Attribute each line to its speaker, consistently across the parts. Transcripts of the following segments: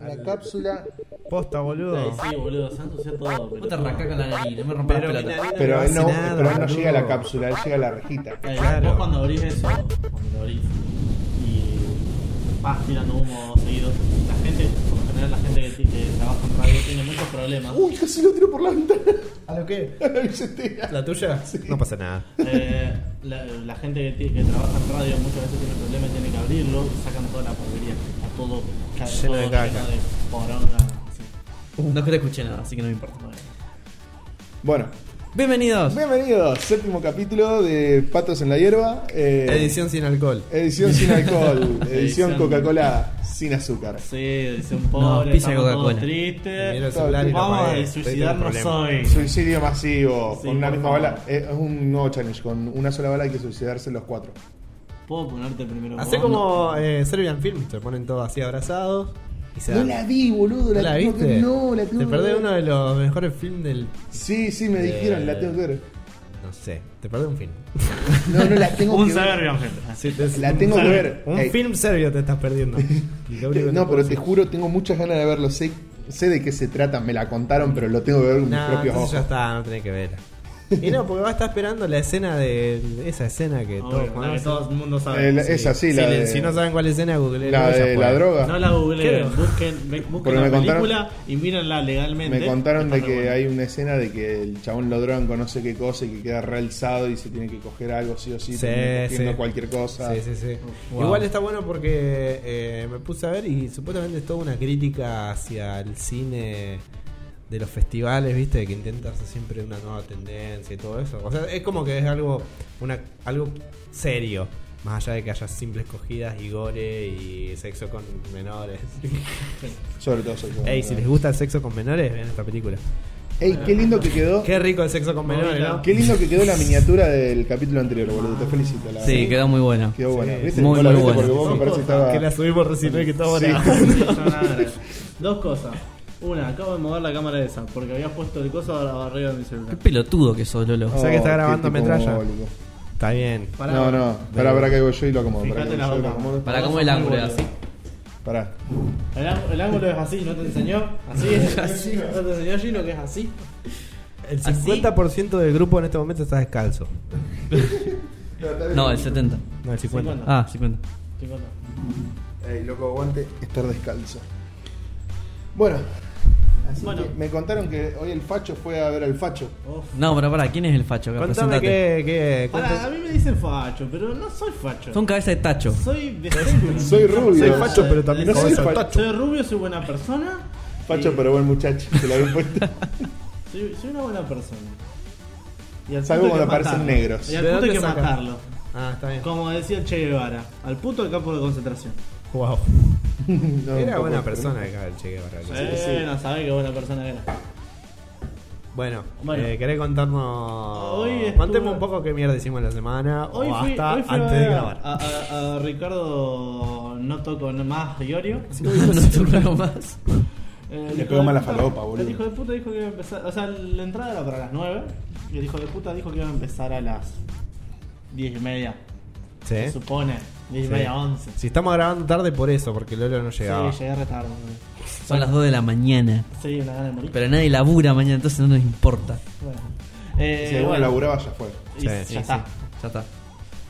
Speaker 1: a la cápsula.
Speaker 2: Posta, boludo.
Speaker 3: Sí, boludo, santo sea todo. Pero...
Speaker 4: No te arrancás con la nariz, no me rompas
Speaker 3: Pero
Speaker 4: la
Speaker 3: mi
Speaker 4: pelota.
Speaker 3: nariz
Speaker 2: Pero
Speaker 5: Pero él no,
Speaker 2: hace nada,
Speaker 5: pero él no
Speaker 2: boludo.
Speaker 5: llega a la cápsula, él llega a la rejita.
Speaker 3: Eh,
Speaker 2: Claro.
Speaker 3: Vos cuando abrís eso, cuando lo abrís y vas tirando humo seguido, la gente, por lo general la gente que, ti- que trabaja en radio tiene muchos problemas.
Speaker 2: Uh.
Speaker 5: Uy, casi lo tiro por la ventana.
Speaker 2: ¿A lo qué?
Speaker 5: La billetera.
Speaker 4: ¿La tuya?
Speaker 2: No pasa nada.
Speaker 3: Eh, la, la gente que, ti- que trabaja en radio muchas veces tiene problemas y tiene que abrirlo y sacan toda la porquería. Está todo, ca-
Speaker 2: Lleno
Speaker 3: todo
Speaker 2: de caca.
Speaker 3: lleno de poronga. así.
Speaker 4: No creo que escuché nada, así que no me importa.
Speaker 5: Bueno,
Speaker 4: Bienvenidos.
Speaker 5: bienvenidos. Séptimo capítulo de Patos en la Hierba. eh,
Speaker 2: Edición sin alcohol.
Speaker 5: edición sin alcohol. Edición
Speaker 3: Edición-
Speaker 5: Coca-Cola sin azúcar.
Speaker 3: Sí, dice un
Speaker 4: No,
Speaker 3: pobre,
Speaker 4: pizza y
Speaker 3: estamos todos
Speaker 2: Miro
Speaker 4: Coca-Cola.
Speaker 2: el
Speaker 3: tristes.
Speaker 2: celular y lo
Speaker 3: Vamos
Speaker 2: apagué.
Speaker 3: a
Speaker 2: Estoy
Speaker 3: suicidarnos
Speaker 2: teniendo problemas.
Speaker 3: hoy.
Speaker 5: Suicidio masivo.
Speaker 3: Sí,
Speaker 5: con una
Speaker 3: por
Speaker 5: misma
Speaker 3: favor.
Speaker 5: bala. Eh, Es un nuevo challenge. Con una sola bala hay que suicidarse los cuatro.
Speaker 3: ¿Puedo ponerte primero?
Speaker 2: Hacé
Speaker 3: vos?
Speaker 2: como eh, Serbian Film, se ponen todos así abrazados. Y se
Speaker 5: No
Speaker 2: dan-
Speaker 5: la vi, boludo.
Speaker 2: ¿No
Speaker 5: La,
Speaker 2: la
Speaker 5: tengo que-
Speaker 2: viste?
Speaker 5: No, la tengo
Speaker 2: Te
Speaker 5: que
Speaker 2: perdés
Speaker 5: ver.
Speaker 2: uno de los mejores films del.
Speaker 5: Sí, sí, me
Speaker 2: Eh,
Speaker 5: dijeron, la tengo que ver.
Speaker 2: No sé, te perdés un film.
Speaker 5: No, no, la tengo
Speaker 3: Un
Speaker 5: que ver. Ah,
Speaker 3: Serbian, gente.
Speaker 5: La tengo que ver.
Speaker 2: Un
Speaker 5: Ey,
Speaker 2: film serbio te estás perdiendo. Y lo
Speaker 5: te-
Speaker 2: único que
Speaker 5: no,
Speaker 2: te
Speaker 5: pero te
Speaker 2: puedo decir-
Speaker 5: juro, tengo muchas ganas de verlo. Sé, sé de qué se trata, me la contaron, pero lo tengo que ver con mis
Speaker 2: Nah,
Speaker 5: propios
Speaker 2: entonces
Speaker 5: ojos.
Speaker 2: ya está, no tenés que ver. Y no, porque va a estar esperando la escena de. Esa escena que
Speaker 3: Obvio,
Speaker 2: todos
Speaker 3: la
Speaker 2: conocen.
Speaker 3: que todo el mundo
Speaker 5: Eh,
Speaker 3: sabe.
Speaker 5: la- Esa sí, la
Speaker 2: Si-
Speaker 5: de,
Speaker 2: Si no saben cuál escena, google
Speaker 5: la, de la droga.
Speaker 3: No la
Speaker 2: Creo.
Speaker 3: googleen, busquen, ve-
Speaker 5: Porque
Speaker 3: busquen
Speaker 5: me
Speaker 3: la
Speaker 5: contaron-
Speaker 3: película y mírenla legalmente.
Speaker 5: me contaron
Speaker 3: Está
Speaker 5: de
Speaker 3: muy
Speaker 5: que
Speaker 3: buena.
Speaker 5: hay una escena de que el chabón lo drogan con no sé qué cosa y que queda realzado y se tiene que coger algo sí o sí,
Speaker 2: Sí,
Speaker 5: termina cogiendo
Speaker 2: sí.
Speaker 5: cualquier cosa.
Speaker 2: Sí, sí, sí.
Speaker 4: Wow.
Speaker 2: Igual está bueno porque eh, me puse a ver y supuestamente es toda una crítica hacia el cine de los festivales, ¿viste? Que intenta hacer siempre una nueva tendencia y todo eso. O sea, es como que es algo, una, algo serio. Más allá de que haya simples cogidas y gore y sexo con menores.
Speaker 5: Sobre todo sobre todo.
Speaker 2: Ey, si les gusta el sexo con menores, vean esta película.
Speaker 5: Ey, qué lindo que quedó.
Speaker 2: Qué rico el sexo con menores, ¿no?
Speaker 5: Qué lindo que quedó la miniatura del capítulo anterior, boludo. Te felicito. La
Speaker 4: Sí,
Speaker 5: verdad.
Speaker 4: quedó muy buena.
Speaker 5: Quedó
Speaker 2: Sí.
Speaker 5: buena. ¿Viste?
Speaker 4: Muy,
Speaker 5: No la
Speaker 4: muy
Speaker 5: viste
Speaker 4: buena.
Speaker 5: porque vos me
Speaker 3: Sí.
Speaker 5: parece que estaba.
Speaker 2: Que la subimos recién hoy que estaba
Speaker 5: Sí.
Speaker 2: ahora.
Speaker 3: Dos cosas. Una, acabo de mover la cámara de esa porque había puesto el coso ahora arriba de mi
Speaker 4: Qué
Speaker 3: celular.
Speaker 4: pelotudo que sos, Lolo.
Speaker 2: O sea que está
Speaker 5: qué
Speaker 2: grabando
Speaker 5: tipo
Speaker 2: metralla.
Speaker 5: mongólico.
Speaker 2: Está bien.
Speaker 3: Pará.
Speaker 5: no, no. Pará, pará que voy yo y lo acomodo. Pará,
Speaker 3: Fíjate
Speaker 5: que
Speaker 3: la
Speaker 5: voy yo y lo
Speaker 3: boca.
Speaker 5: acomodo.
Speaker 4: Para cómo el ángulo es así.
Speaker 5: Pará.
Speaker 3: El, ángulo- el ángulo es así, ¿no te enseñó? Así es. ¿No te enseñó Gino que es así?
Speaker 2: El
Speaker 4: ¿Así?
Speaker 2: 50% del grupo en este momento está descalzo.
Speaker 4: No, el 70.
Speaker 2: No, el 50.
Speaker 3: 50.
Speaker 4: Ah, 50.
Speaker 3: Te cuento.
Speaker 5: Ey, loco, aguante estar descalzo. Bueno. Así
Speaker 3: Bueno.
Speaker 5: que me contaron que hoy el facho fue a ver al facho.
Speaker 3: Uf.
Speaker 4: No, pero pará, ¿quién es el facho? Acá,
Speaker 2: Contame
Speaker 4: Presentate.
Speaker 2: qué. qué cuánto-
Speaker 3: Pará, a mí me dicen facho, pero no soy facho.
Speaker 4: Son cabeza de tacho.
Speaker 3: Soy de centro.
Speaker 5: Soy rubio.
Speaker 2: Soy facho, pero también
Speaker 5: no soy
Speaker 2: cabeza de
Speaker 5: facho.
Speaker 3: Soy rubio, soy buena persona.
Speaker 5: Facho, pero buen muchacho. Se lo había puesto.
Speaker 3: Soy, soy una buena persona. Y al
Speaker 5: Salvo
Speaker 3: puto
Speaker 5: cuando
Speaker 3: hay que
Speaker 5: aparecen
Speaker 3: matarlo.
Speaker 5: negros.
Speaker 3: Y al
Speaker 2: ¿De
Speaker 3: puto hay
Speaker 2: dónde
Speaker 3: que
Speaker 2: saca?
Speaker 3: matarlo.
Speaker 2: Ah, está bien.
Speaker 3: Como decía Che Guevara, al puto del campo de concentración.
Speaker 2: Wow.
Speaker 5: No,
Speaker 2: Era
Speaker 5: un
Speaker 2: buena
Speaker 5: poco.
Speaker 2: persona acá el Che Guevara.
Speaker 3: eh, no sabés qué buena persona era.
Speaker 2: Bueno,
Speaker 3: Bueno.
Speaker 2: eh, ¿querés contarnos?
Speaker 3: Hoy estuve-
Speaker 2: Contemos un poco qué mierda hicimos la semana
Speaker 3: Hoy
Speaker 2: o
Speaker 3: fui,
Speaker 2: hasta
Speaker 3: hoy fui a,
Speaker 2: antes
Speaker 3: ver
Speaker 2: de
Speaker 3: a-
Speaker 2: grabar.
Speaker 3: A, a- a Ricardo no toco más Iorio.
Speaker 4: no tocaron más.
Speaker 3: Eh,
Speaker 5: Le
Speaker 3: el
Speaker 5: pegó
Speaker 3: hijo de
Speaker 5: mala
Speaker 3: puta-
Speaker 5: falopa, boludo.
Speaker 3: El hijo de puta dijo que iba a empezar. O sea, la entrada era para las 9. Y el hijo de puta dijo que iba a empezar a las 10 y media. Se
Speaker 2: ¿Sí?
Speaker 3: supone. 10 y
Speaker 2: Sí.
Speaker 3: media, 11.
Speaker 2: Si estamos grabando tarde por eso, porque Lolo no
Speaker 3: Sí,
Speaker 2: llegaba.
Speaker 3: llegué retardo. boludo.
Speaker 4: Son las 2 de la mañana.
Speaker 3: Sí, una gana de morir.
Speaker 4: Pero nadie labura mañana, entonces no nos importa.
Speaker 3: Bueno. Eh,
Speaker 5: Si alguno
Speaker 3: bueno,
Speaker 5: laburaba, ya fue.
Speaker 3: y
Speaker 2: Sí,
Speaker 3: ya
Speaker 2: sí,
Speaker 3: está.
Speaker 4: Ya está.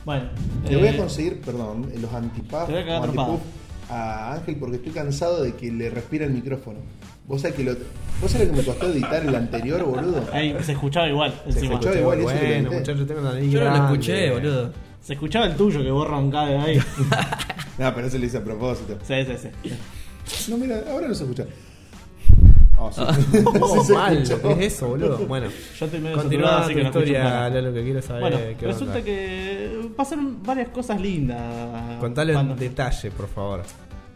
Speaker 3: Bueno.
Speaker 5: Le voy a
Speaker 3: eh,
Speaker 5: conseguir, perdón, los antipuff
Speaker 3: Te voy a cagar
Speaker 5: o
Speaker 3: trompada.
Speaker 5: antipuff a Ángel porque estoy cansado de que le respira el micrófono. Vos sabés que lo, vos sabés lo que me costó editar el anterior, boludo.
Speaker 3: ey, se escuchaba igual.
Speaker 5: Se
Speaker 3: encima.
Speaker 5: escuchaba igual, eso que lo
Speaker 2: bueno,
Speaker 5: edité.
Speaker 2: muchachos, tengo la nariz
Speaker 4: Yo no lo
Speaker 2: grande.
Speaker 4: escuché, boludo.
Speaker 3: Se escuchaba el tuyo que vos roncás de ahí.
Speaker 5: No, pero eso lo hice a propósito.
Speaker 3: sí, sí, sí.
Speaker 5: No, mira, ahora no se escucha. Ah, sí. Sí
Speaker 2: Oh,
Speaker 5: se
Speaker 2: mal,
Speaker 5: escuchó.
Speaker 2: ¿qué es eso, boludo? Bueno,
Speaker 3: Yo estoy medio saturado,
Speaker 2: continúa
Speaker 3: así
Speaker 2: tu
Speaker 3: que no escucho
Speaker 2: historia,
Speaker 3: nada.
Speaker 2: Lolo, que quiero saber.
Speaker 3: Bueno,
Speaker 2: qué
Speaker 3: resulta
Speaker 2: onda.
Speaker 3: que pasaron varias cosas lindas.
Speaker 2: Contale en
Speaker 3: Cuando-
Speaker 2: detalle, por favor.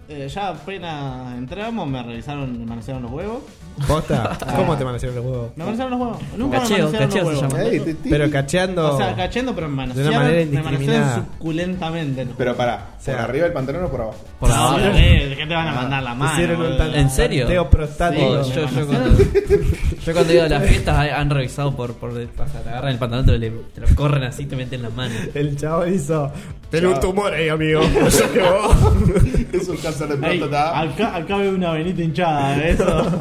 Speaker 3: eh, ya apenas entramos, me revisaron, me manosearon los huevos.
Speaker 2: ¿Posta? ¿Cómo te manecieron los huevos?
Speaker 3: Me manosearon los huevos. Nunca
Speaker 4: Cacheo,
Speaker 3: me manosearon
Speaker 4: cacheo se
Speaker 3: los huevos.
Speaker 4: llama.
Speaker 6: Ey, te- te-
Speaker 2: Pero cacheando.
Speaker 3: O sea, cachendo, pero me manosearon,
Speaker 2: manera
Speaker 3: me manosearon
Speaker 2: indiscriminada.
Speaker 3: suculentamente. los
Speaker 7: Pero
Speaker 3: huevos.
Speaker 7: pará,
Speaker 2: O sea,
Speaker 7: ¿por arriba del pantalón o por abajo?
Speaker 4: Por
Speaker 3: no,
Speaker 4: ahora.
Speaker 3: ¿qué te Eh, van a mandar la
Speaker 2: Ah, te
Speaker 3: mano?
Speaker 2: hicieron un
Speaker 3: boludo?
Speaker 2: tan-
Speaker 4: ¿En serio?
Speaker 2: tanteo prostático.
Speaker 4: Oh,
Speaker 3: Sí,
Speaker 4: yo,
Speaker 3: me
Speaker 4: yo cuando, yo cuando he ido a las fiestas hay- han revisado por, por pasar. Agarran el pantalón, te lo, le- te lo corren así, te meten la mano.
Speaker 2: El chavo hizo. Tenés
Speaker 7: Chao.
Speaker 2: un tumor ahí, amigo. Yo que vos.
Speaker 7: es un cáncer de
Speaker 3: Ey,
Speaker 7: próstata.
Speaker 3: acá, acá veo una venita hinchada, ¿eh? eso.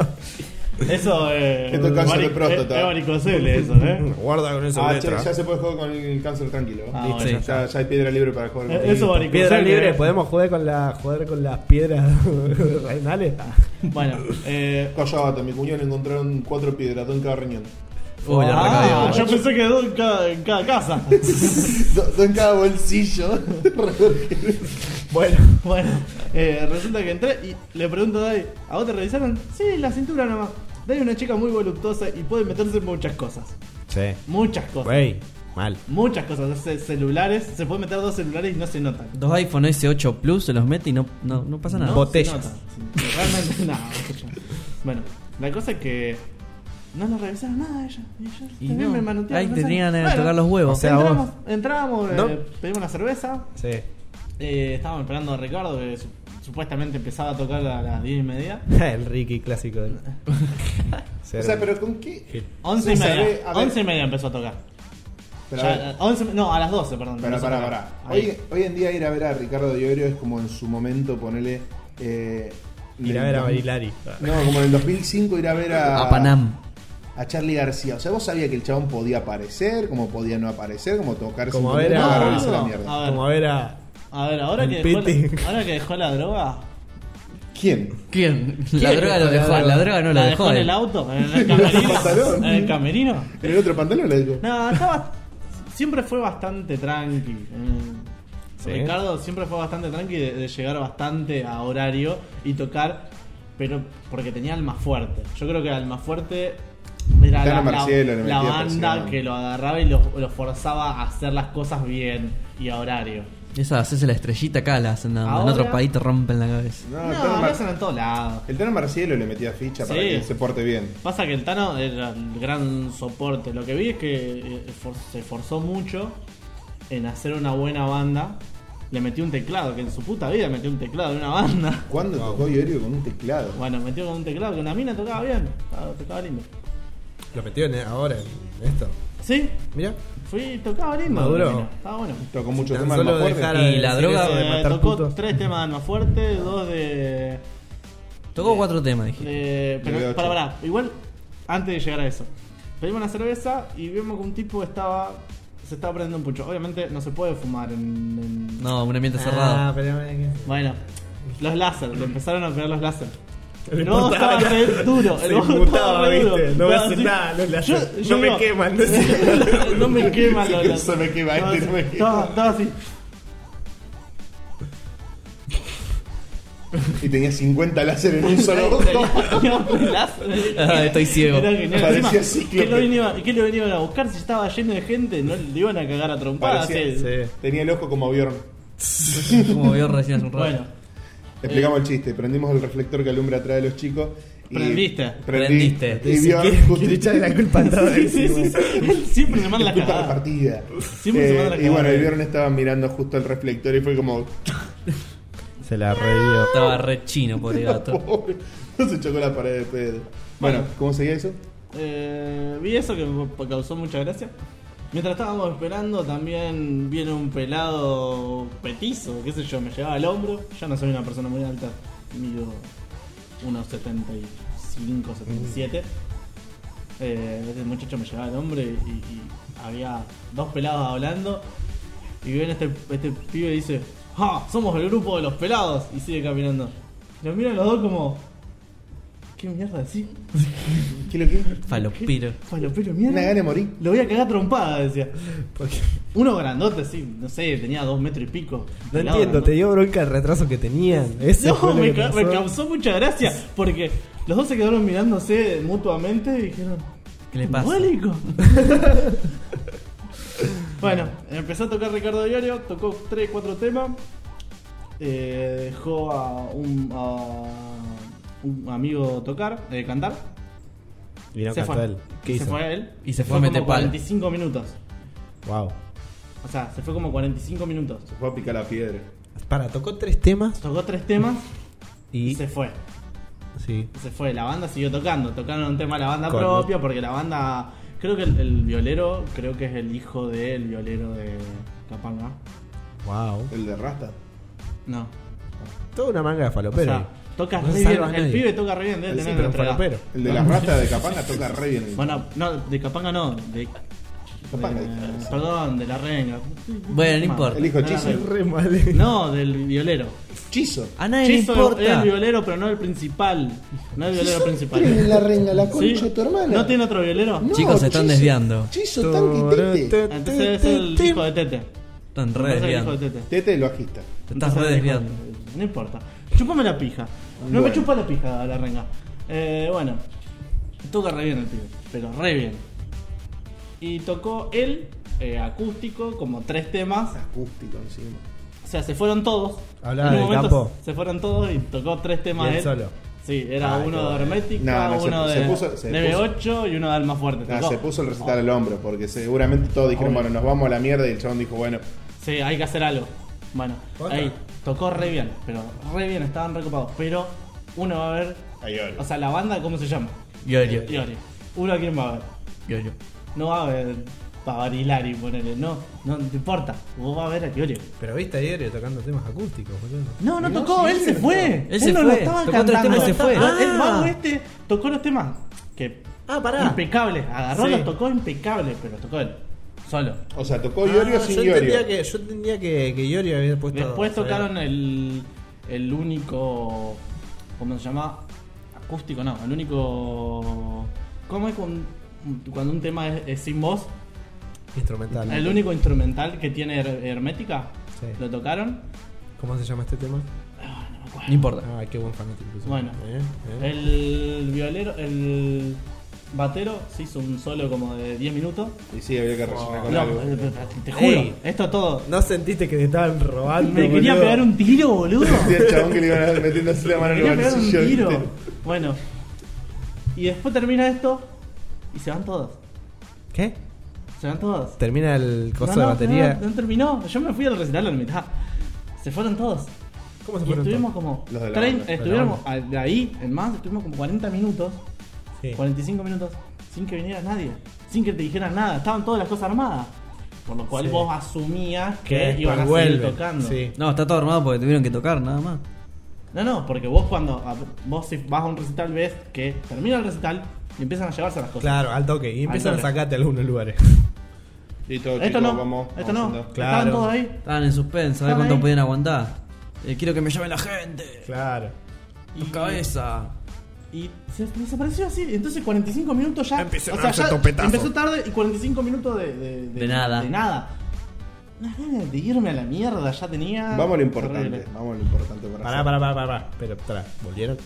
Speaker 3: Eso eh,
Speaker 7: Esto es cáncer de
Speaker 3: varic-
Speaker 7: próstata.
Speaker 3: Es varicocele eso, ¿eh.
Speaker 2: Guarda con eso,
Speaker 7: Ah, che,
Speaker 2: letra.
Speaker 7: ya se puede jugar con el cáncer tranquilo.
Speaker 3: Ah,
Speaker 7: Listo,
Speaker 4: bueno, ya
Speaker 7: ya, ya hay piedra libre para jugar con
Speaker 3: Eh, eso
Speaker 7: el
Speaker 3: varicocele.
Speaker 2: Piedra libre, pues.
Speaker 3: eh.
Speaker 2: podemos jugar con, la, jugar con las piedras renales.
Speaker 3: Bueno, eh.
Speaker 7: Collabata, mi cuñón encontraron cuatro piedras, dos en cada riñón.
Speaker 2: Oh,
Speaker 4: Uy, la
Speaker 3: ah,
Speaker 2: ¿eh?
Speaker 4: recabió.
Speaker 3: yo pensé que dos en cada, en cada casa.
Speaker 7: Do- Dos en cada bolsillo.
Speaker 3: Bueno, bueno. eh, resulta que entré y le pregunto a Dai, ¿a vos te revisaron? Sí, la cintura nomás. Dai es una chica muy voluptuosa y puede meterse en muchas cosas.
Speaker 2: Sí.
Speaker 3: Muchas cosas.
Speaker 2: Wey, mal.
Speaker 3: Muchas cosas. Hace celulares, se puede meter dos celulares y no se notan.
Speaker 4: Dos iPhone S8 Plus se los mete y no, no, no pasa nada.
Speaker 3: No
Speaker 2: Botellas.
Speaker 3: se nota. Realmente nada. botellas. Bueno, la cosa es que no nos revisaron nada a ella. Y yo
Speaker 4: Y
Speaker 3: también
Speaker 4: no.
Speaker 3: me manotearon,
Speaker 4: Ahí
Speaker 3: no
Speaker 4: te
Speaker 3: sé.
Speaker 4: tenían a
Speaker 3: Bueno,
Speaker 4: tocar los huevos.
Speaker 2: o sea, vos-
Speaker 3: entramos, entramos, eh,
Speaker 2: No.
Speaker 3: pedimos una cerveza.
Speaker 2: Sí.
Speaker 3: eh, estábamos esperando a Ricardo que su- supuestamente empezaba a tocar a las 10 y media.
Speaker 2: El Ricky clásico. Del...
Speaker 7: o sea, pero ¿con qué?
Speaker 3: 11 y
Speaker 7: Sí,
Speaker 3: media.
Speaker 7: sabe, a ver.
Speaker 3: 11 y media empezó a tocar.
Speaker 7: Pero,
Speaker 3: Ya,
Speaker 7: a ver,
Speaker 3: eh, 11 no, a las 12, perdón.
Speaker 7: Pará,
Speaker 3: empezó a
Speaker 7: pará,
Speaker 3: tocar.
Speaker 7: pará.
Speaker 3: Ahí.
Speaker 7: Hoy, hoy en día ir a ver a Ricardo Diorio es como en su momento ponerle. Eh,
Speaker 2: Ir a
Speaker 7: en
Speaker 2: ver a
Speaker 7: dos-
Speaker 2: Barilari.
Speaker 7: No, como en el 2005 ir a ver a.
Speaker 4: A Panam.
Speaker 7: A Charlie García. O sea, vos sabías que el chabón podía aparecer, como podía no aparecer, como tocarse.
Speaker 2: Como
Speaker 7: un
Speaker 2: ver
Speaker 7: poco,
Speaker 2: a-
Speaker 7: agarrarse la
Speaker 3: No,
Speaker 7: mierda.
Speaker 3: a ver.
Speaker 2: Como a ver a.
Speaker 3: A ver, ahora
Speaker 2: El
Speaker 3: que, dejó
Speaker 2: Piti.
Speaker 3: la, ahora que dejó la droga,
Speaker 7: ¿Quién?
Speaker 4: ¿Quién? La droga lo dejó, la droga no
Speaker 3: la
Speaker 4: la dejó.
Speaker 3: en
Speaker 4: eh.
Speaker 3: el auto, en el camerino.
Speaker 7: pantalón.
Speaker 3: en el camerino.
Speaker 7: ¿En el otro pantalón le digo?
Speaker 3: No, estaba. Siempre fue bastante tranqui. Mm.
Speaker 2: Sí.
Speaker 3: Ricardo siempre fue bastante tranqui de, de llegar bastante a horario y tocar, pero porque tenía alma fuerte. Yo creo que alma fuerte era
Speaker 7: Tano
Speaker 3: la,
Speaker 7: Marcielo le
Speaker 3: la- la
Speaker 7: metía
Speaker 3: banda
Speaker 7: presión.
Speaker 3: que lo agarraba y lo, lo forzaba a hacer las cosas bien y a horario.
Speaker 4: Esa, haces la estrellita acá, la hacen nada más. en
Speaker 3: Ahora-
Speaker 4: otro país te rompen la cabeza.
Speaker 7: No,
Speaker 3: No,
Speaker 7: el
Speaker 3: no,
Speaker 7: Tano Mar-
Speaker 3: hacen en todos lados.
Speaker 7: el Tano Marcielo le metía ficha para
Speaker 3: Sí.
Speaker 7: que se porte bien.
Speaker 3: Pasa que el Tano era el gran soporte. Lo que vi es que eh, for- se esforzó mucho en hacer una buena banda. Le metió un teclado, que en su puta vida metió un teclado en una banda.
Speaker 7: ¿Cuándo tocó Diorio con un teclado?
Speaker 3: Bueno, metió con un teclado que una mina tocaba bien. Tocaba, tocaba lindo.
Speaker 2: Lo metió en, ahora en esto.
Speaker 3: Sí,
Speaker 2: Mira.
Speaker 3: fui y tocaba lindo.
Speaker 2: Maduro.
Speaker 3: la mina. Estaba bueno.
Speaker 7: Tocó muchos
Speaker 2: Tan
Speaker 7: temas
Speaker 2: solo
Speaker 7: más fuertes.
Speaker 2: dejar
Speaker 4: Y la
Speaker 2: decir
Speaker 4: droga-
Speaker 2: eso de
Speaker 3: Eh,
Speaker 2: matar
Speaker 3: tocó
Speaker 2: putos.
Speaker 3: tres temas de más fuerte, dos de.
Speaker 4: Tocó cuatro temas, dije.
Speaker 3: de-
Speaker 7: Le veo
Speaker 3: Eh, pero, para,
Speaker 7: ocho.
Speaker 3: para, igual, antes de llegar a eso, pedimos una cerveza y vimos que un tipo estaba. Se estaba prendiendo un pucho. Obviamente no se puede fumar en. en-
Speaker 4: No, un ambiente
Speaker 2: Ah,
Speaker 4: cerrado.
Speaker 2: pero que-
Speaker 3: Bueno, los láser, le empezaron a pegar los láser.
Speaker 2: Le
Speaker 3: El no,
Speaker 2: importaba,
Speaker 3: estaba re duro.
Speaker 2: se
Speaker 3: El bobo
Speaker 2: imputaba,
Speaker 3: estaba re duro.
Speaker 2: viste, no
Speaker 3: Pero
Speaker 2: va a hacer
Speaker 3: así-
Speaker 2: nada, los láser, no me
Speaker 3: digo,
Speaker 2: queman, decía.
Speaker 3: no me queman los láser.
Speaker 7: Eso me quema,
Speaker 3: Estaba
Speaker 7: este no me
Speaker 3: así,
Speaker 7: quema.
Speaker 3: estaba- Estaba así.
Speaker 7: Y tenía 50 láser en un solo ojo.
Speaker 3: Tenía un láser.
Speaker 4: Ah, estoy ciego.
Speaker 3: Era genial.
Speaker 7: Parecía
Speaker 3: Encima,
Speaker 7: cíclope.
Speaker 3: ¿qué lo, iban, qué lo venían a buscar si estaba lleno de gente? No le iban a cagar a trompadas. eh.
Speaker 7: Parecía-
Speaker 3: sí.
Speaker 2: Sí.
Speaker 7: Tenía el ojo como Bjorn.
Speaker 4: Como vio recién hace un rato.
Speaker 3: pues Bueno,
Speaker 7: Explicamos el chiste. Prendimos el reflector que alumbra atrás de los chicos. Y
Speaker 3: Prendiste.
Speaker 7: Prendí.
Speaker 4: Prendiste.
Speaker 7: Y
Speaker 2: Dice,
Speaker 7: Bjorn
Speaker 2: ¿quiere-
Speaker 7: justo-
Speaker 2: quiere echarle la culpa a todo
Speaker 3: sí, sí, sí, sí. Él siempre me manda la
Speaker 7: Disculpa la
Speaker 3: cagada.
Speaker 7: partida.
Speaker 3: Siempre se manda la
Speaker 7: y bueno,
Speaker 3: cagada.
Speaker 7: el Bjorn estaba mirando justo el reflector y fue como.
Speaker 2: Se la revió.
Speaker 4: Estaba re chino, pobre gato.
Speaker 7: Pobre. No se chocó la pared de pedo. Bueno, ¿cómo seguía eso?
Speaker 3: Eh, vi eso que me causó mucha gracia. Mientras estábamos esperando, también viene un pelado petizo, qué sé yo, me llevaba al hombro. Yo no soy una persona muy alta, mido unos 75, 77. Eh, ese muchacho me llevaba al hombro y, y- y había dos pelados hablando. Y viene este, este pibe y dice: ¡Ja! Somos el grupo de los pelados. Y sigue caminando. Lo miran los dos como: ¿Qué mierda decís?
Speaker 7: ¿Qué es lo que?
Speaker 4: Falopiro.
Speaker 3: Falopero,
Speaker 7: Una gana
Speaker 3: mierda.
Speaker 7: de morir.
Speaker 3: Lo voy a cagar trompada, decía. Uno grandote, sí, no sé, tenía dos metros y pico.
Speaker 2: No
Speaker 3: Pelado,
Speaker 2: entiendo,
Speaker 3: ¿no?
Speaker 2: te dio bronca el retraso que tenían. Eso
Speaker 3: No,
Speaker 2: fue lo
Speaker 3: me,
Speaker 2: que
Speaker 3: ca- me
Speaker 2: pasó.
Speaker 3: causó mucha gracia porque los dos se quedaron mirándose mutuamente y dijeron:
Speaker 4: ¿Qué le pasa?
Speaker 3: "Mónico". bueno, empezó a tocar Ricardo Diorio, tocó 3, 4 temas. eh, dejó a un, a un amigo tocar, eh, cantar.
Speaker 2: Y no
Speaker 3: se
Speaker 2: cantó
Speaker 3: fue.
Speaker 2: él. ¿Qué
Speaker 3: se
Speaker 2: hizo?
Speaker 3: fue él.
Speaker 4: Y se fue a meter
Speaker 3: como
Speaker 4: pala.
Speaker 3: 45 minutos.
Speaker 2: Wow.
Speaker 3: O sea, se fue como 45 minutos.
Speaker 5: Se fue a picar la piedra.
Speaker 2: Para, tocó tres temas
Speaker 3: Tocó tres temas y
Speaker 2: y.
Speaker 3: se fue.
Speaker 2: Sí.
Speaker 3: se fue, la banda siguió tocando, tocaron un tema de la banda
Speaker 2: Con-
Speaker 3: propia, porque la banda, creo que el, el violero, creo que es el hijo del violero de Capanga.
Speaker 2: Wow.
Speaker 5: El de Rasta.
Speaker 3: No.
Speaker 2: Toda una manga de
Speaker 3: O
Speaker 2: falopero.
Speaker 3: sea, toca
Speaker 2: No
Speaker 3: re
Speaker 2: se
Speaker 3: bien,
Speaker 2: salva a
Speaker 3: el
Speaker 2: nadie.
Speaker 3: pibe toca re bien, debe
Speaker 2: Sí,
Speaker 3: tener
Speaker 2: pero un
Speaker 3: nuestra edad.
Speaker 2: falopero.
Speaker 5: El de la Rasta de Capanga toca re bien. el-
Speaker 3: Bueno, no, de Capanga no, de...
Speaker 5: Capanga,
Speaker 3: de-
Speaker 5: dije.
Speaker 3: perdón, de la renga.
Speaker 4: Bueno, no importa.
Speaker 5: El hijo de
Speaker 3: No,
Speaker 5: Chizo.
Speaker 3: no,
Speaker 2: Re mal.
Speaker 3: No, del violero.
Speaker 5: Chizo.
Speaker 3: Ah,
Speaker 4: A nadie le
Speaker 3: Chizo es el
Speaker 4: importa.
Speaker 3: violero, pero no el principal. No el violero principal.
Speaker 1: Tres en la renga, la
Speaker 3: ¿Sí?
Speaker 1: concha de tu hermana.
Speaker 3: ¿No tiene otro violero? Ah,
Speaker 1: No,
Speaker 4: Chicos, se están
Speaker 1: Chizo-
Speaker 4: desviando.
Speaker 1: Chizo, tanque y tete.
Speaker 3: Entonces es el hijo de Tete.
Speaker 4: Están re
Speaker 3: Entonces es el hijo
Speaker 4: desviando.
Speaker 3: de Tete.
Speaker 5: Tete lo agita.
Speaker 4: Te estás re
Speaker 3: Entonces,
Speaker 4: desviando.
Speaker 3: dijo, No importa. Chupame la pija. No me
Speaker 5: Bueno.
Speaker 3: chupa la pija la renga. Eh, bueno. Toca re bien el pibe. Pero re bien. Y tocó él, eh, acústico, como tres temas.
Speaker 5: Acústico encima.
Speaker 3: O sea, se fueron todos.
Speaker 2: Hablaba
Speaker 3: En un
Speaker 2: del
Speaker 3: momento
Speaker 2: campo.
Speaker 3: Se fueron todos y tocó tres temas
Speaker 2: Y él
Speaker 3: él.
Speaker 2: solo.
Speaker 3: Sí, era
Speaker 2: Ay, qué
Speaker 3: uno de
Speaker 2: bueno.
Speaker 3: Hermética,
Speaker 5: No, no, se-
Speaker 3: uno
Speaker 5: se
Speaker 3: de,
Speaker 5: puso- se
Speaker 3: de
Speaker 5: puso-
Speaker 3: B8 y uno de Alma Fuerte.
Speaker 5: Nah,
Speaker 7: Ah,
Speaker 3: Tocó. Oh,
Speaker 5: se puso el recital al hombro porque seguramente todos dijeron, bueno, nos vamos a la mierda y el chabón dijo, bueno,
Speaker 3: Sí, hay que hacer algo. Bueno,
Speaker 2: ¿Otra?
Speaker 3: ahí tocó re bien, pero re bien, estaban recopados. Pero uno va a ver.
Speaker 5: ahí va.
Speaker 3: O sea, la banda, ¿cómo se llama?
Speaker 4: Yorio.
Speaker 3: Iori. Uno a quién va a ver.
Speaker 4: Yorio.
Speaker 3: No va a ver Pavarilari, ponele. No, no te importa. Vos vas a ver a Iori.
Speaker 2: Pero viste a Iorio tocando temas acústicos, boludo.
Speaker 3: No, no,
Speaker 5: No,
Speaker 3: tocó,
Speaker 5: sí,
Speaker 3: él se
Speaker 5: no.
Speaker 3: fue.
Speaker 4: Él se
Speaker 3: no lo
Speaker 4: fue.
Speaker 3: estaba
Speaker 4: Tocó
Speaker 3: cantando.
Speaker 4: tres temas y
Speaker 3: no
Speaker 4: se
Speaker 3: lo
Speaker 4: fue.
Speaker 3: estaba- El
Speaker 4: Ah.
Speaker 3: mago este tocó los temas que
Speaker 2: Ah, pará.
Speaker 3: impecables. Agarró,
Speaker 2: Sí.
Speaker 3: los tocó impecables, pero los tocó él. Solo.
Speaker 5: O sea, tocó Iorio
Speaker 2: Ah,
Speaker 5: sin
Speaker 2: yo entendía
Speaker 5: Iorio.
Speaker 2: que yo entendía que, que Iorio había puesto
Speaker 3: Después
Speaker 2: ¿sabes?
Speaker 3: tocaron el, el único. ¿Cómo se llama? Acústico, no. El único. ¿Cómo es cuando, cuando un tema es, es sin voz?
Speaker 2: instrumental.
Speaker 3: El único instrumental que tiene her- hermética.
Speaker 2: Sí.
Speaker 3: Lo tocaron.
Speaker 2: ¿Cómo se llama este tema?
Speaker 4: No importa.
Speaker 2: Ah, qué buen fanático. que soy.
Speaker 3: Bueno.
Speaker 2: ¿Eh? ¿Eh?
Speaker 3: El violero. El batero se hizo un solo como de 10 minutos.
Speaker 5: Y sí, había que rellenar con
Speaker 3: No, eh,
Speaker 5: algo.
Speaker 3: te juro.
Speaker 2: Ey.
Speaker 3: Esto todo.
Speaker 2: ¿No sentiste que te estaban robando?
Speaker 3: Me quería
Speaker 2: boludo?
Speaker 3: pegar un tiro, boludo.
Speaker 5: Sí, el chabón que le iban metiendo así la mano en
Speaker 3: Quería
Speaker 5: el
Speaker 3: pegar un
Speaker 5: bolsillo.
Speaker 3: tiro.
Speaker 5: ¿viste?
Speaker 3: Bueno. Y después termina esto y se van todos.
Speaker 2: ¿Qué?
Speaker 3: Se van todos.
Speaker 2: Termina el coso
Speaker 3: No,
Speaker 2: de
Speaker 3: no,
Speaker 2: batería.
Speaker 3: No, no terminó. Yo me fui al recital a la mitad. Se fueron todos.
Speaker 2: ¿Cómo se
Speaker 3: Y
Speaker 2: fueron
Speaker 3: estuvimos como.
Speaker 5: Los de la
Speaker 3: trein-
Speaker 5: banda, de
Speaker 3: Estuvimos a- de ahí, en más, estuvimos como 40 minutos,
Speaker 2: todos? Sí.
Speaker 3: 45 minutos, sin que viniera nadie. Sin que te dijeran nada. Estaban todas las cosas armadas. Por lo cual
Speaker 2: Sí.
Speaker 3: vos asumías
Speaker 2: Que
Speaker 3: que
Speaker 2: después
Speaker 3: iban a seguir
Speaker 2: vuelven,
Speaker 3: tocando.
Speaker 2: sí.
Speaker 4: No, está todo armado porque tuvieron que tocar, nada más.
Speaker 3: No, no, porque vos cuando a- vos si vas a un recital ves que termina el recital y empiezan a llevarse las cosas.
Speaker 2: Claro, al toque. Y empiezan
Speaker 3: toque.
Speaker 2: a sacarte a algunos lugares.
Speaker 5: Listo,
Speaker 3: Esto
Speaker 5: chicos,
Speaker 3: no,
Speaker 5: vamos.
Speaker 3: esto
Speaker 5: vamos
Speaker 3: no.
Speaker 5: andando.
Speaker 2: Claro.
Speaker 3: Estaban todos ahí.
Speaker 4: Estaban en suspenso, a ver
Speaker 3: Estaban
Speaker 4: cuánto
Speaker 3: ahí.
Speaker 4: podían aguantar. Eh, quiero que me llame la gente.
Speaker 2: Claro.
Speaker 4: Tu cabeza.
Speaker 3: Y se desapareció así. Entonces 45 minutos ya.
Speaker 2: Empezó
Speaker 3: o
Speaker 2: a
Speaker 3: sea,
Speaker 2: darse
Speaker 3: ya
Speaker 2: topetazo.
Speaker 3: empezó tarde y 45 minutos de, de,
Speaker 4: De nada.
Speaker 3: De nada. Unas ganas de irme a la mierda, ya tenía.
Speaker 5: Vamos a lo importante.
Speaker 3: Horrible.
Speaker 5: Vamos a lo importante para
Speaker 2: Pará,
Speaker 5: hacer.
Speaker 2: pará, pará, pará. pará. Pero, pará. ¿Volvieron?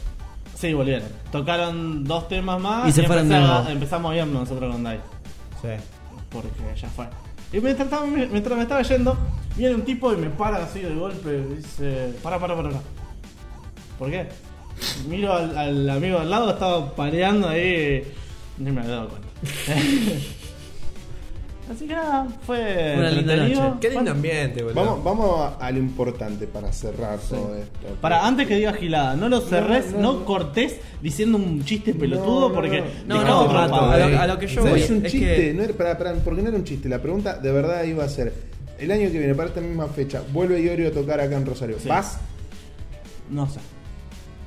Speaker 3: Sí, volvieron. Tocaron dos temas más
Speaker 4: Y se fueron de
Speaker 3: empezaba-
Speaker 4: nuevo.
Speaker 3: empezamos a irnos nosotros con Dai. Eh,
Speaker 2: Sí.
Speaker 3: Porque ya fue. Y mientras estaba, mientras me estaba yendo, viene un tipo y me para así de golpe. y Dice: Para, para, para, para. ¿Por qué? Miro al, al amigo al lado, estaba pareando ahí. Ni me había dado cuenta. así que nada, fue.
Speaker 4: Una linda
Speaker 3: entretenido.
Speaker 4: noche.
Speaker 2: Eh, Qué lindo ambiente, boludo.
Speaker 5: Vamos, vamos a, a lo importante para cerrar todo esto.
Speaker 3: Para, antes que diga gilada, no lo cerres, no, cortés diciendo un chiste pelotudo
Speaker 5: no,
Speaker 3: porque.
Speaker 4: No,
Speaker 3: dejá
Speaker 4: no,
Speaker 3: otro
Speaker 4: Pato,
Speaker 3: pavo.
Speaker 4: a lo, a lo que yo
Speaker 5: No
Speaker 4: voy.
Speaker 5: es un
Speaker 4: es
Speaker 5: chiste,
Speaker 4: que-
Speaker 5: no era, pará, pará, porque no era un chiste. La pregunta de verdad iba a ser: el año que viene, para esta misma fecha, vuelve Iorio a tocar acá en Rosario.
Speaker 3: Sí.
Speaker 5: ¿Vas?
Speaker 3: No sé.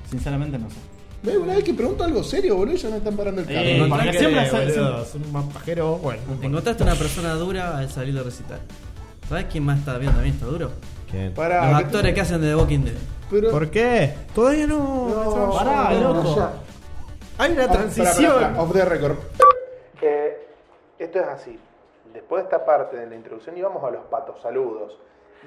Speaker 3: Sinceramente, no sé.
Speaker 5: Ve, Una vez que pregunto algo serio, boludo, ya no están parando el carro.
Speaker 3: Eh,
Speaker 4: Encontrá
Speaker 3: porque
Speaker 4: que,
Speaker 3: siempre hace-
Speaker 2: Boludo, son un mapajero. Bueno. no importa.
Speaker 4: Encontraste una persona dura al salir de recital. ¿Sabes quién más está bien también está duro?
Speaker 2: ¿Quién?
Speaker 5: Pará,
Speaker 4: Los
Speaker 5: que-
Speaker 4: actores que hacen de The Walking Dead.
Speaker 5: Pero,
Speaker 2: ¿Por qué? Todavía no.
Speaker 5: No,
Speaker 3: Pará,
Speaker 5: no,
Speaker 3: loco.
Speaker 5: ya.
Speaker 2: Hay una
Speaker 5: Off- pará, pará,
Speaker 2: transición.
Speaker 5: pará, Off the record.
Speaker 1: Eh, esto es así. Después de esta parte de la introducción íbamos a los patos saludos.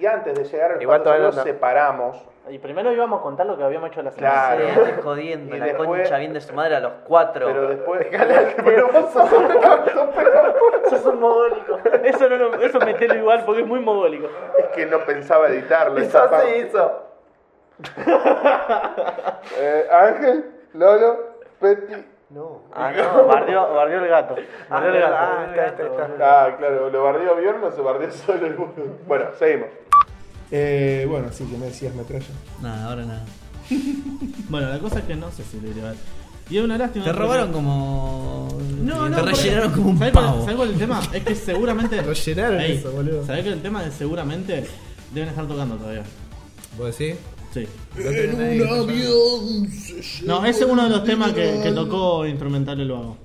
Speaker 1: Y antes de llegar al
Speaker 8: Igual
Speaker 1: pato
Speaker 8: todavía
Speaker 1: saludos
Speaker 8: no-
Speaker 1: separamos.
Speaker 8: Y primero íbamos a contar lo que habíamos hecho la
Speaker 1: Claro.
Speaker 8: semana
Speaker 1: Sí,
Speaker 8: pasada.
Speaker 1: estoy
Speaker 8: jodiendo,
Speaker 1: la concha bien
Speaker 8: de su madre a los cuatro.
Speaker 1: Pero después.
Speaker 8: Eso es un modólico. Eso, no lo, eso metelo igual porque es muy modólico.
Speaker 1: es que no pensaba editarlo. esa parte.
Speaker 8: hizo.
Speaker 9: Eh, Ángel, Lolo, Petty. No.
Speaker 10: Ah, no, bardió, bardió el gato. Bardió el gato.
Speaker 9: Ah, está, está, está. Ah, claro, lo bardeó Bjorn, no se bardeó solo el boludo. Bueno, seguimos. Eh, bueno, sí, que me decías metralla.
Speaker 4: Nada, ahora nada.
Speaker 3: Bueno, la cosa es que no sé si lo ilegal. Y es una lástima.
Speaker 4: Te
Speaker 3: porque-
Speaker 4: robaron como.
Speaker 3: No, no.
Speaker 4: Te
Speaker 3: porque-
Speaker 4: rellenaron como un
Speaker 3: ¿sabés cuál-
Speaker 4: pavo.
Speaker 3: ¿Sabés cuál es el tema? Es que seguramente.
Speaker 2: Rellenaron
Speaker 3: Ey,
Speaker 2: eso, boludo.
Speaker 3: ¿Sabés que el tema es seguramente deben estar tocando todavía?
Speaker 2: ¿Vos decís?
Speaker 3: Sí.
Speaker 2: No tenés nadie que te llame.
Speaker 3: No, ese es uno de los temas que, que tocó instrumental el vago.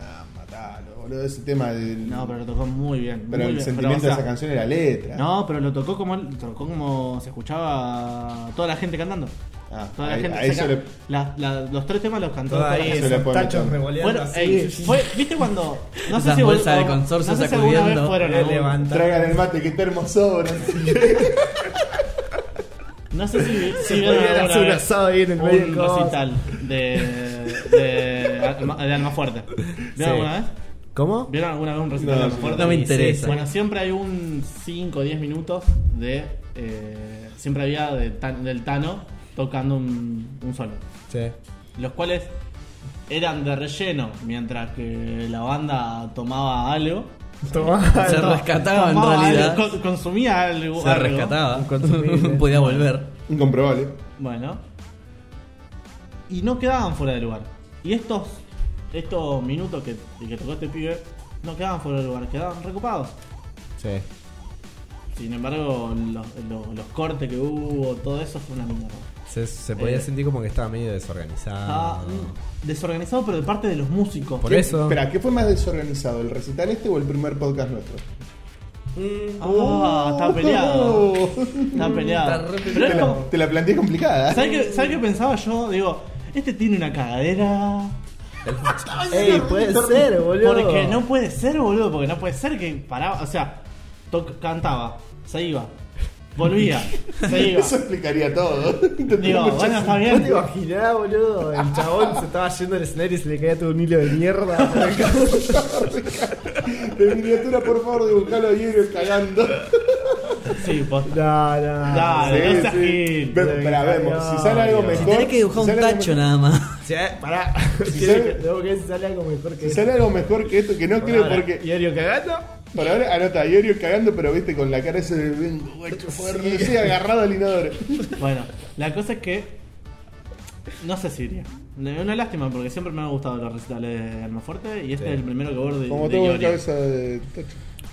Speaker 7: Ah, matalo, boludo. Ese tema del.
Speaker 3: No, pero lo tocó muy bien.
Speaker 7: pero
Speaker 3: muy
Speaker 7: el
Speaker 3: bien,
Speaker 7: sentimiento
Speaker 3: pero,
Speaker 7: de
Speaker 3: o
Speaker 7: esa
Speaker 3: sea,
Speaker 7: canción ¿eh? era letra.
Speaker 3: No, pero lo tocó como lo tocó como se escuchaba toda la gente cantando.
Speaker 7: Ah,
Speaker 3: Toda
Speaker 7: ahí-
Speaker 3: la gente
Speaker 7: ahí
Speaker 3: se
Speaker 7: se
Speaker 3: ca-
Speaker 7: le-
Speaker 3: la- la- los tres temas los cantó.
Speaker 2: Toda
Speaker 3: toda la
Speaker 2: ahí,
Speaker 3: gente.
Speaker 7: se le
Speaker 2: esos
Speaker 7: puede
Speaker 2: tachos
Speaker 7: meter.
Speaker 2: revoleando
Speaker 3: Bueno,
Speaker 2: así.
Speaker 3: ey, fue- ¿viste cuando.? No sé
Speaker 4: Esas
Speaker 3: si
Speaker 4: bolsas de
Speaker 3: o-
Speaker 4: consorcio
Speaker 3: no sé si alguna
Speaker 4: sacudiendo.
Speaker 3: vez fueron a un-
Speaker 2: Levanta.
Speaker 7: Traigan el mate, que termo sobra.
Speaker 3: No sé si,
Speaker 2: Se
Speaker 3: si vieron
Speaker 2: podían
Speaker 3: alguna
Speaker 2: hacer un
Speaker 3: vez
Speaker 2: asado ahí en el medio del
Speaker 3: un
Speaker 2: coso.
Speaker 3: recital de, de, Alma- de Almafuerte. ¿Vieron
Speaker 2: Sí.
Speaker 3: alguna vez?
Speaker 2: ¿Cómo?
Speaker 3: ¿Vieron alguna vez un recital
Speaker 7: No,
Speaker 3: de Almafuerte?
Speaker 4: no me
Speaker 3: Sí,
Speaker 4: interesa.
Speaker 3: sí. Bueno, siempre hay un 5 o 10 minutos de. eh, siempre había de Tan- del Tano tocando un, un solo.
Speaker 2: Sí.
Speaker 3: Los cuales eran de relleno mientras que la banda tomaba algo.
Speaker 2: Tomá.
Speaker 4: Se rescataba en
Speaker 3: Tomaba
Speaker 4: realidad.
Speaker 3: algo, con- consumía algo.
Speaker 4: Se
Speaker 3: algo.
Speaker 4: rescataba.
Speaker 2: consumible.
Speaker 4: Podía volver.
Speaker 7: Incomprobable.
Speaker 3: Bueno. Y no quedaban fuera de lugar. Y estos estos minutos que, que tocó este pibe no quedaban fuera de lugar, quedaban recopados.
Speaker 2: Sí.
Speaker 3: Sin embargo, los, los- los cortes que hubo, todo eso fue una mierda.
Speaker 2: Se, se podía
Speaker 3: Eh.
Speaker 2: sentir como que estaba medio desorganizado.
Speaker 3: Estaba mm, desorganizado, pero de parte de los músicos.
Speaker 2: Ah. Por
Speaker 7: ¿Qué-
Speaker 2: eso.
Speaker 7: Espera, ¿qué fue más desorganizado? ¿El recital este o el primer podcast nuestro?
Speaker 3: Ah, está peleado.
Speaker 7: Oh.
Speaker 3: Está peleado.
Speaker 4: Está re
Speaker 3: Pero es
Speaker 7: Te
Speaker 3: como-
Speaker 7: la, te la planteé complicada. ¿eh?
Speaker 3: ¿sabes qué, ¿Sabes qué pensaba yo? Digo, este tiene una cagadera.
Speaker 2: Ey, puede ser, boludo.
Speaker 3: Porque no puede ser, boludo, porque no puede ser que paraba, o sea, toc- cantaba, se iba, volvía, se iba.
Speaker 7: Eso explicaría todo.
Speaker 3: Digo, bueno, está
Speaker 2: ¿No te
Speaker 3: bien.
Speaker 2: imaginás, boludo? El chabón se estaba yendo al escenario y se le caía todo un hilo de mierda. por acá.
Speaker 7: De miniatura, por favor, dibujalo ahí héroe cagando.
Speaker 3: Sí, pues, posta.
Speaker 2: No, no.
Speaker 3: Dale,
Speaker 7: Sí,
Speaker 3: Ah, no seas
Speaker 7: sí.
Speaker 3: gil.
Speaker 7: Ve- Espera, vemos. Si sale algo
Speaker 2: Si
Speaker 7: mejor.
Speaker 4: Si tenés que dibujar
Speaker 7: si
Speaker 4: un
Speaker 7: sale algo
Speaker 4: tacho
Speaker 7: mejor-
Speaker 4: nada más.
Speaker 2: Sí, eh, pará.
Speaker 7: Si
Speaker 2: Tiene
Speaker 7: sale-
Speaker 2: que- Tengo que ver si sale algo mejor que
Speaker 7: Si
Speaker 2: eso.
Speaker 7: sale algo mejor que esto, que no creo
Speaker 2: Ahora,
Speaker 7: porque.
Speaker 2: ¿Diario cagando?
Speaker 7: Por
Speaker 2: Eh.
Speaker 7: ahora anota Iorio cagando, pero viste con la cara ese de vengo, guacho, fue recién agarrado al inodoro.
Speaker 3: Bueno, la cosa es que no sé si iría. Es Una lástima porque siempre me han gustado los recitales de Almafuerte y este
Speaker 2: Sí.
Speaker 3: es el primero que bordo de,
Speaker 7: Como
Speaker 3: de
Speaker 7: todo en
Speaker 3: Iorio.
Speaker 7: cabeza de Tacho.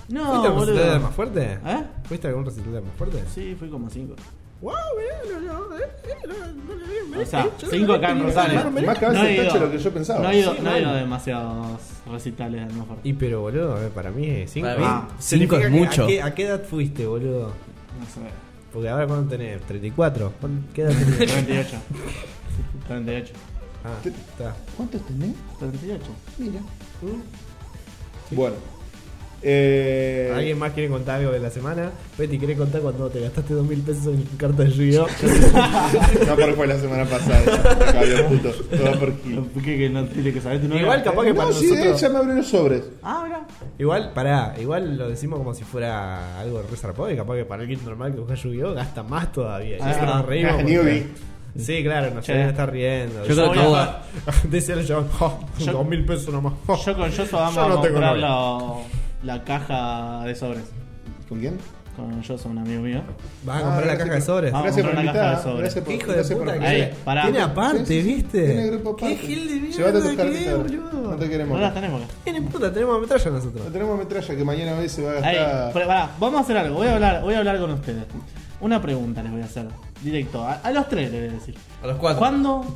Speaker 3: No,
Speaker 2: ¿Fuiste a un recital de
Speaker 3: boludo.
Speaker 2: más fuerte?
Speaker 3: ¿Eh?
Speaker 2: ¿Fuiste a algún recital de más fuerte?
Speaker 3: Sí, fui como cinco.
Speaker 2: Wow, mirá, no, no, eh, eh, no, no, no,
Speaker 3: O sea,
Speaker 2: eh, yo
Speaker 3: cinco
Speaker 2: no
Speaker 3: acá en
Speaker 2: tenía-
Speaker 3: Rosario.
Speaker 2: Mirá,
Speaker 7: Más cabeza
Speaker 3: No
Speaker 7: de
Speaker 3: he
Speaker 7: Tacho
Speaker 3: ido.
Speaker 7: lo que yo pensaba.
Speaker 3: No he ido,
Speaker 2: Sí,
Speaker 3: no he ido
Speaker 2: mal.
Speaker 3: a demasiados recitales de Almafuerte.
Speaker 2: Y pero boludo, eh, para mí es 5.
Speaker 4: Para mí,
Speaker 3: Ah,
Speaker 4: cinco es mucho.
Speaker 2: ¿a qué, a qué edad fuiste, boludo?
Speaker 3: No sé.
Speaker 2: Porque ahora cuando tenés 34, ¿Cuán- ¿qué edad tenés?
Speaker 3: 38. 38.
Speaker 2: ah, está.
Speaker 7: ¿Cuántos tenés?
Speaker 3: 38.
Speaker 7: Mira. Bueno. Eh,
Speaker 2: ¿Alguien más quiere contar algo de la semana? Betty, ¿querés contar cuando te gastaste 2.000 pesos en cartas de yu
Speaker 7: No, porque fue la semana pasada. Cabrón, puto. Todo por Gil.
Speaker 3: ¿Por qué que no tiene que saber tu novia?
Speaker 2: Igual capaz que
Speaker 7: no,
Speaker 2: para
Speaker 7: sí,
Speaker 2: nosotros...
Speaker 7: ella me abrió los sobres.
Speaker 3: Ah, mira.
Speaker 2: Igual, pará, igual lo decimos como si fuera algo re zarpado y capaz que para alguien normal que juega Yu-Gi-Oh! gasta más todavía. Y
Speaker 3: Ah,
Speaker 2: nosotros nos reímos
Speaker 7: ah,
Speaker 2: porque-
Speaker 7: newbie.
Speaker 2: Sí, claro, nos
Speaker 3: Sí.
Speaker 2: llegan a estar riendo.
Speaker 4: Yo creo que vos-
Speaker 2: Decía el chabón, "Jo,
Speaker 3: Yo-
Speaker 2: dos mil pesos nomás. jo".
Speaker 3: Yo con Joshua vamos
Speaker 2: Yo no
Speaker 3: a
Speaker 2: tengo
Speaker 3: comprar
Speaker 2: novia.
Speaker 3: la, la caja de sobres.
Speaker 7: ¿Con quién?
Speaker 3: Con Joshua, un amigo mío.
Speaker 2: Vas a comprar la
Speaker 7: gracias
Speaker 2: caja
Speaker 7: por-
Speaker 2: de sobres.
Speaker 3: Vamos.
Speaker 7: Gracias por
Speaker 3: comprar una caja de
Speaker 7: invitar.
Speaker 3: sobres.
Speaker 7: Gracias por
Speaker 2: Hijo de
Speaker 7: gracias
Speaker 2: puta
Speaker 7: por-
Speaker 2: que
Speaker 3: Ahí,
Speaker 2: es.
Speaker 3: pará.
Speaker 2: Tiene
Speaker 7: Sí, sí,
Speaker 2: aparte,
Speaker 7: sí.
Speaker 2: ¿viste?
Speaker 7: Tiene grupo aparte.
Speaker 2: Qué gil de mierda
Speaker 7: Llévate tus
Speaker 2: que
Speaker 7: cartitas.
Speaker 2: es,
Speaker 7: ahora.
Speaker 2: boludo.
Speaker 7: No te queremos.
Speaker 3: No las tenemos acá.
Speaker 2: Tiene puta, tenemos metralla
Speaker 7: No
Speaker 2: nosotros.
Speaker 7: tenemos metralla que mañana hoy se va a
Speaker 3: Ahí,
Speaker 7: gastar.
Speaker 3: pero pará, vamos a hacer algo. Voy a hablar, voy a hablar con ustedes. Una pregunta les voy a hacer. Directo. A, a los tres les voy a decir.
Speaker 4: A los cuatro.
Speaker 3: ¿Cuándo,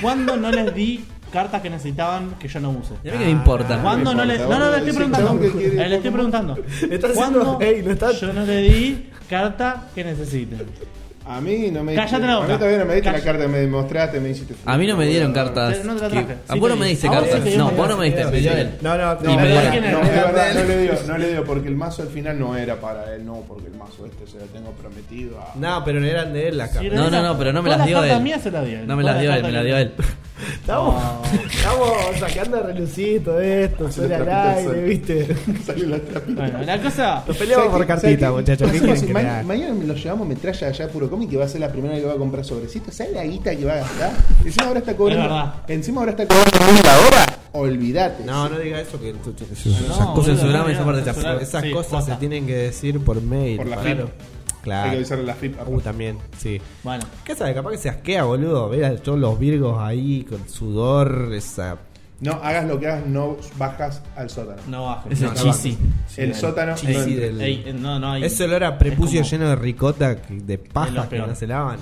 Speaker 3: ¿Cuándo no les di cartas que necesitaban que yo no use?
Speaker 4: Y a mí que me importa.
Speaker 3: ¿Cuándo no les.? No, no, le estoy
Speaker 7: Ese chabón
Speaker 3: preguntando.
Speaker 7: que quiere
Speaker 3: Eh, Le estoy
Speaker 7: Pokémon.
Speaker 3: preguntando.
Speaker 2: Está haciendo-
Speaker 3: ¿Cuándo
Speaker 2: Ey, lo está-
Speaker 3: yo no le di carta que necesiten?
Speaker 7: A mí no me diste.
Speaker 3: Cállate la
Speaker 7: A
Speaker 3: boca.
Speaker 7: mí todavía no me diste
Speaker 3: Cállate.
Speaker 7: la carta que me mostraste, me dijiste.
Speaker 4: A mí no me dieron cartas.
Speaker 3: Pero no te la
Speaker 4: que-
Speaker 3: traje.
Speaker 4: a
Speaker 3: Sí te
Speaker 4: vos no me
Speaker 3: di.
Speaker 4: diste
Speaker 3: A vos sí
Speaker 4: cartas.
Speaker 3: te dio
Speaker 4: No,
Speaker 3: una
Speaker 4: vos no me diste, me dio él.
Speaker 2: No, no,
Speaker 4: No,
Speaker 2: me
Speaker 4: pero
Speaker 2: dio-
Speaker 3: ¿quién era?
Speaker 7: No,
Speaker 2: no,
Speaker 7: es
Speaker 2: me dio-
Speaker 7: verdad, no le dio, no le dio, porque el mazo al final no era para él, no, porque el mazo este se lo tengo prometido a.
Speaker 2: No, pero no eran de él las
Speaker 3: Si
Speaker 2: cartas.
Speaker 4: No, no,
Speaker 3: revisas,
Speaker 4: no, pero no me
Speaker 3: todas
Speaker 4: las dio
Speaker 3: cartas
Speaker 4: él.
Speaker 3: mías se las dio él.
Speaker 4: No me
Speaker 3: Todas
Speaker 4: las dio él,
Speaker 3: cartas
Speaker 4: me las
Speaker 3: que-
Speaker 4: dio él.
Speaker 2: Estamos, estamos sacando a relucir todo esto,
Speaker 7: Se le
Speaker 2: fuera al
Speaker 7: trapita el
Speaker 2: aire,
Speaker 7: sol.
Speaker 2: viste.
Speaker 7: Salió la trapita.
Speaker 3: Bueno, la cosa.
Speaker 2: Nos peleamos por
Speaker 7: ¿Sabes qué?
Speaker 2: cartita, muchachos. ¿Qué
Speaker 7: Hacemos
Speaker 2: quieren
Speaker 7: así,
Speaker 2: que
Speaker 7: ma-
Speaker 2: me haga?
Speaker 7: Mañana me lo llevamos metralla allá a puro
Speaker 11: Comi que va a ser la primera que va a comprar sobrecitos, ¿sabes la guita que va a gastar? Encima ahora está
Speaker 3: Es
Speaker 11: cobrando.
Speaker 3: verdad.
Speaker 11: Encima ahora está cobrando la hora. Olvídate.
Speaker 2: No, no diga eso que tú- tú- esas
Speaker 3: boludo,
Speaker 2: cosas,
Speaker 3: no,
Speaker 2: esa
Speaker 3: no,
Speaker 2: parte, esas-
Speaker 3: censurame.
Speaker 2: esas
Speaker 3: Sí,
Speaker 2: cosas se
Speaker 3: posta.
Speaker 2: tienen que decir por mail.
Speaker 7: Por la
Speaker 2: claro.
Speaker 7: FIP. Hay que
Speaker 2: Claro.
Speaker 7: avisarle a la FIP.
Speaker 2: Uh, también, sí.
Speaker 3: Bueno,
Speaker 2: ¿Qué sabe? Capaz que se asquea, boludo. Ver a todos los virgos ahí con sudor, esa.
Speaker 7: No, hagas lo que hagas, no bajas al sótano.
Speaker 3: no bajes.
Speaker 4: Es el
Speaker 3: No, no
Speaker 4: cheesy.
Speaker 7: el sótano
Speaker 2: chisi
Speaker 7: no entra.
Speaker 2: del-
Speaker 3: bajes. Ey, no, no hay.
Speaker 2: Ese olor a prepucio
Speaker 3: es como-
Speaker 2: lleno de ricota, que- de
Speaker 3: Es lo
Speaker 2: pajas que
Speaker 3: peor.
Speaker 2: no se lavan.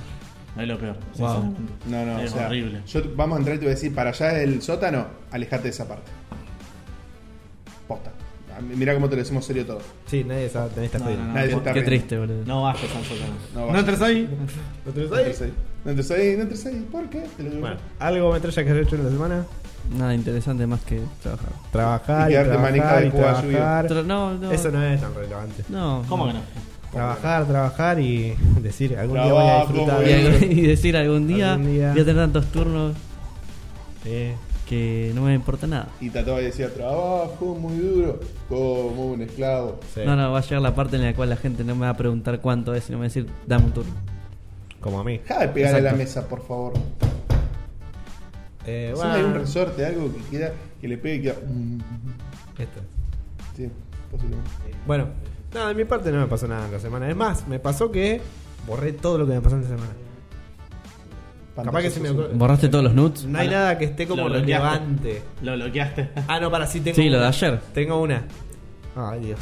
Speaker 3: No es lo peor.
Speaker 4: Wow.
Speaker 3: sinceramente.
Speaker 7: No, no,
Speaker 3: es
Speaker 7: o sea,
Speaker 3: horrible.
Speaker 7: Yo t- vamos a entrar y te voy a decir, para allá del sótano, alejate de esa parte. Posta. A mí- Mira cómo te lo decimos serio todo.
Speaker 2: Sí, nadie sabe tener esta
Speaker 3: No,
Speaker 2: pedido.
Speaker 3: no,
Speaker 7: Nadie se
Speaker 3: qué-
Speaker 7: está
Speaker 4: Qué
Speaker 7: riendo.
Speaker 4: triste, boludo.
Speaker 3: No vayas al sótano.
Speaker 7: No,
Speaker 3: no
Speaker 7: vayas.
Speaker 3: entres ahí.
Speaker 2: ¿Lo
Speaker 7: No entres ahí. No entres ahí, no entres ahí. ¿Por qué? Te lo digo.
Speaker 2: Bueno, algo metralla que has hecho en la semana.
Speaker 4: Nada interesante más que trabajar.
Speaker 2: Trabajar,
Speaker 7: Y
Speaker 2: y
Speaker 7: quedarte manija
Speaker 2: trabajar,
Speaker 7: de
Speaker 2: y
Speaker 7: jugar
Speaker 2: trabajar.
Speaker 4: Tra- no, no.
Speaker 2: Eso no es tan relevante.
Speaker 4: No.
Speaker 3: ¿Cómo que no?
Speaker 2: Trabajar, trabajar y decir, algún día voy a
Speaker 7: Trabajo,
Speaker 2: disfrutar.
Speaker 4: Y,
Speaker 7: voy a-
Speaker 4: algo- y decir algún día,
Speaker 2: Algún día.
Speaker 4: voy a tener tantos turnos
Speaker 2: Sí.
Speaker 4: que no me importa nada.
Speaker 7: Y Tató decía, trabajo muy duro, como un esclavo.
Speaker 2: Sí.
Speaker 4: No, no, va a llegar la parte en la cual la gente no me va a preguntar cuánto es, sino me va a decir, dame un turno.
Speaker 2: Como a mí.
Speaker 7: Deja de pegarle a la
Speaker 4: Exacto.
Speaker 7: mesa, por favor.
Speaker 2: Eh,
Speaker 7: Encima
Speaker 2: bueno,
Speaker 7: Hay un resorte, algo que queda, que le pegue y queda. mm,
Speaker 2: esto.
Speaker 7: Sí, posiblemente.
Speaker 2: Bueno, nada, de mi parte no me pasó nada en la semana. Es más, me pasó que borré todo lo que me pasó en la semana. Capaz que se me ocurre-
Speaker 4: ¿Borraste todos los nudes?
Speaker 2: No hay
Speaker 3: Ah,
Speaker 2: nada que esté como
Speaker 3: lo bloqueaste.
Speaker 2: relevante.
Speaker 3: Lo bloqueaste.
Speaker 2: Ah, no, para sí tengo
Speaker 4: Sí, lo
Speaker 2: una.
Speaker 4: de ayer.
Speaker 2: Tengo una. Ay, Dios.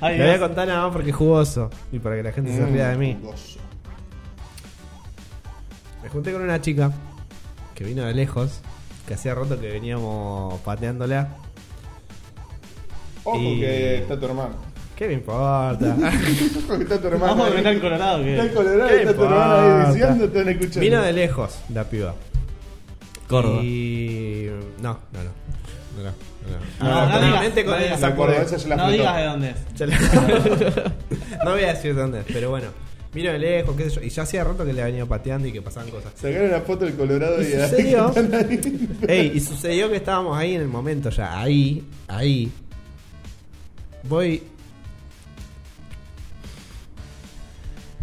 Speaker 3: Ay,
Speaker 2: Le voy a
Speaker 3: Dios.
Speaker 2: contar nada más porque es jugoso y para que la gente
Speaker 7: Mm.
Speaker 2: se ría de mí.
Speaker 7: Gozo.
Speaker 2: Me junté con una chica que vino de lejos, que hacía rato que veníamos pateándola.
Speaker 7: Ojo
Speaker 2: Y-
Speaker 7: que está tu hermano.
Speaker 2: ¿Qué me importa?
Speaker 7: Ojo que está tu hermano.
Speaker 3: Vamos a
Speaker 7: ahí.
Speaker 3: meter el colorado
Speaker 7: Está el
Speaker 3: que.
Speaker 7: colorado,
Speaker 2: ¿Qué
Speaker 7: está tu hermano ahí
Speaker 2: importa?
Speaker 7: diciendo, te van escuchando.
Speaker 2: vino de lejos la piba.
Speaker 4: Córdoba.
Speaker 2: Y. No, no, no. No, no, no.
Speaker 3: No, Ah, no digas,
Speaker 2: Realmente
Speaker 3: no
Speaker 2: con
Speaker 3: digas.
Speaker 2: esa
Speaker 7: Me acordé,
Speaker 2: por-
Speaker 7: esa yo la
Speaker 3: No
Speaker 7: flotó.
Speaker 3: digas de dónde es.
Speaker 2: Ya la- no voy a decir dónde, es, pero bueno. Vino de lejos, qué sé yo. Y ya hacía rato que le ha venido pateando y que pasaban cosas.
Speaker 7: Sacaron una foto del colorado y,
Speaker 2: ¿Y
Speaker 7: ahí
Speaker 2: sucedió?
Speaker 7: están ahí.
Speaker 2: Ey, y sucedió que estábamos ahí en el momento ya, ahí, ahí. Voy.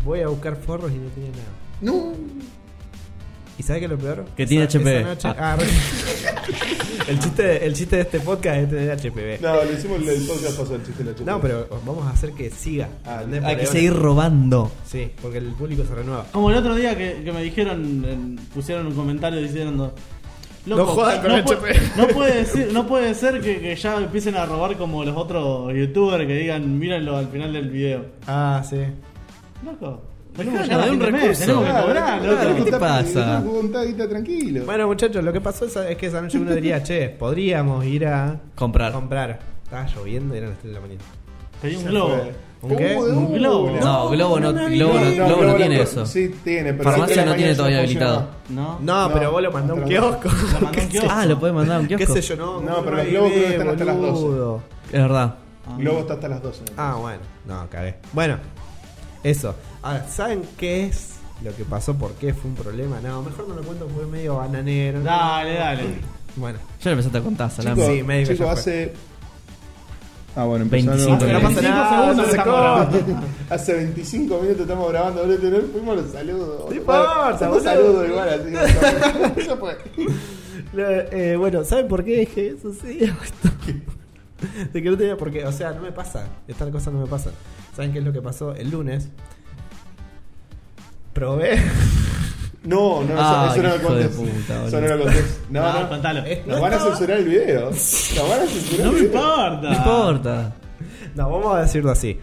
Speaker 2: Voy a buscar forros y no tenía nada.
Speaker 7: No.
Speaker 2: ¿Y sabes qué es lo peor?
Speaker 4: Que tiene
Speaker 2: Esa-
Speaker 4: HPV.
Speaker 2: esa noche- ah, re- el, chiste, el chiste de este podcast es tener HPV. No,
Speaker 7: No, lo hicimos el, el podcast pasó el chiste de la chica.
Speaker 2: pero vamos a hacer que siga.
Speaker 7: Ah,
Speaker 2: ¿entendés?
Speaker 4: Hay
Speaker 2: Porque
Speaker 4: que
Speaker 2: bueno,
Speaker 4: seguir robando.
Speaker 2: Sí, porque el público se renueva.
Speaker 3: Como el otro día que, que me dijeron, en- pusieron un comentario diciendo.
Speaker 2: No jodan con
Speaker 3: no,
Speaker 2: HP".
Speaker 3: puede, no puede ser, no puede ser que, que ya empiecen a robar como los otros youtubers que digan, mírenlo al final del video.
Speaker 2: Ah, sí.
Speaker 3: Loco.
Speaker 4: Dejalo,
Speaker 3: tenemos ya la
Speaker 4: de un
Speaker 3: fin de mes,
Speaker 4: recurso.
Speaker 3: Tenemos que
Speaker 7: Claro,
Speaker 3: cobrar,
Speaker 7: claro,
Speaker 4: ¿qué
Speaker 3: loco.
Speaker 4: te
Speaker 7: está-
Speaker 4: pasa?
Speaker 7: está con tadita, tranquilo.
Speaker 2: Bueno, muchachos, lo que pasó es, es que esa noche uno diría, che, podríamos ir a
Speaker 4: Comprar.
Speaker 2: comprar. Estaba lloviendo y eran las 3 de la mañana.
Speaker 3: Pedí un
Speaker 7: Se
Speaker 3: globo.
Speaker 7: fue.
Speaker 2: ¿Un qué?
Speaker 7: de
Speaker 3: Un globo.
Speaker 4: No, Globo no, Globo no, Globo no
Speaker 7: Globo
Speaker 4: tiene
Speaker 7: no-
Speaker 4: eso.
Speaker 7: Sí, tiene, pero.
Speaker 4: Farmacia
Speaker 7: siete de la
Speaker 4: no tiene
Speaker 7: mañana
Speaker 4: todavía
Speaker 7: ya funciona.
Speaker 4: habilitado.
Speaker 3: No.
Speaker 2: No,
Speaker 7: No,
Speaker 2: pero vos lo mandó a un
Speaker 7: otra
Speaker 2: kiosco.
Speaker 3: Lo mandó a un kiosco.
Speaker 4: Ah, lo puedes mandar a un
Speaker 2: ¿Qué
Speaker 4: kiosco.
Speaker 2: sé yo? No,
Speaker 7: No, pero
Speaker 2: hay
Speaker 7: el Globo creo que
Speaker 2: bebé,
Speaker 7: están hasta las
Speaker 2: boludo.
Speaker 4: Es verdad.
Speaker 7: Globo está hasta las 12.
Speaker 2: Ah, bueno. No, cagué. Bueno, eso. Ahora, ¿saben qué es lo que pasó? ¿Por qué fue un problema? No, mejor no lo cuento porque es medio bananero.
Speaker 3: Dale, dale.
Speaker 2: Bueno,
Speaker 4: Ya lo empezaste a contar, Salami.
Speaker 7: Chicos,
Speaker 2: sí, medio que
Speaker 7: chico,
Speaker 2: ya fue.
Speaker 7: hace. Ah, bueno, empezó.
Speaker 4: 25
Speaker 7: no,
Speaker 3: Pero
Speaker 7: no
Speaker 3: pasa
Speaker 7: pasa
Speaker 3: cinco
Speaker 2: nada,
Speaker 3: segundos
Speaker 2: no
Speaker 3: que
Speaker 2: se
Speaker 3: estamos
Speaker 2: corta.
Speaker 3: grabando.
Speaker 7: nada. Hace 25 minutos estamos grabando, boludo. y no Fuimos los saludos.
Speaker 2: No importa,
Speaker 7: Somos
Speaker 2: boludo.
Speaker 7: saludos igual, así. Eso fue.
Speaker 2: Lo- eh, bueno, ¿saben por qué dije eso? Sí, esto. De que no tenía por qué. O sea, no me pasa. Estas cosas no me pasan. ¿Saben qué es lo que pasó? El lunes. Probé.
Speaker 7: No, no, eso,
Speaker 4: Ah,
Speaker 7: eso no lo
Speaker 4: hijo de
Speaker 7: contés.
Speaker 4: puta, boludo.
Speaker 7: Eso no lo contés. No,
Speaker 3: No,
Speaker 7: no.
Speaker 3: contalo.
Speaker 2: Es-
Speaker 7: Nos van a censurar el video. Nos van a censurar
Speaker 3: No me
Speaker 7: el video.
Speaker 3: importa.
Speaker 4: No importa.
Speaker 2: No, vamos a decirlo así.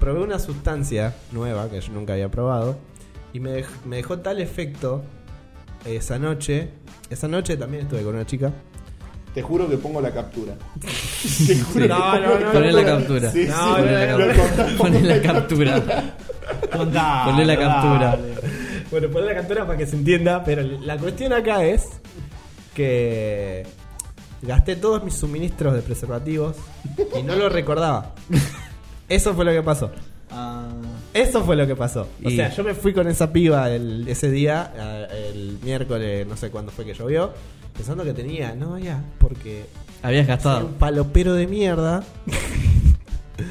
Speaker 2: Probé una sustancia nueva que yo nunca había probado y me, dej- me dejó tal efecto esa noche. Esa noche también estuve con una chica.
Speaker 7: Te juro que pongo la captura. Te juro
Speaker 2: No,
Speaker 7: que
Speaker 2: no,
Speaker 7: pongo
Speaker 2: no,
Speaker 4: Poné
Speaker 2: no,
Speaker 4: la
Speaker 2: no.
Speaker 4: captura.
Speaker 7: Sí,
Speaker 2: No,
Speaker 7: sí,
Speaker 2: no,
Speaker 4: Poné
Speaker 2: no,
Speaker 4: la
Speaker 7: lo
Speaker 2: no.
Speaker 4: captura.
Speaker 7: contamos.
Speaker 4: Poné la captura.
Speaker 3: Contalo.
Speaker 4: Poné la captura.
Speaker 3: Ah, dale.
Speaker 2: Bueno, poné la captura para que se entienda, pero la cuestión acá es que gasté todos mis suministros de preservativos y no lo recordaba. Eso fue lo que pasó.
Speaker 3: Ah.
Speaker 2: Eso fue lo que pasó. O
Speaker 4: Y-
Speaker 2: sea, yo me fui con esa piba el- ese día, a- el miércoles, no sé cuándo fue que llovió, pensando que tenía, no, ya, porque
Speaker 4: Habías
Speaker 2: soy
Speaker 4: gastado.
Speaker 2: un palopero de mierda.
Speaker 7: Yo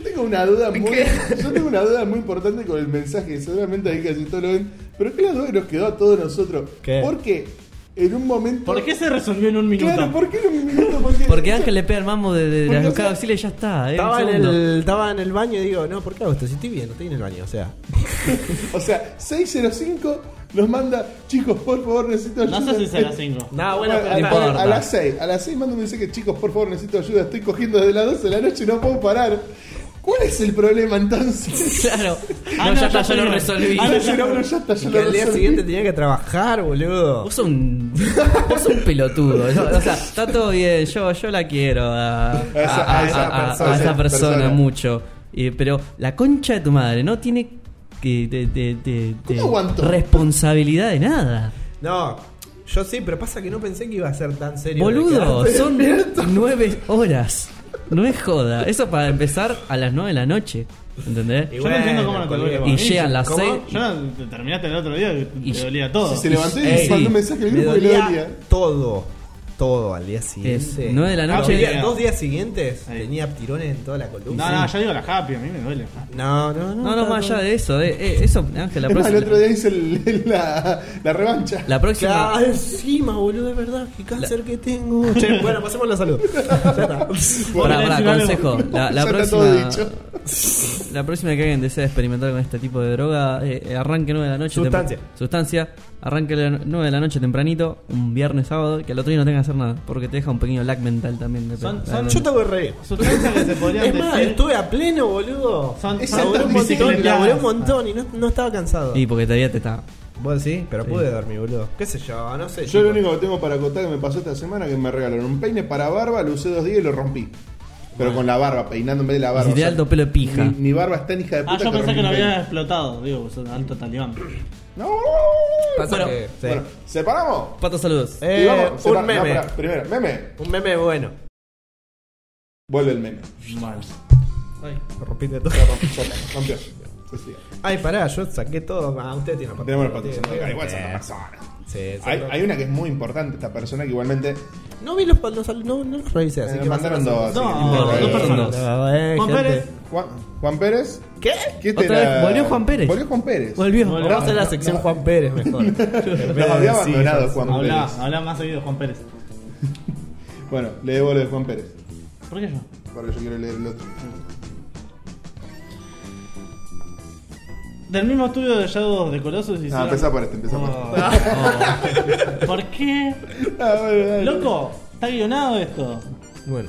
Speaker 7: tengo tengo una duda muy. Yo tengo una duda muy importante con el mensaje. Seguramente ahí casi todos lo ven. ¿eh? Pero ¿qué la duda que nos quedó a todos nosotros?
Speaker 2: ¿Qué?
Speaker 7: Porque en un momento.
Speaker 3: ¿Por qué se resolvió en un minuto?
Speaker 7: Claro, ¿por qué en un minuto? Porque,
Speaker 4: Porque Ángel le pega el mambo de, de, de
Speaker 7: Porque,
Speaker 4: las
Speaker 7: o sea,
Speaker 4: buscadas auxiliares y ya está. eh,
Speaker 2: Estaba
Speaker 4: un
Speaker 2: en,
Speaker 4: segundo.
Speaker 2: el, estaba en el baño y digo, no, ¿por qué hago esto? Si estoy bien, no estoy en el baño, o sea.
Speaker 7: O sea, 605 nos manda, chicos, por favor, necesito ayuda.
Speaker 3: No sé si será 5.
Speaker 4: Nada, Ah, bueno,
Speaker 7: Bueno,
Speaker 4: pero
Speaker 7: a,
Speaker 4: no
Speaker 7: a-
Speaker 4: importa.
Speaker 7: a las 6, a las 6 manda un mensaje, chicos, por favor, necesito ayuda, estoy cogiendo desde las 12 de la noche, no puedo parar. ¿Cuál es el problema entonces?
Speaker 4: Claro.
Speaker 3: Ah,
Speaker 4: No,
Speaker 3: no,
Speaker 4: ya
Speaker 3: ya
Speaker 4: está, ya lo
Speaker 3: tenía.
Speaker 4: resolví.
Speaker 3: Ah,
Speaker 7: Ya
Speaker 3: no,
Speaker 7: lloró, bueno, ya está, ya
Speaker 2: Que
Speaker 7: lo
Speaker 2: al día
Speaker 7: resolví.
Speaker 2: siguiente tenía que trabajar, boludo.
Speaker 4: Vos sos un, vos sos un pelotudo. Yo- o sea, está todo bien. Yo, yo la quiero a, a-
Speaker 7: esa- a
Speaker 4: a-
Speaker 7: esa
Speaker 4: a- a- a
Speaker 7: persona,
Speaker 4: esa persona,
Speaker 7: persona.
Speaker 4: mucho. Eh, pero la concha de tu madre no tiene que, de- de- de- de
Speaker 7: ¿Cómo aguantó?
Speaker 4: responsabilidad de nada.
Speaker 2: No, yo sí, pero pasa que no pensé que iba a ser tan serio.
Speaker 4: Boludo,
Speaker 2: De quedarte
Speaker 4: son
Speaker 2: despierto.
Speaker 4: nueve horas. No es joda. Eso para empezar a las nueve de la noche. ¿Entendés?
Speaker 3: Yo no entiendo cómo no te duele.
Speaker 2: colgué.
Speaker 4: Y llegan las
Speaker 2: ¿Cómo?
Speaker 4: seis.
Speaker 3: Yo no, te terminaste el otro día y te
Speaker 4: Y-
Speaker 3: dolía todo.
Speaker 7: Se levantó y
Speaker 4: Ey,
Speaker 7: mandó
Speaker 4: sí,
Speaker 7: un mensaje al
Speaker 2: Me
Speaker 7: grupo que lo
Speaker 2: dolía
Speaker 7: dolía.
Speaker 2: todo. Todo al día siguiente.
Speaker 4: Es nueve de la
Speaker 2: Los
Speaker 4: noche.
Speaker 2: días- dos días siguientes
Speaker 3: Ahí.
Speaker 2: tenía tirones en toda la columna.
Speaker 3: No, no, yo digo la happy, a mí me duele.
Speaker 2: No, no, no.
Speaker 4: No, no,
Speaker 2: está
Speaker 4: más allá
Speaker 2: todo-
Speaker 4: de eso. eh, eh, eso, Ángel, la
Speaker 7: Es más, el
Speaker 4: próxima.
Speaker 7: otro día hice el- el- la, la revancha.
Speaker 4: La próxima.
Speaker 2: Claro, encima, boludo, es verdad. Qué cáncer que tengo. Che, bueno, pasemos la salud. Ya está.
Speaker 4: Pará,
Speaker 3: Podría
Speaker 4: pará,
Speaker 3: decir algo.
Speaker 4: consejo. La, la
Speaker 7: Ya está todo
Speaker 4: próxima,
Speaker 7: dicho.
Speaker 4: la próxima que alguien desea experimentar con este tipo de droga, eh, eh, arranque 9 de la noche.
Speaker 2: Sustancia.
Speaker 4: tempra- Sustancia. Arranque 9 de la noche tempranito, un viernes, sábado, que al otro día no tenga que hacer nada, porque te deja un pequeño lag mental también. de-
Speaker 3: Son-
Speaker 4: de-
Speaker 3: son-
Speaker 4: de-
Speaker 2: Yo estaba re bien.
Speaker 3: Sustancias que se podrían
Speaker 2: Es más,
Speaker 3: decir.
Speaker 2: estuve a pleno, boludo.
Speaker 3: Son-
Speaker 7: Es
Speaker 3: son-
Speaker 7: altas
Speaker 2: Laburé un montón,
Speaker 7: bicicletas.
Speaker 2: laburé un montón y no, no estaba cansado.
Speaker 4: Y porque todavía te está.
Speaker 2: ¿Vos sí? Pero
Speaker 4: Sí.
Speaker 2: pude dormir, boludo. ¿Qué sé yo? No sé.
Speaker 7: Yo
Speaker 2: chicos.
Speaker 7: lo único que tengo para acotar que me pasó esta semana es que me regalaron un peine para barba, lo usé dos días y lo rompí. Pero con la barba, peinando en vez de la barba.
Speaker 4: Y de alto pelo de pija.
Speaker 7: Mi, mi barba está en hija de puta.
Speaker 3: Ah, yo pensé
Speaker 7: rompí
Speaker 3: que lo
Speaker 7: el
Speaker 3: había
Speaker 7: peine.
Speaker 3: explotado. Digo, sos alto talibán.
Speaker 7: No.
Speaker 2: Pasa
Speaker 4: Bueno,
Speaker 2: que- sí.
Speaker 7: Bueno, separamos.
Speaker 4: Pato, saludos.
Speaker 7: Y
Speaker 2: Eh,
Speaker 7: vamos, separa-
Speaker 2: un
Speaker 7: no,
Speaker 2: meme.
Speaker 7: pará, primero, meme.
Speaker 2: un meme bueno.
Speaker 7: Vuelve el meme.
Speaker 3: Bueno.
Speaker 2: Rompiste todo.
Speaker 7: Ya romp- ya está, Rompió. Sí, sí.
Speaker 2: Ay, pará, yo saqué todo. Ah, usted tiene la
Speaker 7: Tenemos la
Speaker 2: Sí,
Speaker 7: patrocina.
Speaker 2: sí,
Speaker 7: Igual
Speaker 2: sí.
Speaker 7: son las personas.
Speaker 2: Sí, sí,
Speaker 7: Hay,
Speaker 2: no.
Speaker 7: hay una que es muy importante, esta persona que igualmente
Speaker 2: No vi los palos, no, no los revisé. Así
Speaker 7: eh,
Speaker 2: que
Speaker 7: mandaron
Speaker 2: vas a-
Speaker 7: dos. así que
Speaker 3: No,
Speaker 7: no importa.
Speaker 3: dos personas.
Speaker 2: No, eh,
Speaker 3: Juan
Speaker 2: gente.
Speaker 3: Pérez.
Speaker 7: Juan, Juan Pérez.
Speaker 2: ¿Qué?
Speaker 7: ¿Qué
Speaker 4: Otra
Speaker 7: te
Speaker 4: vez, volvió Juan Pérez.
Speaker 7: Volvió Juan Pérez.
Speaker 4: Volvió.
Speaker 3: Volvió.
Speaker 2: Vamos a hacer la sección Juan Pérez mejor. En vez de
Speaker 7: Nos había
Speaker 2: decir-
Speaker 7: abandonado Juan
Speaker 3: Habla,
Speaker 7: Pérez.
Speaker 3: habla más seguido, Juan Pérez.
Speaker 7: Bueno, le devuelve Juan Pérez.
Speaker 3: ¿Por qué yo?
Speaker 7: Porque yo quiero leer el otro.
Speaker 3: Del mismo estudio de Shadow of the Colossus y
Speaker 7: Ah, empezá por este, empezá por
Speaker 3: Ah.
Speaker 7: este.
Speaker 3: ¿Por qué?
Speaker 7: Ah, bueno, dale.
Speaker 3: Loco, está guionado esto.
Speaker 2: Bueno.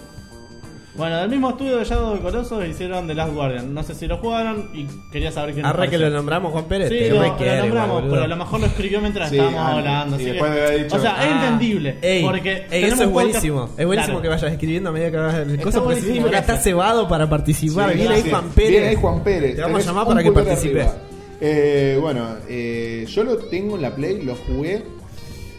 Speaker 3: Bueno, del mismo estudio de Shadow of the Colossus hicieron The Last Guardian. No sé si lo jugaron y quería saber quién
Speaker 2: Arre que lo nombramos Juan Pérez.
Speaker 3: Sí,
Speaker 2: te
Speaker 3: lo,
Speaker 2: re
Speaker 3: lo
Speaker 2: quiere,
Speaker 3: nombramos,
Speaker 2: boludo.
Speaker 3: pero a lo mejor lo escribió mientras
Speaker 7: Sí,
Speaker 3: estábamos
Speaker 7: ah,
Speaker 3: hablando.
Speaker 7: y
Speaker 3: así
Speaker 7: después
Speaker 3: que-
Speaker 7: me había dicho-
Speaker 3: o sea, es
Speaker 2: Ah.
Speaker 3: entendible.
Speaker 2: Ey,
Speaker 3: porque
Speaker 2: ey,
Speaker 3: tenemos
Speaker 2: eso es
Speaker 3: un podcast-
Speaker 2: buenísimo. Es buenísimo
Speaker 3: Claro.
Speaker 2: que vayas escribiendo a medida que hagas el cosa porque
Speaker 3: buenísimo,
Speaker 2: significa que
Speaker 3: gracias.
Speaker 2: estás cebado para participar.
Speaker 7: Sí,
Speaker 2: Bien ahí,
Speaker 7: gracias.
Speaker 2: Juan Pérez.
Speaker 7: Bien ahí, Juan Pérez.
Speaker 2: Te vamos a
Speaker 7: Tenés
Speaker 2: llamar
Speaker 7: un
Speaker 2: para que
Speaker 7: pulgar
Speaker 2: participes.
Speaker 7: arriba. Eh, bueno, eh, yo lo tengo en la Play, lo jugué.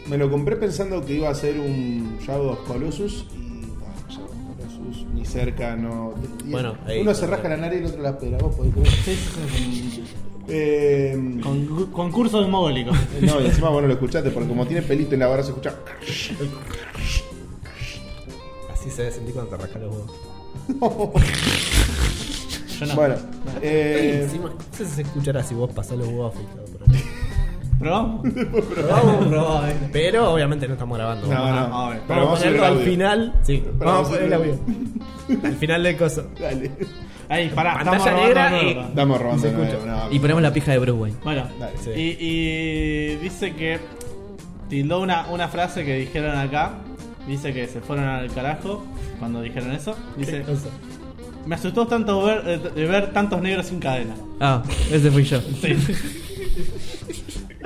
Speaker 7: Me lo compré pensando que iba a ser un Shadow of Colossus. Y. ah, Shadow of Colossus, ni cerca, no. y-
Speaker 2: Bueno, ahí,
Speaker 7: uno se
Speaker 2: perfecto.
Speaker 7: rasca la nariz y el otro la pera. Vos podés creer.
Speaker 3: Sí, sí, sí,
Speaker 7: Eh,
Speaker 3: con- con- Concurso demogólico.
Speaker 7: no, y encima vos no lo escuchaste porque como tiene pelito en la barra se escucha.
Speaker 2: Así se debe sentir cuando te rascas los huevos.
Speaker 3: Yo no.
Speaker 7: Bueno, eh,
Speaker 2: Encima, no sé si se escuchará si vos pasás los huevos afeitados. Pero...
Speaker 3: ¿Probamos?
Speaker 2: Probamos, probamos. Pero obviamente no estamos grabando.
Speaker 7: no,
Speaker 2: vamos a-
Speaker 7: no,
Speaker 3: a ver,
Speaker 7: pero
Speaker 2: vamos a
Speaker 7: subir
Speaker 2: ponerlo
Speaker 7: el
Speaker 2: al
Speaker 7: audio.
Speaker 2: final. Sí,
Speaker 7: Pero
Speaker 2: vamos
Speaker 7: vamos
Speaker 2: a
Speaker 7: a
Speaker 2: poner el
Speaker 7: subir
Speaker 2: audio. Al final del coso.
Speaker 7: Dale.
Speaker 3: Ahí, pará.
Speaker 2: Pantalla
Speaker 3: estamos
Speaker 2: negra
Speaker 3: robando,
Speaker 2: y-
Speaker 3: robando.
Speaker 7: Estamos robando.
Speaker 2: Se escucha.
Speaker 7: no, no,
Speaker 4: Y ponemos la pija de Bruce Wayne.
Speaker 3: Bueno,
Speaker 7: Dale,
Speaker 2: sí.
Speaker 3: y, y dice que tildó una, una frase que dijeron acá. Dice que se fueron al carajo cuando dijeron eso. Dice: Me asustó tanto ver, eh, de ver tantos negros sin cadena.
Speaker 4: Ah, ese fui yo.
Speaker 3: Sí.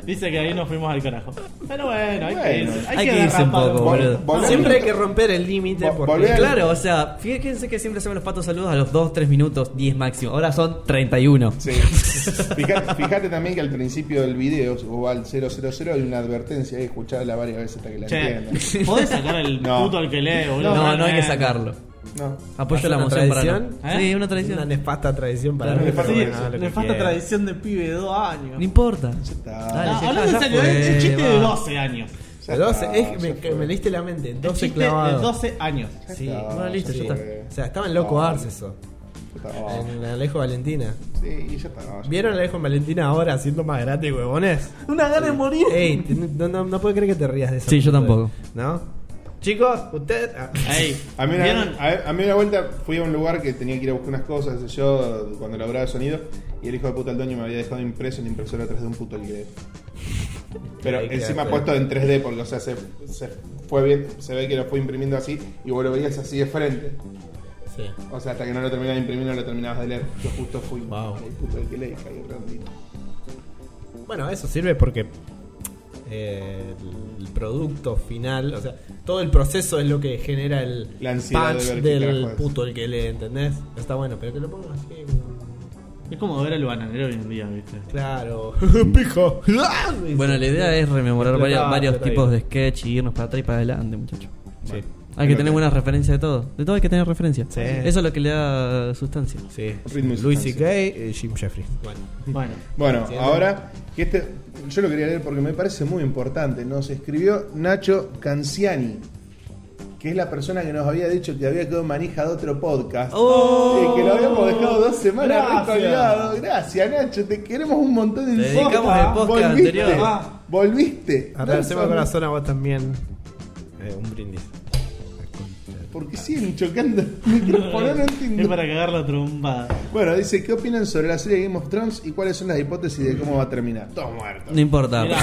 Speaker 3: dice que ahí nos fuimos al carajo. Pero bueno, hay que
Speaker 7: Bueno,
Speaker 3: irse.
Speaker 4: hay que irse un
Speaker 3: derrapar
Speaker 4: poco,
Speaker 7: Vol-
Speaker 4: boludo.
Speaker 7: volvemos-
Speaker 2: Siempre hay que romper el límite.
Speaker 7: Vol-
Speaker 2: porque-
Speaker 7: volvé-
Speaker 4: Claro, o sea, fíjense que siempre hacemos los patos saludos a los 2, 3 minutos, 10 máximo. Ahora son 31.
Speaker 7: Sí. Fijate, fijate también que al principio del video, si vos vas al 000, hay una advertencia, hay que escucharla varias veces hasta que la entiendas.
Speaker 3: Che, ¿podés sacar el
Speaker 7: No.
Speaker 3: puto al que lee, boludo?
Speaker 4: No, no hay que
Speaker 3: Eh,
Speaker 4: sacarlo.
Speaker 7: No.
Speaker 4: Apoyo la
Speaker 2: ¿Una
Speaker 4: moción para
Speaker 2: tradición?
Speaker 4: no.
Speaker 3: ¿Eh?
Speaker 4: Sí, una
Speaker 2: Una
Speaker 4: tradición.
Speaker 2: nefasta tradición para mí.
Speaker 3: Sí,
Speaker 7: Nefasta
Speaker 2: pero bueno,
Speaker 7: tradición.
Speaker 2: lo que
Speaker 3: le falta
Speaker 2: quiera.
Speaker 3: tradición de pibe de dos años.
Speaker 4: No importa.
Speaker 7: está.
Speaker 4: Dale,
Speaker 3: No,
Speaker 4: ya
Speaker 3: hablando en
Speaker 4: está, ya
Speaker 3: serio,
Speaker 4: fue,
Speaker 3: es un chiste de
Speaker 4: va.
Speaker 3: 12 años.
Speaker 7: Ya
Speaker 2: 12,
Speaker 7: está,
Speaker 2: es- me,
Speaker 7: ya
Speaker 2: que
Speaker 7: fue.
Speaker 2: me leíste la mente,
Speaker 3: Un
Speaker 2: 12
Speaker 3: chiste de
Speaker 2: clavados.
Speaker 3: 12 años.
Speaker 4: Sí,
Speaker 7: Ya está,
Speaker 4: bueno, listo,
Speaker 7: ya
Speaker 4: ya
Speaker 7: fue.
Speaker 4: está.
Speaker 7: Ah.
Speaker 2: O sea, estaba en loco Arts eso.
Speaker 7: Ya está. oh.
Speaker 2: En Alejo Valentina.
Speaker 7: Sí, y ya está. oh, ya
Speaker 2: ¿Vieron a Alejo Valentina ahora siendo más gratis, huevones?
Speaker 3: Una gana de morir.
Speaker 2: Ey, te- no, no, no puedo creer que te rías de eso.
Speaker 4: Sí, yo tampoco.
Speaker 2: ¿No? Chicos, usted. ah,
Speaker 7: Eh.
Speaker 3: Ey,
Speaker 7: A mí,
Speaker 3: ¿vieron?
Speaker 7: una, a- a mí una vuelta fui a un lugar que tenía que ir a buscar unas cosas, qué sé yo, cuando laburaba sonido, y el hijo de puta del dueño me había dejado impreso en la impresora 3 de un puto libre. Pero
Speaker 2: Ahí
Speaker 7: encima
Speaker 2: quedaste.
Speaker 7: puesto en 3D, porque o sea, se, se fue bien, se ve que lo fue imprimiendo así, y vos lo veías así de frente.
Speaker 2: Sí.
Speaker 7: O sea, hasta que no lo terminabas de imprimir, no lo terminabas de leer. Yo justo fui
Speaker 2: Wow.
Speaker 7: el puto del que le dije, ahí redondito.
Speaker 2: Bueno, eso sirve porque eh, el producto final, o sea, todo el proceso es lo que genera el
Speaker 7: La ansiedad de
Speaker 2: patch
Speaker 7: ver qué
Speaker 2: del
Speaker 7: carajo es.
Speaker 2: puto el que lee, ¿entendés? Está bueno, pero que lo pongan así.
Speaker 3: Es como ver al bananero hoy en día, ¿viste?
Speaker 2: Claro. Pijo.
Speaker 4: Bueno, la idea es rememorar
Speaker 2: Explotá,
Speaker 4: varios, varios
Speaker 2: explotá
Speaker 4: tipos
Speaker 2: bien.
Speaker 4: de sketch y irnos para atrás y para adelante, muchachos.
Speaker 2: Sí.
Speaker 4: Hay
Speaker 7: Creo
Speaker 4: que tener
Speaker 7: que-
Speaker 4: buenas referencias de todo. De todo hay que tener referencias.
Speaker 2: Sí.
Speaker 4: Eso es lo que le da sustancia.
Speaker 2: Sí.
Speaker 7: Ritmo y
Speaker 2: Luis
Speaker 7: sustancia.
Speaker 2: C.K. eh, Jim Jeffries. Bueno.
Speaker 3: Bueno,
Speaker 7: Bueno,
Speaker 2: Entiendo.
Speaker 7: ahora, que este, yo lo quería leer porque me parece muy importante. Nos escribió Nacho Canciani, que es la persona que nos había dicho que había quedado manija de otro podcast.
Speaker 4: ¡Oh!
Speaker 7: Y que lo habíamos dejado dos semanas
Speaker 3: Gracias.
Speaker 7: recolgado. Gracias, Nacho, te queremos un montón en
Speaker 4: Te dedicamos
Speaker 7: Posta.
Speaker 4: el podcast
Speaker 7: Volviste,
Speaker 4: anterior.
Speaker 7: Ah. Volviste. No,
Speaker 2: Agradecemos el corazón a vos también. Eh, un brindis.
Speaker 7: Porque siguen chocando el micrófono, no
Speaker 3: es
Speaker 7: entiendo.
Speaker 3: para cagar la trombada.
Speaker 7: Bueno, dice, ¿qué opinan sobre la serie Game of Thrones y cuáles son las hipótesis de cómo va a terminar? Todos muertos.
Speaker 4: No importa.
Speaker 3: Mirá,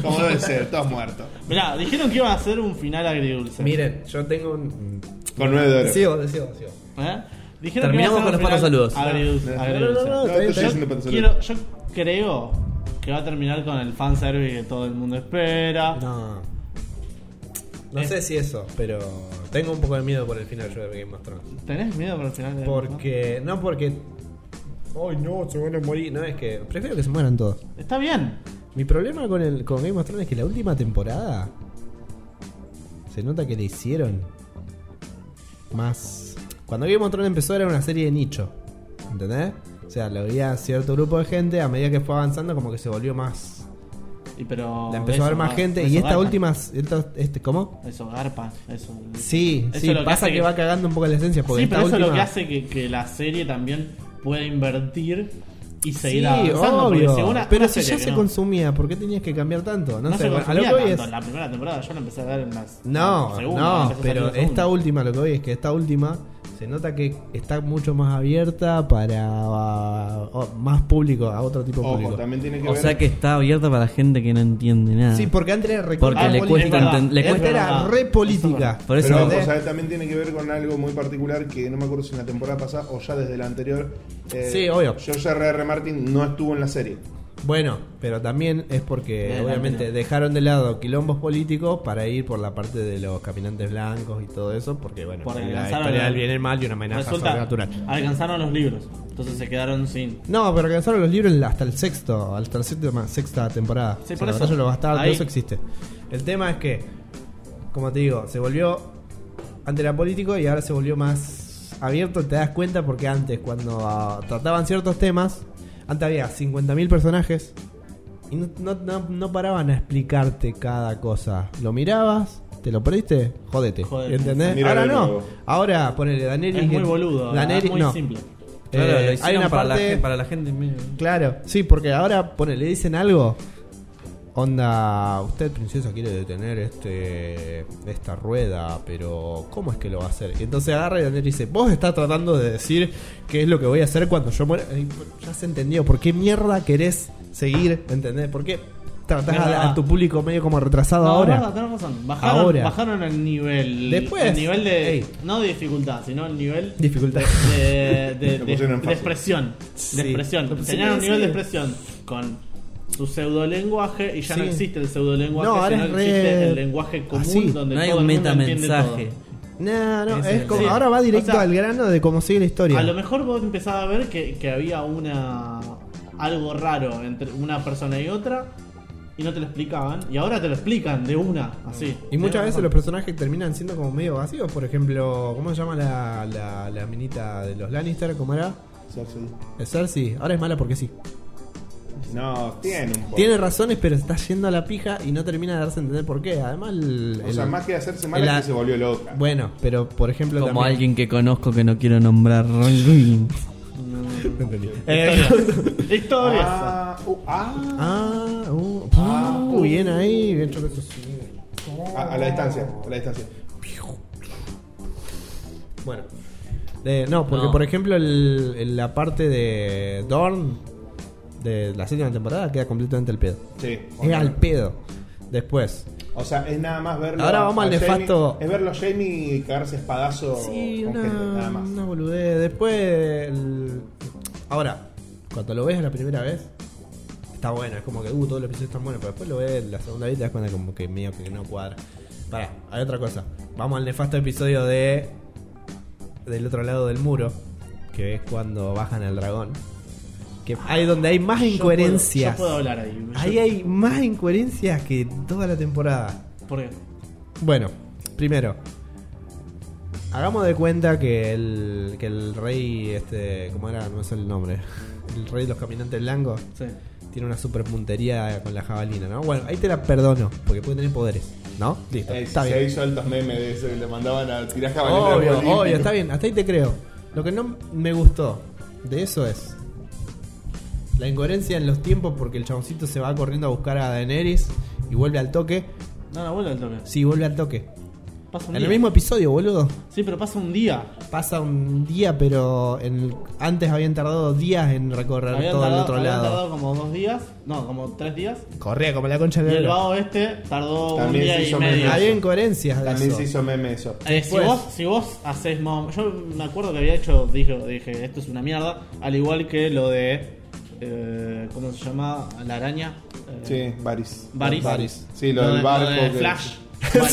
Speaker 7: Como debe ser, todos muertos.
Speaker 3: mirá, dijeron que iba a hacer un final agridulce.
Speaker 2: Miren, yo tengo un.
Speaker 7: Con nueve dólares.
Speaker 2: Sigo, sigo, sigo.
Speaker 3: ¿Eh? Dijeron
Speaker 4: Terminamos
Speaker 3: que iba a
Speaker 4: con los
Speaker 3: ser un final
Speaker 4: patos saludos.
Speaker 3: Agridulce.
Speaker 7: No,
Speaker 3: agridulce.
Speaker 2: no, no,
Speaker 7: No, estoy
Speaker 2: Yo
Speaker 7: diciendo para nosotros.
Speaker 3: Quiero, yo creo que va a terminar con el fanservice que todo el mundo espera.
Speaker 2: No. Eh. No sé si eso, pero tengo un poco de miedo por el final yo de Game of Thrones.
Speaker 3: ¿Tenés miedo por el final? de-
Speaker 2: Porque. No porque. Ay Eh, no, se van a morir. No, es que. Prefiero que se mueran todos.
Speaker 3: Está bien.
Speaker 2: Mi problema con el con Game of Thrones es que la última temporada. Se nota que le hicieron. Más. Cuando Game of Thrones empezó era una serie de nicho. ¿Entendés? O sea, lo veía cierto grupo de gente, a medida que fue avanzando, como que se volvió más.
Speaker 3: Y pero
Speaker 2: La empezó
Speaker 3: eso
Speaker 2: a ver más
Speaker 3: gar-
Speaker 2: gente.
Speaker 3: eso
Speaker 2: Y esta
Speaker 3: garpa.
Speaker 2: última. esta- este, ¿Cómo?
Speaker 3: Eso garpa. Eso.
Speaker 2: Sí,
Speaker 3: Eso
Speaker 2: sí,
Speaker 3: es lo que hace
Speaker 2: pasa que,
Speaker 3: que-
Speaker 2: va cagando un poco la esencia. Porque
Speaker 3: Sí,
Speaker 2: esta
Speaker 3: pero eso es lo
Speaker 2: última-
Speaker 3: que hace que, que la serie también pueda invertir y seguir
Speaker 2: Sí,
Speaker 3: avanzando. porque
Speaker 2: obvio.
Speaker 3: si una-
Speaker 2: pero
Speaker 3: una
Speaker 2: si
Speaker 3: serie
Speaker 2: ya
Speaker 3: que
Speaker 2: se
Speaker 3: no-
Speaker 2: consumía, ¿por qué tenías que cambiar tanto? No,
Speaker 3: No,
Speaker 2: sé,
Speaker 3: se
Speaker 2: bueno, a
Speaker 3: consumía
Speaker 2: lo que voy
Speaker 3: tanto
Speaker 2: es.
Speaker 3: en la primera temporada. Yo la empecé a ver en las.
Speaker 2: No, no, pero esta
Speaker 3: última
Speaker 2: última, lo que voy es que esta última se nota que está mucho más abierta para ah, oh, más público, a otro tipo de
Speaker 7: Ojo,
Speaker 2: público.
Speaker 7: también tiene que
Speaker 4: O
Speaker 7: ver.
Speaker 4: sea que está abierta para gente que no entiende nada.
Speaker 2: Sí, porque antes era re
Speaker 4: Porque
Speaker 2: ah,
Speaker 4: le
Speaker 2: política.
Speaker 4: cuesta enten- le
Speaker 2: Esta
Speaker 4: cuesta-
Speaker 2: era re política.
Speaker 4: Por eso-
Speaker 7: pero
Speaker 4: no
Speaker 7: ojo,
Speaker 4: sé.
Speaker 7: o sea, también tiene que ver con algo muy particular que no me acuerdo si en la temporada pasada o ya desde la anterior. eh,
Speaker 2: Sí, obvio.
Speaker 7: George R.R. Martin no estuvo en la serie.
Speaker 2: Bueno, pero también es porque
Speaker 3: Adelante,
Speaker 2: obviamente
Speaker 3: no.
Speaker 2: dejaron de lado quilombos políticos para ir por la parte de los caminantes blancos y todo eso, porque bueno,
Speaker 3: Porque
Speaker 2: la
Speaker 3: alcanzaron
Speaker 2: historia
Speaker 3: la-
Speaker 2: del bien y el mal y una amenaza
Speaker 3: Resulta,
Speaker 2: sobrenatural.
Speaker 3: alcanzaron los libros. Entonces se quedaron sin.
Speaker 2: No, pero alcanzaron los libros hasta el sexto, hasta la séptima- sexta temporada.
Speaker 3: Sí,
Speaker 2: O sea,
Speaker 3: por
Speaker 2: la
Speaker 3: eso.
Speaker 2: batalla de los bastardos,
Speaker 3: Ahí-
Speaker 2: eso existe. El tema es que, como te digo, se volvió antes era político y ahora se volvió más abierto, te das cuenta porque antes cuando ah, trataban ciertos temas, antes había 50.000 personajes y no, no- no- no paraban a explicarte cada cosa. Lo mirabas, te lo perdiste, jódete.
Speaker 3: Jódete.
Speaker 2: ¿Entendés?
Speaker 7: Mira
Speaker 2: ahora
Speaker 7: de
Speaker 2: no.
Speaker 7: nuevo.
Speaker 2: Ahora ponele Daenerys
Speaker 3: Es muy
Speaker 2: que-
Speaker 3: boludo.
Speaker 2: Daenerys-
Speaker 3: es muy
Speaker 2: no.
Speaker 3: simple.
Speaker 4: Claro,
Speaker 2: Eh,
Speaker 4: lo
Speaker 2: hay
Speaker 4: hicieron
Speaker 2: una
Speaker 4: para,
Speaker 2: parte-
Speaker 4: la, gen- para la gente. medio-
Speaker 2: Claro, sí, porque ahora pone, le dicen algo. Onda, usted princesa quiere detener este esta rueda, pero ¿cómo es que lo va a hacer? Y entonces agarra y Daniel dice, vos estás tratando de decir qué es lo que voy a hacer cuando yo muera. Y ya se entendió, ¿por qué mierda querés seguir? ¿Entendés? ¿Por qué tratás
Speaker 3: Es
Speaker 2: a, a
Speaker 3: verdad.
Speaker 2: tu público medio como retrasado
Speaker 3: No,
Speaker 2: ahora?
Speaker 3: verdad, tenés razón. Bajaron,
Speaker 2: Ahora.
Speaker 3: bajaron el nivel.
Speaker 2: Después.
Speaker 3: El nivel de.
Speaker 2: Ey.
Speaker 3: No de dificultad, sino el nivel.
Speaker 2: Dificultad.
Speaker 3: De, de-
Speaker 7: Lo
Speaker 3: de-
Speaker 7: pusieron en
Speaker 3: de
Speaker 7: fácil.
Speaker 3: expresión.
Speaker 2: Sí.
Speaker 3: De expresión.
Speaker 2: Lo pusieron
Speaker 3: Tenían un
Speaker 2: así.
Speaker 3: nivel de expresión con su pseudolenguaje y ya no
Speaker 2: Sí.
Speaker 3: existe el pseudolenguaje,
Speaker 2: No, ahora
Speaker 3: sino
Speaker 2: es
Speaker 3: que
Speaker 2: re- Ah,
Speaker 3: existe el lenguaje común
Speaker 2: así.
Speaker 3: donde
Speaker 4: No hay
Speaker 3: todo
Speaker 4: un
Speaker 3: el mundo entiende
Speaker 4: metamensaje.
Speaker 3: todo.
Speaker 2: No, no,
Speaker 4: Ese
Speaker 2: es
Speaker 4: es
Speaker 2: como,
Speaker 3: el-
Speaker 2: ahora va directo
Speaker 3: O sea,
Speaker 2: al grano de cómo sigue la historia.
Speaker 3: A lo mejor vos empezabas a ver que, que había una algo raro entre una persona y otra y no te lo explicaban y ahora te lo explican de una, así.
Speaker 2: Y muchas veces
Speaker 3: lo
Speaker 2: los personajes terminan siendo como medio vacíos. Por ejemplo, ¿cómo se llama la, la, la minita de los Lannister? ¿Cómo era?
Speaker 7: Cersei.
Speaker 2: Es Cersei. Ahora es mala porque sí.
Speaker 7: No, tiene un poco.
Speaker 2: Tiene razones, pero está yendo a la pija y no termina de darse a entender por qué. Además, el,
Speaker 7: o sea,
Speaker 2: el-
Speaker 7: más que hacerse mal es
Speaker 2: el-
Speaker 7: que se volvió loca.
Speaker 2: Bueno, pero por ejemplo.
Speaker 4: Como
Speaker 2: también-
Speaker 4: alguien que conozco que no quiero nombrar, Ron Green.
Speaker 2: No entendí. Eh,
Speaker 3: Historias. Historias.
Speaker 7: Ah, uh, ah.
Speaker 2: ah, uh,
Speaker 7: Ah,
Speaker 2: uh,
Speaker 7: uh.
Speaker 2: bien ahí. Bien choque sus-
Speaker 7: A, a la distancia, a la distancia.
Speaker 2: Bueno. Eh, no, porque
Speaker 4: No.
Speaker 2: por ejemplo, el- el- la parte de Dorn de la séptima temporada queda completamente al pedo.
Speaker 7: Sí.
Speaker 2: Es al pedo. Después.
Speaker 7: O sea, es nada más verlo.
Speaker 2: Ahora vamos
Speaker 7: a
Speaker 2: al
Speaker 7: Jamie-
Speaker 2: nefasto.
Speaker 7: Es verlo a Jamie cagarse espadazo.
Speaker 2: Sí,
Speaker 7: con
Speaker 2: una,
Speaker 7: gente, nada más.
Speaker 2: una boludez. Después. el- Ahora, cuando lo ves la primera vez, está bueno. Es como que, uh, todos los episodios están buenos. Pero después lo ves la segunda vez y te das cuenta como que medio que no cuadra. Pará, hay otra cosa. Vamos al nefasto episodio de. Del otro lado del muro. Que es cuando bajan al dragón. Que hay donde hay más
Speaker 3: Yo puedo-
Speaker 2: incoherencias.
Speaker 3: Yo puedo, hablar ahí.
Speaker 2: Ahí hay más incoherencias que toda la temporada.
Speaker 3: ¿Por qué?
Speaker 2: Bueno, primero. Hagamos de cuenta que el, que el rey, este, ¿cómo era? No me sale el nombre. El rey de los caminantes blancos
Speaker 3: Sí.
Speaker 2: tiene una super puntería con la jabalina, ¿no? Bueno, ahí te la perdono, porque puede tener poderes, ¿no? Listo,
Speaker 7: Eh,
Speaker 2: está
Speaker 7: se
Speaker 2: bien.
Speaker 7: hizo altos memes de eso que le mandaban a tirar jabalina
Speaker 2: Obvio,
Speaker 7: al bolígrafo.
Speaker 2: obvio, está bien, hasta ahí te creo. Lo que no me gustó de eso es la incoherencia en los tiempos porque el chaboncito se va corriendo a buscar a Daenerys y vuelve al toque.
Speaker 3: No, no, vuelve al toque.
Speaker 2: Sí, vuelve al toque.
Speaker 3: Pasa un
Speaker 2: En
Speaker 3: día.
Speaker 2: el mismo episodio, boludo.
Speaker 3: Sí, pero pasa un día.
Speaker 2: Pasa un día, pero en- antes habían tardado días en recorrer
Speaker 3: Habían
Speaker 2: todo
Speaker 3: tardado-
Speaker 2: el otro
Speaker 3: habían
Speaker 2: lado.
Speaker 3: tardado como dos días. No, como tres días.
Speaker 2: Corría como la concha
Speaker 3: Y
Speaker 2: de
Speaker 3: el
Speaker 2: la
Speaker 3: vago este tardó
Speaker 7: También
Speaker 3: un
Speaker 7: se
Speaker 3: día y
Speaker 7: hizo
Speaker 3: medio.
Speaker 7: menos.
Speaker 2: Había incoherencias de
Speaker 7: También
Speaker 2: eso.
Speaker 7: se hizo meme eso.
Speaker 3: Eh, si,
Speaker 2: Después.
Speaker 3: vos, si vos haces más o- Yo me acuerdo que había hecho, dije, dije, esto es una mierda. Al igual que lo de. eh, ¿Cómo se llama? La araña. Eh,
Speaker 7: Sí, Baris.
Speaker 3: Varys.
Speaker 7: Sí, lo, del
Speaker 3: de-
Speaker 7: barco.
Speaker 3: de
Speaker 7: que-
Speaker 3: Flash. Bueno,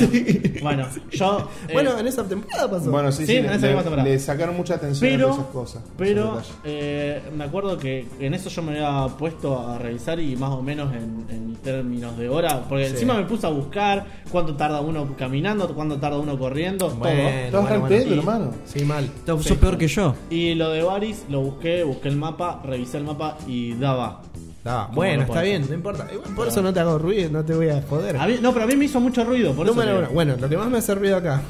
Speaker 3: bueno, yo. eh,
Speaker 2: Bueno, en esa temporada pasó.
Speaker 7: Bueno, sí,
Speaker 3: Sí,
Speaker 7: sí,
Speaker 3: en
Speaker 7: le,
Speaker 3: esa misma
Speaker 7: le-
Speaker 3: temporada.
Speaker 7: le sacaron mucha atención a esas
Speaker 3: pero,
Speaker 7: cosas.
Speaker 3: pero
Speaker 7: esos detalles.
Speaker 3: eh, me acuerdo que en eso yo me había puesto a revisar y más o menos en, en términos de hora, porque encima me puse a buscar cuánto tarda uno caminando, cuánto tarda uno corriendo, todo.
Speaker 7: Estás
Speaker 2: bueno,
Speaker 7: re
Speaker 2: bueno.
Speaker 7: pedo, hermano.
Speaker 2: Sí, mal.
Speaker 4: Sos peor que yo.
Speaker 3: Y lo de Varys lo busqué, busqué el mapa, revisé el mapa y daba.
Speaker 2: Ah,
Speaker 3: ¿Cómo
Speaker 2: bueno,
Speaker 3: no
Speaker 2: está
Speaker 3: puede
Speaker 2: bien, no importa. Igual por eso no te hago ruido, no te voy a joder.
Speaker 3: A mí- no, pero a mí me hizo mucho ruido, por eso.
Speaker 2: Número
Speaker 3: te-
Speaker 2: uno. Bueno, lo que más me ha servido acá,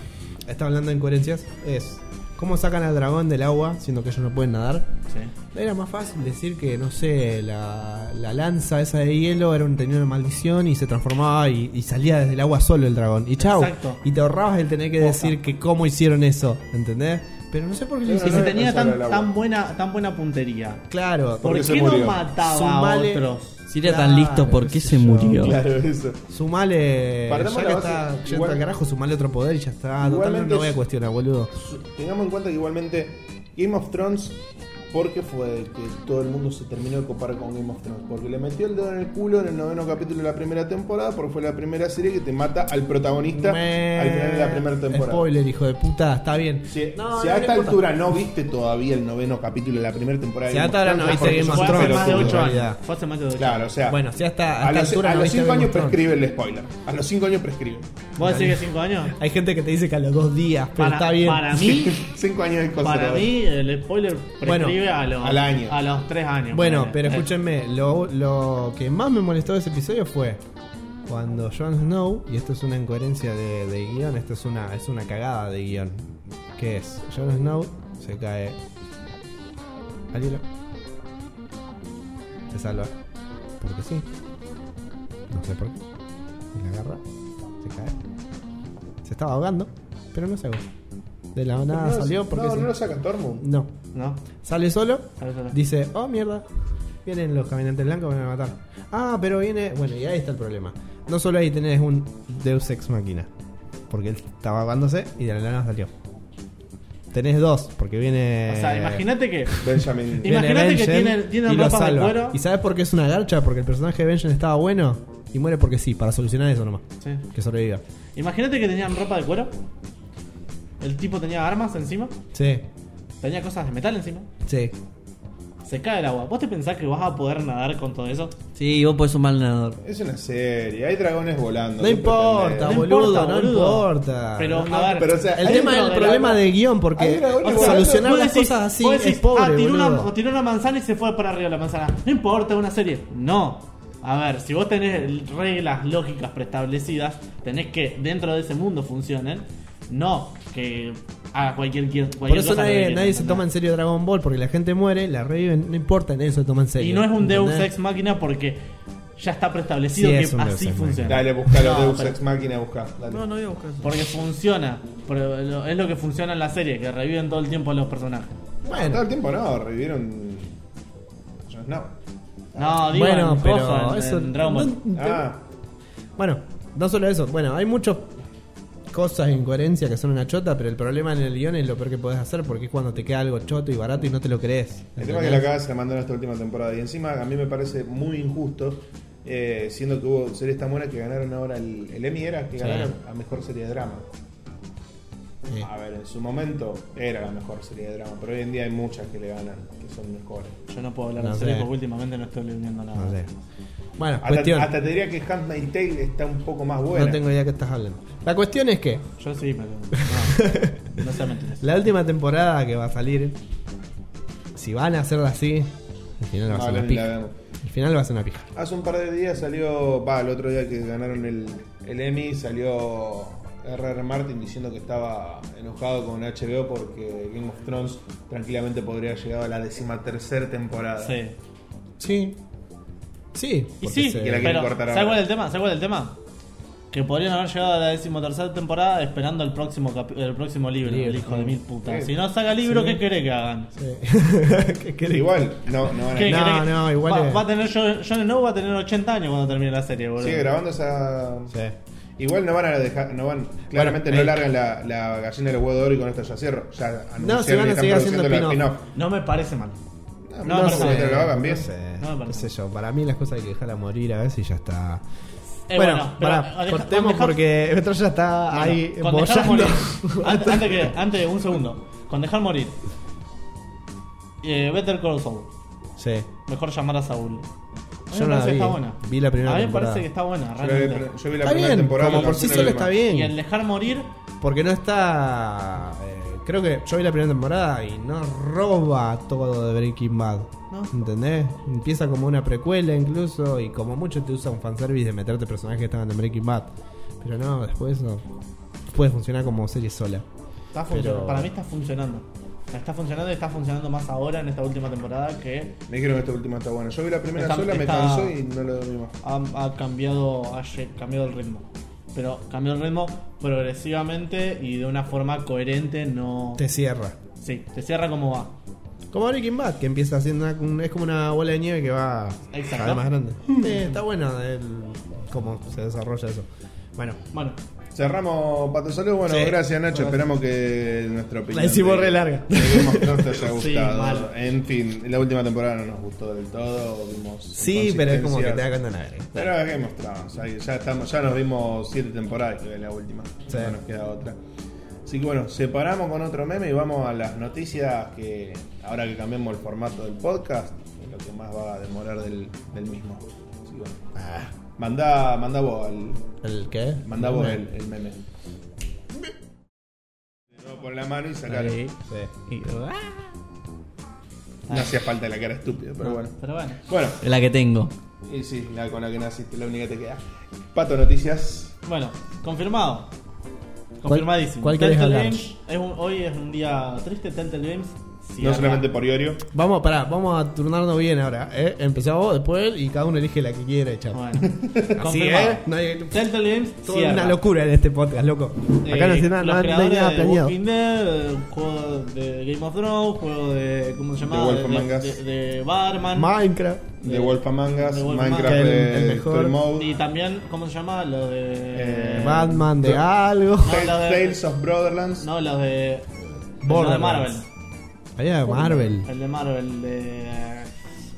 Speaker 2: está hablando de incoherencias, es cómo sacan al dragón del agua, siendo que ellos no pueden nadar.
Speaker 3: Sí.
Speaker 2: Era más fácil decir que, no sé, la, la lanza esa de hielo era un, tenía una maldición y se transformaba y, y salía desde el agua solo el dragón. Y chau.
Speaker 3: Exacto.
Speaker 2: Y te ahorrabas el tener que decir que cómo hicieron eso, ¿entendés? Pero no sé por qué lo
Speaker 7: Pero
Speaker 3: Y
Speaker 7: no
Speaker 3: si
Speaker 2: hicieron.
Speaker 7: le
Speaker 3: tenía
Speaker 7: pensaba
Speaker 3: tan,
Speaker 7: el agua.
Speaker 3: tan, buena, tan buena puntería,
Speaker 2: Claro,
Speaker 3: ¿por
Speaker 7: Porque se
Speaker 3: qué no
Speaker 7: murió.
Speaker 3: mataba
Speaker 2: Sumale-
Speaker 3: a otros?
Speaker 4: Si era tan listo, ¿por
Speaker 2: qué
Speaker 4: qué
Speaker 2: sé
Speaker 4: se
Speaker 2: yo,
Speaker 4: murió?
Speaker 7: Claro, eso.
Speaker 2: sumale.
Speaker 7: Partamos
Speaker 2: Ya
Speaker 7: la
Speaker 2: que
Speaker 7: base-
Speaker 2: está yendo
Speaker 7: igual-
Speaker 2: al carajo, sumale otro poder y ya está. Total, no
Speaker 7: Igualmente
Speaker 2: lo voy a
Speaker 7: es-
Speaker 2: cuestionar, boludo.
Speaker 7: Tengamos en cuenta que igualmente Game of Thrones, ¿por qué fue que todo el mundo se terminó de copar con Game of Thrones? Porque le metió el dedo en el culo en el noveno capítulo de la primera temporada, porque fue la primera serie que te mata al protagonista
Speaker 2: Me-
Speaker 7: al final de la primera temporada.
Speaker 2: Spoiler, hijo de puta, está bien.
Speaker 7: Si,
Speaker 2: No,
Speaker 7: si
Speaker 2: no
Speaker 7: a
Speaker 2: le
Speaker 7: esta
Speaker 2: importa.
Speaker 7: altura no viste todavía el noveno capítulo de la primera temporada
Speaker 2: Si
Speaker 7: de
Speaker 2: a esta
Speaker 7: Game
Speaker 2: hora
Speaker 7: of
Speaker 2: no
Speaker 7: Thrones,
Speaker 2: viste
Speaker 7: es
Speaker 2: Game
Speaker 7: porque
Speaker 3: Fue
Speaker 2: of
Speaker 3: hace
Speaker 7: sos un
Speaker 3: más de 8
Speaker 2: Thrones, en
Speaker 7: pelotudo.
Speaker 3: años.
Speaker 2: realidad.
Speaker 3: Fue hace más de 8
Speaker 7: Claro, o
Speaker 3: años.
Speaker 7: sea,
Speaker 2: Bueno, si hasta
Speaker 7: a los, a los
Speaker 2: 5
Speaker 7: cinco años prescribe el spoiler. A los 5 años prescribe.
Speaker 3: ¿Vos decís que 5 años?
Speaker 2: Hay gente que te dice que a los dos días, pero
Speaker 3: Para,
Speaker 2: está bien.
Speaker 3: para mí,
Speaker 7: 5 años de
Speaker 3: para
Speaker 7: conservador.
Speaker 3: mí el spoiler prescribe a, los,
Speaker 7: al año.
Speaker 3: a los 3 años.
Speaker 2: Bueno,
Speaker 3: ponele.
Speaker 2: pero
Speaker 3: Eh,
Speaker 2: escúchenme, lo, lo que más me molestó de ese episodio fue cuando Jon Snow, y esto es una incoherencia de, de guión, esto es una, es una cagada de guión. ¿Qué es? Jon Snow se cae al hilo. Se salva. Porque sí. No sé por qué. Y la agarra. Se cae. Se estaba ahogando, pero no se ahogó. De la nada
Speaker 7: No,
Speaker 2: Ah, salió porque
Speaker 7: no,
Speaker 2: sí.
Speaker 7: no lo saca Tormund.
Speaker 2: no.
Speaker 3: ¿No?
Speaker 2: Sale solo
Speaker 3: ¿Sabes ahora?
Speaker 2: Dice, oh mierda, vienen los caminantes blancos, me van a matar. Ah, pero viene. Bueno, y ahí está el problema. No solo ahí tenés un Deus Ex Máquina, porque él estaba ahogándose y de la nada salió. Tenés dos, porque viene.
Speaker 3: O sea, imagínate que.
Speaker 7: Benjamin.
Speaker 3: Y- imagínate que
Speaker 2: Benjen
Speaker 3: tiene- tiene
Speaker 2: y lo
Speaker 3: ropa de
Speaker 2: salva.
Speaker 3: cuero.
Speaker 2: ¿Y sabes por qué es una garcha? Porque el personaje de Benjen estaba bueno y muere porque sí, para solucionar eso nomás.
Speaker 3: Sí.
Speaker 2: Que sobreviva.
Speaker 3: Imagínate que tenían ropa de cuero. El tipo tenía armas encima.
Speaker 2: Sí,
Speaker 3: Tenía cosas de metal encima.
Speaker 2: sí.
Speaker 3: se cae el agua. ¿Vos te pensás que vas a poder nadar con todo eso?
Speaker 4: Sí, vos podés un mal nadador.
Speaker 7: Es una serie, hay dragones volando.
Speaker 2: No
Speaker 7: ¿qué
Speaker 2: importa,
Speaker 7: pretendés?
Speaker 3: No
Speaker 2: boludo,
Speaker 3: importa,
Speaker 2: no
Speaker 3: boludo.
Speaker 2: importa.
Speaker 3: Pero,
Speaker 2: No,
Speaker 3: a ver,
Speaker 7: pero, o sea,
Speaker 2: el
Speaker 7: hay
Speaker 2: tema
Speaker 7: un
Speaker 2: es el
Speaker 7: dragón-
Speaker 2: problema de guión,
Speaker 7: Hay
Speaker 2: porque
Speaker 7: dragones volando.
Speaker 2: solucionar
Speaker 3: Vos
Speaker 2: las
Speaker 3: decís-
Speaker 2: cosas así
Speaker 3: vos decís,
Speaker 2: es pobre,
Speaker 3: ah, tiró
Speaker 2: boludo.
Speaker 3: una, tiró una manzana y se fue para arriba la manzana. No importa, es una serie. No. A ver, si vos tenés reglas lógicas preestablecidas, tenés que dentro de ese mundo funcionen. No que hagas cualquier, cualquier
Speaker 2: Por eso
Speaker 3: cosa que
Speaker 2: nadie,
Speaker 3: quieras,
Speaker 2: nadie se
Speaker 3: ¿entendés?
Speaker 2: toma en serio Dragon Ball, porque la gente muere, la reviven, no importa, nadie se lo toma en serio.
Speaker 3: Y no es un Deus
Speaker 2: ¿entendés?
Speaker 3: Ex Máquina porque ya está preestablecido
Speaker 2: Sí,
Speaker 3: que
Speaker 2: es un Deus
Speaker 3: así
Speaker 2: Ex
Speaker 3: funciona.
Speaker 7: Dale, busca los
Speaker 3: No,
Speaker 7: Deus
Speaker 3: pero-
Speaker 7: Ex Máquina, busca. dale.
Speaker 4: no voy a buscar eso.
Speaker 3: Porque funciona. Pero lo- es lo que funciona en la serie, que reviven todo el tiempo a los personajes.
Speaker 2: Bueno.
Speaker 7: Todo el tiempo no, revivieron. Yo no.
Speaker 3: No, digo,
Speaker 2: Bueno,
Speaker 3: en,
Speaker 2: pero
Speaker 3: coso, en-
Speaker 2: eso.
Speaker 3: en Dragon Ball.
Speaker 2: no-
Speaker 7: Ah,
Speaker 2: Bueno, no solo eso. Bueno, hay muchas cosas en coherencia que son una chota, pero el problema en el guión es lo peor que podés hacer porque es cuando te queda algo choto y barato y no te lo crees.
Speaker 7: el tema es que la cagada se la mandaron esta última temporada. Y encima, a mí me parece muy injusto. eh, siendo que hubo series tan buenas que ganaron ahora el, el Emmy, era que
Speaker 2: Sí.
Speaker 7: ganaron a mejor serie de drama.
Speaker 2: Sí.
Speaker 7: A ver, en su momento era la mejor serie de drama, pero hoy en día hay muchas que le ganan, que son mejores.
Speaker 3: Yo no puedo hablar
Speaker 2: No
Speaker 3: de
Speaker 2: sé.
Speaker 3: series porque últimamente no estoy leyendo nada.
Speaker 2: No sé. Bueno, cuestión.
Speaker 7: Hasta, hasta te diría que Handmaid's Tale está un poco más buena.
Speaker 2: No tengo idea de qué estás hablando. La cuestión es que
Speaker 3: Yo sí, pero. No, no sea mentira.
Speaker 2: la última temporada que va a salir, si van a hacerla así, al final va a
Speaker 7: No,
Speaker 2: ser
Speaker 7: la-
Speaker 2: una
Speaker 7: la
Speaker 2: pija.
Speaker 7: vemos.
Speaker 2: Al final va a ser una pija.
Speaker 7: Hace un par de días salió, va, el otro día que ganaron el, el Emmy, salió R.R. Martin diciendo que estaba enojado con HBO porque Game of Thrones tranquilamente podría haber llegado a la decimatercer temporada.
Speaker 3: Sí.
Speaker 2: Sí. Sí.
Speaker 3: Y
Speaker 2: porque
Speaker 3: sí,
Speaker 2: se-
Speaker 7: que la quieren
Speaker 3: pero.
Speaker 7: cortar
Speaker 3: ¿Sabes
Speaker 7: ahora.
Speaker 3: cuál es el tema? ¿Sabes cuál es el tema? Que podrían haber llegado a la decimotercera temporada esperando el próximo capi- el próximo libro,
Speaker 2: Libro.
Speaker 3: el hijo de mil putas.
Speaker 7: Sí.
Speaker 3: Si no saca libro, ¿qué querés que hagan?
Speaker 2: ¿Qué querés?
Speaker 7: Igual, no, no van a-
Speaker 3: ¿Qué
Speaker 2: No,
Speaker 3: querés que-
Speaker 2: no, igual
Speaker 3: Va,
Speaker 2: es-
Speaker 3: va a tener Jon Jon Snow va a tener 80 años cuando termine la serie, boludo.
Speaker 7: Sigue grabando esa.
Speaker 2: Sí.
Speaker 7: Igual no van a dejar, no van, claramente
Speaker 2: eh.
Speaker 7: no largan la, la gallina del huevo de oro y con esto ya cierro. Ya
Speaker 2: No, se
Speaker 7: anunciaron
Speaker 2: van a
Speaker 7: que están
Speaker 2: seguir haciendo
Speaker 7: produciendo la
Speaker 2: spin-off.
Speaker 3: No me parece mal.
Speaker 7: spin-off.
Speaker 3: No,
Speaker 7: me
Speaker 3: sé,
Speaker 7: parece que lo hagan bien.
Speaker 2: No sé,
Speaker 3: No me
Speaker 2: qué
Speaker 3: parece.
Speaker 2: sé yo. Para mí las cosas hay que dejarla morir a ver si ya está.
Speaker 3: Eh,
Speaker 2: bueno,
Speaker 3: bueno, pero,
Speaker 2: pará,
Speaker 3: eh, deja-
Speaker 2: cortemos
Speaker 3: con dejar-
Speaker 2: porque Metro ya está
Speaker 3: No, no,
Speaker 2: ahí
Speaker 3: con dejar
Speaker 2: bollando.
Speaker 3: morir. Ant- antes, que, antes, un segundo. Con dejar morir. Eh, Better Call Saul.
Speaker 2: sí.
Speaker 3: Mejor llamar a Saúl. A mí me
Speaker 2: Yo no la
Speaker 3: parece que
Speaker 2: vi.
Speaker 3: está buena.
Speaker 2: Vi la primera
Speaker 3: A mí me
Speaker 2: temporada.
Speaker 3: parece que está buena,
Speaker 7: Yo vi la-
Speaker 3: realmente.
Speaker 7: Yo vi la
Speaker 2: Está
Speaker 7: primera
Speaker 2: bien,
Speaker 7: temporada.
Speaker 2: como
Speaker 7: la
Speaker 2: por sí
Speaker 7: canción
Speaker 2: solo
Speaker 7: del
Speaker 2: está
Speaker 7: mar.
Speaker 3: Y el
Speaker 2: bien.
Speaker 3: dejar morir,
Speaker 2: Porque no está. eh, creo que yo vi la primera temporada y no roba todo de Breaking Bad.
Speaker 3: No.
Speaker 2: ¿Entendés? Empieza como una precuela incluso y como mucho te usa un fanservice de meterte personajes que estaban en Breaking Bad. Pero no, después no. Puede funcionar como serie sola.
Speaker 3: está funcionando.
Speaker 2: Pero-
Speaker 3: para mí está funcionando. Está funcionando y está funcionando más ahora en esta última temporada que
Speaker 7: Me dijeron que esta última está buena. Yo vi la primera
Speaker 3: Está-
Speaker 7: sola, me
Speaker 3: está-
Speaker 7: cansó y no lo dormí más.
Speaker 3: ha, ha cambiado ha lle- cambiado el ritmo. Pero cambió el ritmo progresivamente y de una forma coherente, no...
Speaker 2: Te cierra.
Speaker 3: Sí, te cierra como va.
Speaker 2: Como Breaking Bad, que empieza haciendo una- un- es como una bola de nieve que va
Speaker 3: Exacto.
Speaker 2: cada vez más grande. Eh, está bueno el- cómo se desarrolla eso. Bueno,
Speaker 3: Bueno,
Speaker 7: Cerramos, Pato Salud. Bueno,
Speaker 2: Sí.
Speaker 7: gracias Nacho. Esperamos que nuestra opinión.
Speaker 2: La hicimos
Speaker 7: de-
Speaker 2: re larga.
Speaker 7: de Game of Thrones te haya gustado.
Speaker 3: mal.
Speaker 7: en fin, la última temporada no nos gustó del todo. Vimos
Speaker 2: sí, pero es como que te da
Speaker 7: inconsistencias.
Speaker 2: cuenta una verga.
Speaker 7: Pero es Game of Thrones. ahí Ya, estamos, ya nos vimos siete temporadas que es la última.
Speaker 2: Sí.
Speaker 7: No nos queda otra. Así que bueno, separamos con otro meme y vamos a las noticias que ahora que cambiamos el formato del podcast, es lo que más va a demorar del, del mismo. Así que bueno. Mandá, mandá vos al,
Speaker 2: ¿El qué?
Speaker 7: Ah. Mandá vos el, el meme. Con la mano y sacarlo.
Speaker 2: Sí.
Speaker 7: No hacía falta la cara estúpida, Ah. pero bueno.
Speaker 3: pero bueno.
Speaker 7: Bueno,
Speaker 4: La que tengo.
Speaker 7: y sí, la con la que naciste, la única que te queda. Pato Noticias.
Speaker 3: Bueno, confirmado. Confirmadísimo.
Speaker 2: cuál querés
Speaker 3: Telltale
Speaker 2: hablar?
Speaker 3: Games, es un- hoy es un día triste, Telltale Games.
Speaker 7: no
Speaker 3: cierra.
Speaker 7: solamente por Iorio.
Speaker 2: Vamos, pará, vamos a turnarnos bien ahora. ¿eh? Empezá vos, después él, y cada uno elige la que quiera echar.
Speaker 3: Bueno,
Speaker 2: Así,
Speaker 3: confirmado.
Speaker 2: ¿eh? No hay-
Speaker 3: Telltale Games
Speaker 2: Todo
Speaker 3: cierra.
Speaker 2: una locura en este podcast, loco.
Speaker 3: Eh,
Speaker 2: Acá no hace nada,
Speaker 3: los
Speaker 2: no, hay- no hay
Speaker 3: creadores
Speaker 2: nada
Speaker 3: de
Speaker 2: planeado.
Speaker 3: Walking Dead, eh, un juego de Game of Thrones, juego de. ¿Cómo se
Speaker 7: De
Speaker 3: llama?
Speaker 7: Wolf Among Us.
Speaker 3: de, de Barman.
Speaker 2: Minecraft.
Speaker 7: De
Speaker 3: Eh,
Speaker 7: Wolf Among Us,
Speaker 3: de Wolf
Speaker 7: Minecraft eh,
Speaker 2: Among Us.
Speaker 7: de
Speaker 2: El- el mejor.
Speaker 7: Story Mode,
Speaker 3: y también, ¿cómo se llama? Lo de.
Speaker 7: Eh,
Speaker 2: Batman de
Speaker 7: no.
Speaker 2: algo.
Speaker 7: Tales-
Speaker 3: No, la de-
Speaker 7: Tales of Brotherlands.
Speaker 3: no, los de. Los de
Speaker 2: Borderlands.
Speaker 3: Marvel.
Speaker 2: Había de Marvel.
Speaker 3: El de Marvel, de. eh,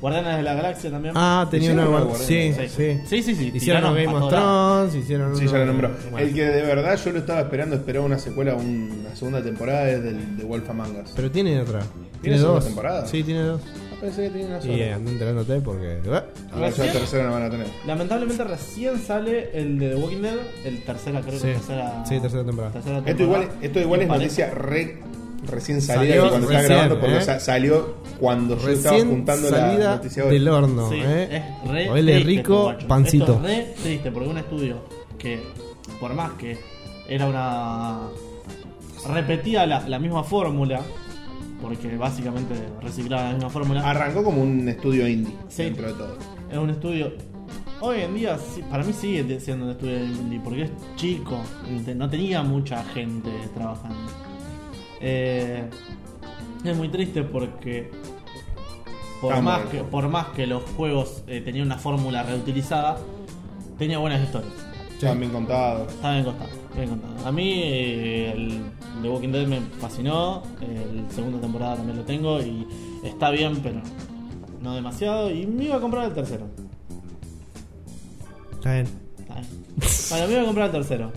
Speaker 3: Guardianes de la Galaxia también.
Speaker 2: Ah, tenía
Speaker 7: Hicieron
Speaker 2: una
Speaker 7: una
Speaker 2: guarda- Sí,
Speaker 7: guardia.
Speaker 2: sí.
Speaker 3: Sí, sí, sí,
Speaker 2: Hicieron
Speaker 3: tiraron
Speaker 2: Game
Speaker 3: a
Speaker 2: of
Speaker 3: todas.
Speaker 2: Thrones, hicieron.
Speaker 7: Sí,
Speaker 2: uno-
Speaker 7: ya lo nombró.
Speaker 2: bueno.
Speaker 7: El que de verdad yo lo estaba esperando, esperaba una secuela, una segunda temporada es del de Wolf Among Us.
Speaker 2: Pero tiene otra. Tiene,
Speaker 7: segunda
Speaker 2: dos.
Speaker 7: temporada?
Speaker 2: Sí, tiene dos.
Speaker 7: Pensé que tenía una sola.
Speaker 2: Y eh, anda enterándote porque.
Speaker 7: Ahora ya la
Speaker 3: Recién-
Speaker 7: tercera no van a tener.
Speaker 3: Lamentablemente recién sale el de The Walking Dead, el tercera, creo
Speaker 2: Sí.
Speaker 3: que tercera.
Speaker 2: Sí, tercera temporada.
Speaker 3: tercera
Speaker 7: Esto igual, esto igual
Speaker 3: Y
Speaker 7: es
Speaker 3: pare-
Speaker 7: noticia re, recién salida
Speaker 2: Salió
Speaker 7: de cuando estaba
Speaker 2: recién,
Speaker 7: grabando, porque
Speaker 2: ¿eh?
Speaker 7: sa- salió cuando yo estaba
Speaker 2: Recién
Speaker 7: juntando la
Speaker 2: salida
Speaker 7: noticia hoy.
Speaker 2: del horno,
Speaker 3: Sí,
Speaker 2: ¿eh?
Speaker 3: es re
Speaker 2: Oele
Speaker 3: triste, este
Speaker 2: rico,
Speaker 3: muchacho.
Speaker 2: pancito.
Speaker 3: Esto es re triste porque un estudio que, por más que era una. repetía la, la misma fórmula, porque básicamente reciclaba la misma fórmula.
Speaker 7: Arrancó como un estudio indie,
Speaker 3: Sí.
Speaker 7: dentro de todo.
Speaker 3: Es un estudio. Hoy en día, sí, para mí sigue siendo un estudio indie porque es chico. te- No tenía mucha gente trabajando. Eh, es muy triste porque. Por
Speaker 7: Está
Speaker 3: más,
Speaker 7: mal.
Speaker 3: que, por más que los juegos eh, tenían una fórmula reutilizada, tenía buenas historias.
Speaker 7: Estaban bien contados.
Speaker 3: Está bien contado, bien contado. A mí eh, el The Walking Dead me fascinó, el segunda temporada también lo tengo y está bien, pero no demasiado. Y me iba a comprar el tercero.
Speaker 2: Está bien.
Speaker 3: Está bien. Bueno, me iba a comprar el tercero.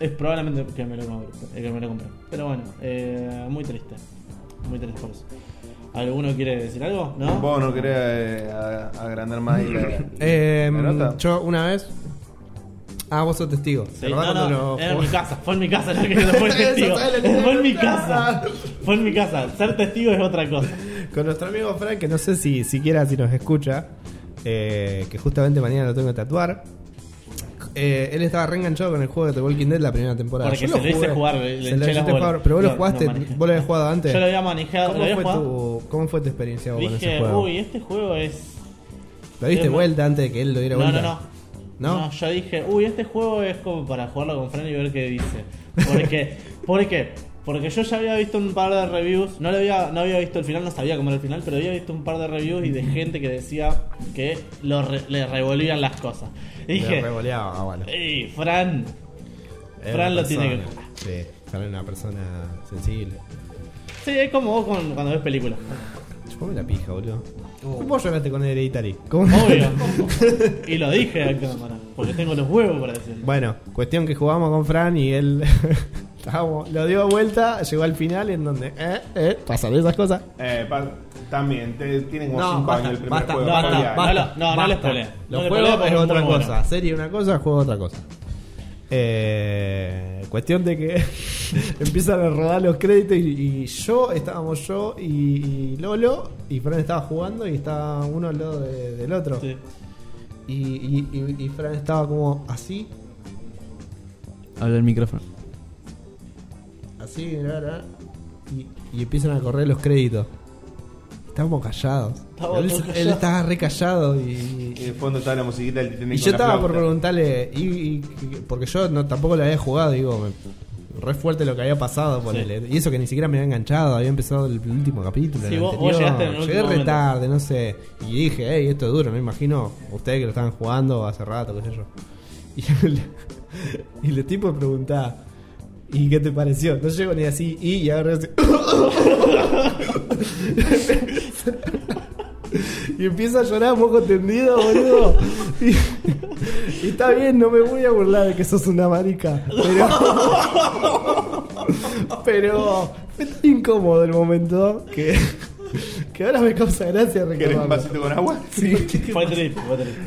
Speaker 3: Es probablemente que me lo compre. eh, que me lo compre. Pero bueno, eh, muy triste. Muy triste por eso. ¿Alguno quiere decir algo? ¿No?
Speaker 5: Vos no querés eh, a- agrandar más ahí la,
Speaker 2: Eh,
Speaker 5: la nota.
Speaker 2: yo una vez. Ah, vos sos testigo.
Speaker 3: Sí,
Speaker 2: ¿Te
Speaker 3: no,
Speaker 2: acordás
Speaker 3: no,
Speaker 2: cuando lo
Speaker 3: era en mi
Speaker 2: jugó-
Speaker 3: casa, fue en mi casa la que lo fue el testigo.
Speaker 2: Eso, ¿sabes lo que
Speaker 3: Fue en mi
Speaker 2: te-
Speaker 3: casa. Fue en mi casa. Ser testigo es otra cosa.
Speaker 2: Con nuestro amigo Frank, que no sé si siquiera si nos escucha, eh, que justamente mañana lo tengo que tatuar. Eh, él estaba reenganchado con el juego de The Walking Dead la primera temporada.
Speaker 3: Porque
Speaker 2: Yo
Speaker 3: se lo hice
Speaker 2: jugué.
Speaker 3: jugar, le- le
Speaker 2: se lo
Speaker 3: hinché
Speaker 2: hiciste
Speaker 3: las
Speaker 2: jugar,
Speaker 3: bolas.
Speaker 2: pero vos
Speaker 3: No,
Speaker 2: lo
Speaker 3: no
Speaker 2: jugaste,
Speaker 3: manejé.
Speaker 2: vos lo habías jugado antes.
Speaker 3: Yo lo había manejado, lo
Speaker 2: ¿Cómo,
Speaker 3: había
Speaker 2: fue
Speaker 3: jugado.
Speaker 2: tu, ¿Cómo fue tu experiencia vos con ese
Speaker 3: Dije,
Speaker 2: juego?
Speaker 3: uy, este juego es.
Speaker 2: ¿Lo diste
Speaker 3: es-
Speaker 2: vuelta antes de que él lo diera
Speaker 3: No,
Speaker 2: vuelta?
Speaker 3: no, no.
Speaker 2: ¿No?
Speaker 3: yo dije, uy, este juego es como para jugarlo con Fran y ver qué dice. Porque, ¿Por qué? Porque yo ya había visto un par de reviews, no, lo había, no había visto el final, no sabía cómo era el final, pero había visto un par de reviews y de gente que decía que lo re- le revolvían las cosas. Y
Speaker 2: Le
Speaker 3: dije,
Speaker 2: revoleaba, ah, bueno.
Speaker 3: ey, Fran,
Speaker 2: Es
Speaker 3: Fran
Speaker 2: una
Speaker 3: lo tiene que
Speaker 2: persona. Sí, Fran es una persona sensible.
Speaker 3: sí, es como vos con- cuando ves películas.
Speaker 2: Chupame la pija, boludo. ¿Cómo lloraste con Hereditary? ¿Cómo?
Speaker 3: Obvio. y lo dije a cámara, porque tengo los huevos para decirlo.
Speaker 2: Bueno, cuestión que jugamos con Fran y él estábamos- lo dio vuelta, llegó al final en donde eh, eh, pasan esas cosas.
Speaker 7: Eh, pa- también, te- tienen como
Speaker 2: No,
Speaker 7: 5
Speaker 2: basta,
Speaker 7: años el primer
Speaker 2: basta,
Speaker 7: juego.
Speaker 3: no,
Speaker 7: para
Speaker 3: basta,
Speaker 7: variar.
Speaker 3: basta. no, no les spoilé. No
Speaker 2: Los
Speaker 3: les
Speaker 2: juegos
Speaker 3: spoilé
Speaker 2: es
Speaker 3: porque
Speaker 2: otra
Speaker 3: es muy
Speaker 2: cosa,
Speaker 3: bueno.
Speaker 2: serie una cosa, juego otra cosa. Eh, cuestión de que empiezan a rodar los créditos y, y yo, estábamos yo y, y Lolo, y Fran estaba jugando y estaba uno al lado de- del otro.
Speaker 3: Sí.
Speaker 2: Y, y- y- y Fran estaba como así,
Speaker 4: Habla el micrófono.
Speaker 2: así, bla, bla, y, y empiezan a correr los créditos. Estábamos callados.
Speaker 3: Estábamos
Speaker 2: él,
Speaker 3: todos
Speaker 2: él
Speaker 3: callados.
Speaker 2: estaba re callado y,
Speaker 7: Y de fondo estaba la musiquita del Titanic
Speaker 2: Y
Speaker 7: con
Speaker 2: yo
Speaker 7: la
Speaker 2: estaba por
Speaker 7: flauta.
Speaker 2: preguntarle, y, y- y- porque yo no, tampoco lo había jugado, digo, me- re fuerte lo que había pasado, ponele. Y eso que ni siquiera me había enganchado, había empezado el último capítulo.
Speaker 3: Sí,
Speaker 2: el
Speaker 3: vos- vos
Speaker 2: anterior.
Speaker 3: llegaste en el
Speaker 2: Llegué
Speaker 3: último
Speaker 2: re
Speaker 3: momento.
Speaker 2: tarde, no sé. Y dije, hey, esto es duro, me imagino ustedes que lo estaban jugando hace rato, qué sé yo. Y el, y el tipo me preguntaba, ¿y qué te pareció? No llego ni así, y, y agarré así. Y empieza a llorar a moco tendido, boludo. Y, y está bien, no me voy a burlar de que sos una marica. Pero. Pero. Fue tan incómodo el momento que. Que ahora me causa gracia
Speaker 7: ¿Querés un
Speaker 2: recordarlo.
Speaker 7: vasito con agua? Sí.
Speaker 3: Fue triste, fue triste.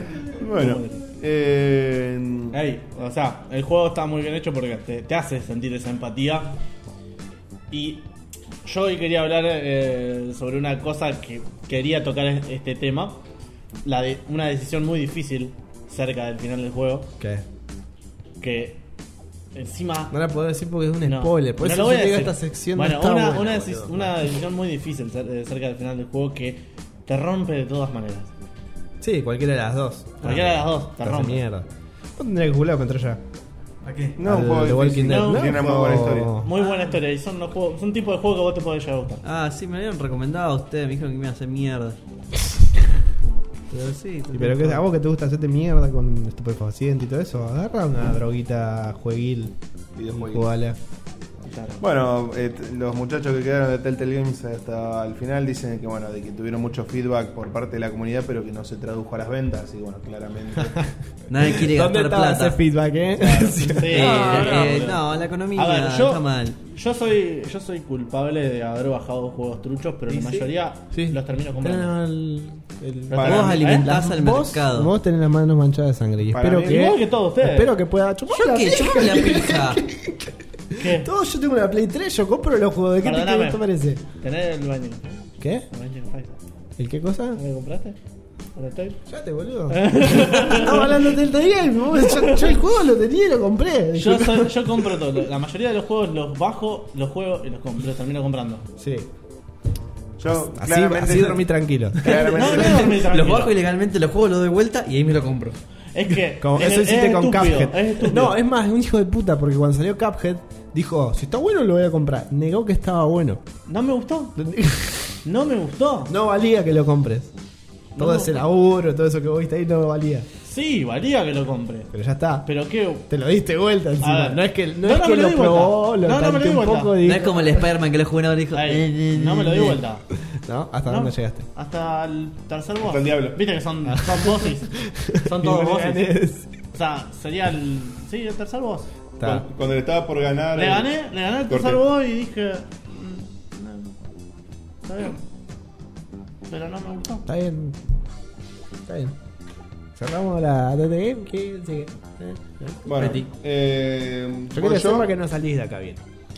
Speaker 7: bueno. Eh,
Speaker 3: Ey, o sea, el juego está muy bien hecho porque te, te hace sentir esa empatía. Y yo hoy quería hablar eh, sobre una cosa que quería tocar es- este tema. La de una decisión muy difícil cerca del final del juego.
Speaker 2: ¿Qué?
Speaker 3: Que encima
Speaker 2: No la puedo decir porque es un
Speaker 3: No.
Speaker 2: spoiler. Por
Speaker 3: No
Speaker 2: eso
Speaker 3: lo
Speaker 2: si
Speaker 3: voy a
Speaker 2: llega
Speaker 3: decir.
Speaker 2: esta sección
Speaker 3: bueno,
Speaker 2: no está
Speaker 3: una,
Speaker 2: buena,
Speaker 3: una,
Speaker 2: boludo.
Speaker 3: deci- una decisión muy difícil cer- eh, cerca del final del juego que te rompe de todas maneras.
Speaker 2: Sí, cualquiera de las dos.
Speaker 3: Cualquiera de las dos, te
Speaker 2: Ah, Te hace
Speaker 3: rompe.
Speaker 2: mierda. Vos tendrías que jugar contra ella.
Speaker 4: ¿Para qué?
Speaker 7: no,
Speaker 2: Al
Speaker 7: un juego
Speaker 2: The Walking
Speaker 7: difícil.
Speaker 2: Dead.
Speaker 3: No,
Speaker 2: No,
Speaker 7: Tiene una muy buena historia.
Speaker 3: Muy buena historia y son, los juegos- son un tipo de juego que vos te podés llegar a gustar.
Speaker 4: Ah, sí, me lo habían recomendado a ustedes, me dijeron que me iba a hacer mierda. Pero sí,
Speaker 2: Y pero que, a vos que te gusta hacerte mierda con estupefaciente y todo eso, agarra una droguita jueguil y
Speaker 5: Videojueguil.
Speaker 2: jugala.
Speaker 3: Claro.
Speaker 7: Bueno, eh, t- los muchachos que quedaron de Telltale Games hasta el final dicen que bueno, de que tuvieron mucho feedback por parte de la comunidad, pero que no se tradujo a las ventas, y bueno, claramente.
Speaker 4: Nadie quiere
Speaker 2: ¿Dónde
Speaker 4: gastar
Speaker 2: está
Speaker 4: plata.
Speaker 2: ese feedback, eh?
Speaker 3: Sí,
Speaker 4: Eh,
Speaker 3: no, no,
Speaker 4: eh,
Speaker 3: boludo.
Speaker 4: no, la economía
Speaker 3: A ver, yo,
Speaker 4: está mal.
Speaker 3: yo soy yo soy culpable de haber bajado juegos truchos, pero la mayoría los termino comprando. Para
Speaker 4: Vos
Speaker 3: mí, ¿eh?
Speaker 4: alimentás al
Speaker 2: ¿eh? vos,
Speaker 4: mercado.
Speaker 2: Vos tenés las manos manchadas de sangre. Y
Speaker 7: Para
Speaker 2: espero
Speaker 7: mí-
Speaker 2: que.
Speaker 3: Igual que todos ustedes.
Speaker 2: Espero que pueda chupar
Speaker 4: Yo
Speaker 2: la
Speaker 4: que yo
Speaker 2: pija.
Speaker 4: con la pija.
Speaker 3: ¿Qué?
Speaker 2: Todo, yo tengo una Play 3, yo compro los juegos. ¿De qué
Speaker 3: Perdóname.
Speaker 2: te, te parece?
Speaker 3: Tener el baño.
Speaker 2: ¿Qué?
Speaker 3: El baño Pfizer.
Speaker 2: ¿El qué cosa?
Speaker 3: ¿No me compraste? ¿Lo estoy?
Speaker 2: Chate, boludo.
Speaker 3: Eh.
Speaker 2: Estamos hablando del Game. vos. Yo, yo el juego lo tenía y lo compré.
Speaker 3: Yo, soy- yo compro todo. La mayoría de los juegos los bajo, los juego y los, com- los termino comprando.
Speaker 2: Sí.
Speaker 7: Yo,
Speaker 2: Así,
Speaker 7: claramente.
Speaker 2: así dormí tranquilo.
Speaker 3: No,
Speaker 7: claramente-
Speaker 3: no, dormí tranquilo.
Speaker 4: Los bajo ilegalmente, los juegos los doy vuelta y ahí me lo compro.
Speaker 3: Es que.
Speaker 2: Como-
Speaker 3: es-
Speaker 2: eso
Speaker 3: es
Speaker 2: hiciste con
Speaker 3: estúpido,
Speaker 2: Cuphead.
Speaker 3: Es estúpido.
Speaker 2: no, es más, es un hijo de puta, porque cuando salió Cuphead, dijo, si está bueno lo voy a comprar. Negó que estaba bueno.
Speaker 3: No me gustó. No me gustó.
Speaker 2: No valía que lo compres. Todo
Speaker 3: No.
Speaker 2: ese laburo, todo eso que vos viste ahí no valía.
Speaker 3: Sí, valía que lo compre.
Speaker 2: Pero ya está.
Speaker 3: Pero qué.
Speaker 2: Te lo diste vuelta encima.
Speaker 3: A ver.
Speaker 2: no es que,
Speaker 3: No,
Speaker 2: no es
Speaker 3: no
Speaker 2: que
Speaker 3: me lo
Speaker 2: lo
Speaker 3: di
Speaker 2: probó,
Speaker 3: vuelta.
Speaker 2: lo
Speaker 3: No, no me lo
Speaker 2: tanteó
Speaker 3: di
Speaker 2: un
Speaker 3: vuelta.
Speaker 2: poco
Speaker 4: No
Speaker 2: dijo-
Speaker 4: es como el Spider-Man que los jugadores dijo. "Eh,
Speaker 3: Ay, no me lo di vuelta.
Speaker 2: ¿No? eh, ¿Hasta
Speaker 3: No.
Speaker 2: dónde llegaste?
Speaker 3: Hasta el tercer boss.
Speaker 7: Hasta el diablo.
Speaker 3: Viste que son, son bosses. Son todos bosses.
Speaker 2: Ganes.
Speaker 3: O sea, sería el. Sí, el tercer boss.
Speaker 2: Está.
Speaker 7: Cuando, cuando le estaba por ganar.
Speaker 3: Le
Speaker 7: eh,
Speaker 3: gané, le gané el tercer
Speaker 7: corté.
Speaker 3: boss y dije. "Mm, no, Está bien. Pero no me gustó.
Speaker 2: Está bien. Está bien. Cerramos la DT Game. ¿Qué sigue? ¿Eh?
Speaker 7: Bueno,
Speaker 4: Petit.
Speaker 7: eh,
Speaker 2: Yo
Speaker 7: voy
Speaker 2: quiero
Speaker 7: yo.
Speaker 2: saber que no salís de acá bien.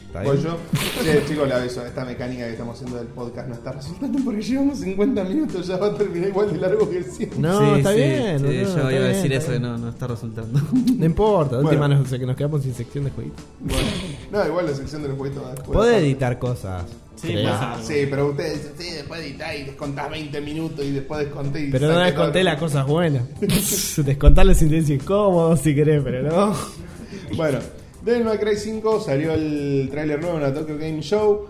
Speaker 2: ¿Está
Speaker 7: Voy
Speaker 2: bien?
Speaker 7: yo. Che, chicos, le aviso, esta mecánica que estamos haciendo del podcast no está resultando porque llevamos 50 minutos, ya va a terminar igual de largo que el 100.
Speaker 2: No,
Speaker 4: Sí,
Speaker 2: está
Speaker 4: sí,
Speaker 2: bien.
Speaker 4: sí,
Speaker 2: boludo,
Speaker 4: yo
Speaker 2: está
Speaker 4: iba a
Speaker 2: bien,
Speaker 4: decir
Speaker 2: está
Speaker 4: eso que
Speaker 2: bien.
Speaker 4: no, no está resultando.
Speaker 2: No importa, de última
Speaker 7: Bueno.
Speaker 2: nos, que nos quedamos sin sección de jueguitos.
Speaker 7: Bueno, no, igual la sección de los jueguitos va después.
Speaker 2: Podés editar cosas.
Speaker 3: Sí,
Speaker 2: creo.
Speaker 3: pasa algo.
Speaker 7: Sí, pero ustedes dicen, sí, después editá y descontás 20 minutos y después desconté y
Speaker 2: Pero no
Speaker 7: saqué
Speaker 2: les
Speaker 7: todo
Speaker 2: conté
Speaker 7: el-
Speaker 2: las cosas buenas. Descontar los silencios incómodos si querés, pero no.
Speaker 7: Bueno, Devil May Cry 5 salió el tráiler nuevo en la Tokyo Game Show.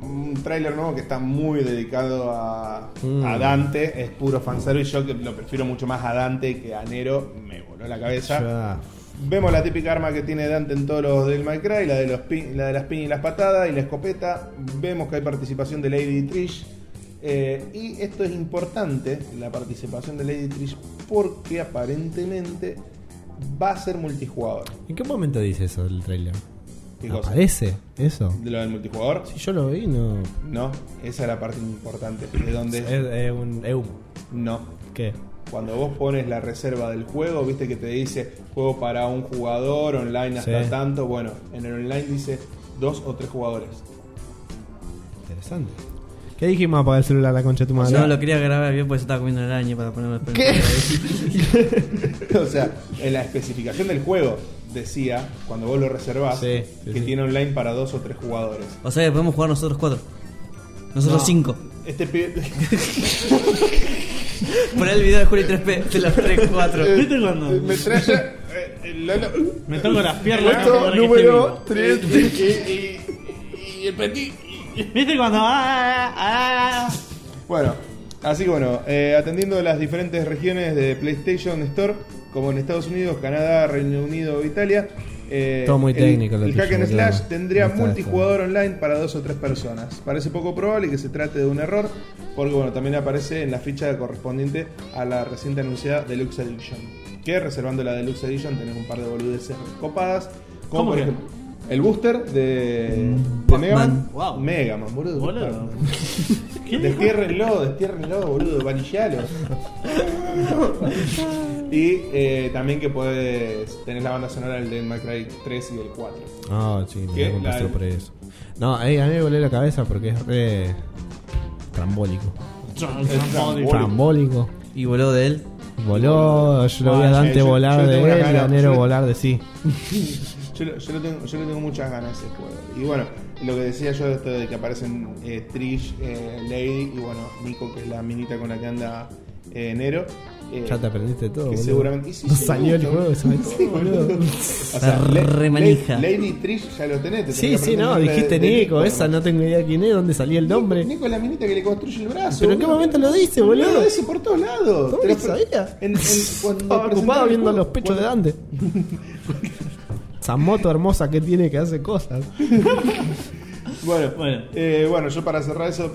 Speaker 7: Un tráiler nuevo que está muy dedicado a,
Speaker 2: Mm.
Speaker 7: a Dante. Es puro fanservice. Yo que lo prefiero mucho más a Dante que a Nero. Me voló la cabeza.
Speaker 2: Ya.
Speaker 7: Vemos la típica arma que tiene Dante en todos los del My Cry, la de, los pin- la de las piñas y las patadas y la escopeta. Vemos que hay participación de Lady Trish. Eh, y esto es importante, la participación de Lady Trish, porque aparentemente va a ser multijugador.
Speaker 2: ¿En qué momento dice eso el trailer?
Speaker 7: ¿Qué cosa?
Speaker 2: ¿Aparece eso?
Speaker 7: ¿De lo del multijugador?
Speaker 2: Si yo lo vi, no.
Speaker 7: No, esa es la parte importante. ¿De
Speaker 2: Es,
Speaker 7: dónde?
Speaker 2: es un es humo.
Speaker 7: No.
Speaker 2: ¿Qué?
Speaker 7: Cuando vos pones la reserva del juego, viste que te dice juego para un jugador, online hasta
Speaker 2: Sí.
Speaker 7: tanto. Bueno, en el online dice dos o tres jugadores.
Speaker 2: Interesante. ¿Qué dijimos apagar el celular la concha de tu madre?
Speaker 4: No lo quería grabar bien porque yo estaba comiendo el año para ponerme después.
Speaker 7: o sea, en la especificación del juego decía, cuando vos lo reservás,
Speaker 2: Sí, sí,
Speaker 7: que
Speaker 2: sí.
Speaker 7: tiene online para dos o tres jugadores.
Speaker 4: O sea que podemos jugar nosotros cuatro. Nosotros
Speaker 7: No.
Speaker 4: cinco.
Speaker 7: Este pibe...
Speaker 4: Poné el video de Juli 3P de las 3, 4.
Speaker 2: Eh,
Speaker 3: ¿Viste cuando?
Speaker 7: Me trae... eh, el Lolo...
Speaker 3: Me toco las piernas.
Speaker 7: Puesto
Speaker 3: para que esté
Speaker 7: número
Speaker 3: vivo.
Speaker 7: 3 y el petit...
Speaker 3: ¿Viste cuando.? ah, ah, ah?
Speaker 7: Bueno, así que bueno, eh, atendiendo las diferentes regiones de PlayStation Store, como en Estados Unidos, Canadá, Reino Unido, Italia. eh,
Speaker 2: Todo muy
Speaker 7: el-
Speaker 2: técnico lo
Speaker 7: El,
Speaker 2: tuyo,
Speaker 7: Hack and
Speaker 2: boludo.
Speaker 7: Slash tendría
Speaker 2: No está
Speaker 7: multijugador online para dos o tres personas. Parece poco probable que se trate de un error, porque bueno, también aparece en la ficha correspondiente a la reciente anunciada Deluxe Edition. Que reservando la Deluxe Edition tenés un par de boludeces copadas, como
Speaker 3: ¿Cómo
Speaker 7: por
Speaker 3: que?
Speaker 7: ejemplo el booster de,
Speaker 2: Mm.
Speaker 7: de Mega Man.
Speaker 4: Pac-Man.
Speaker 3: Wow.
Speaker 7: Mega Man, boludo.
Speaker 3: Boludo. ¿Qué dijo?
Speaker 7: Destiérrenlo, destiérrenlo, boludo, vanillalo. y eh, también que puedes tener la banda sonora del Devil May Cry 3 y del 4.
Speaker 2: Ah, sí, me
Speaker 7: ¿Qué?
Speaker 2: voy a comprar
Speaker 7: La-
Speaker 2: solo por eso. No, eh, a mí me volé la cabeza porque es re. trambólico.
Speaker 3: Tran- tran-
Speaker 7: Bólico.
Speaker 2: Trambólico.
Speaker 4: Y voló de él.
Speaker 2: Voló, yo lo vi a
Speaker 7: Ah,
Speaker 2: Dante
Speaker 7: che, yo-
Speaker 2: volar
Speaker 7: yo tengo una
Speaker 2: de él,
Speaker 7: gana,
Speaker 2: a Nero
Speaker 7: yo-
Speaker 2: volar de sí.
Speaker 7: Yo, lo- yo, lo tengo, yo le tengo muchas ganas a ese juego. Y bueno, lo que decía yo de esto de que aparecen eh, Trish, eh, Lady y bueno, Nico, que es la minita con la que anda eh, enero. eh,
Speaker 2: Ya te aprendiste todo.
Speaker 7: que
Speaker 2: boludo.
Speaker 7: seguramente. y sí,
Speaker 2: No
Speaker 7: sí,
Speaker 2: salió el
Speaker 7: boludo.
Speaker 2: juego, ¿sabes? Sí, boludo.
Speaker 7: O sea,
Speaker 4: Está
Speaker 7: Le-
Speaker 4: re manija.
Speaker 7: Le- Lady Trish ya lo tenés. te
Speaker 2: Sí,
Speaker 7: tenés que
Speaker 2: sí,
Speaker 7: aprender
Speaker 2: no,
Speaker 7: el nombre
Speaker 2: dijiste
Speaker 7: de- de
Speaker 2: Nico, esa
Speaker 7: nomás.
Speaker 2: no tengo idea quién es, dónde salía el nombre.
Speaker 7: Nico es la minita que le construye el brazo.
Speaker 2: Pero en qué
Speaker 7: boludo.
Speaker 2: momento lo dice,
Speaker 7: Lo
Speaker 2: boludo.
Speaker 7: dice por todos lados.
Speaker 2: ¿Cómo
Speaker 7: Te lo
Speaker 2: lo
Speaker 7: pre-
Speaker 2: sabía?
Speaker 7: En, en- cuando
Speaker 2: Estaba
Speaker 7: presentaron
Speaker 2: ocupado
Speaker 7: el
Speaker 2: viendo
Speaker 7: juego,
Speaker 2: los pechos de
Speaker 7: cuando-
Speaker 2: Dante. Esa moto hermosa que tiene que hace cosas.
Speaker 7: Bueno,
Speaker 3: Bueno.
Speaker 7: eh, bueno, yo para cerrar eso,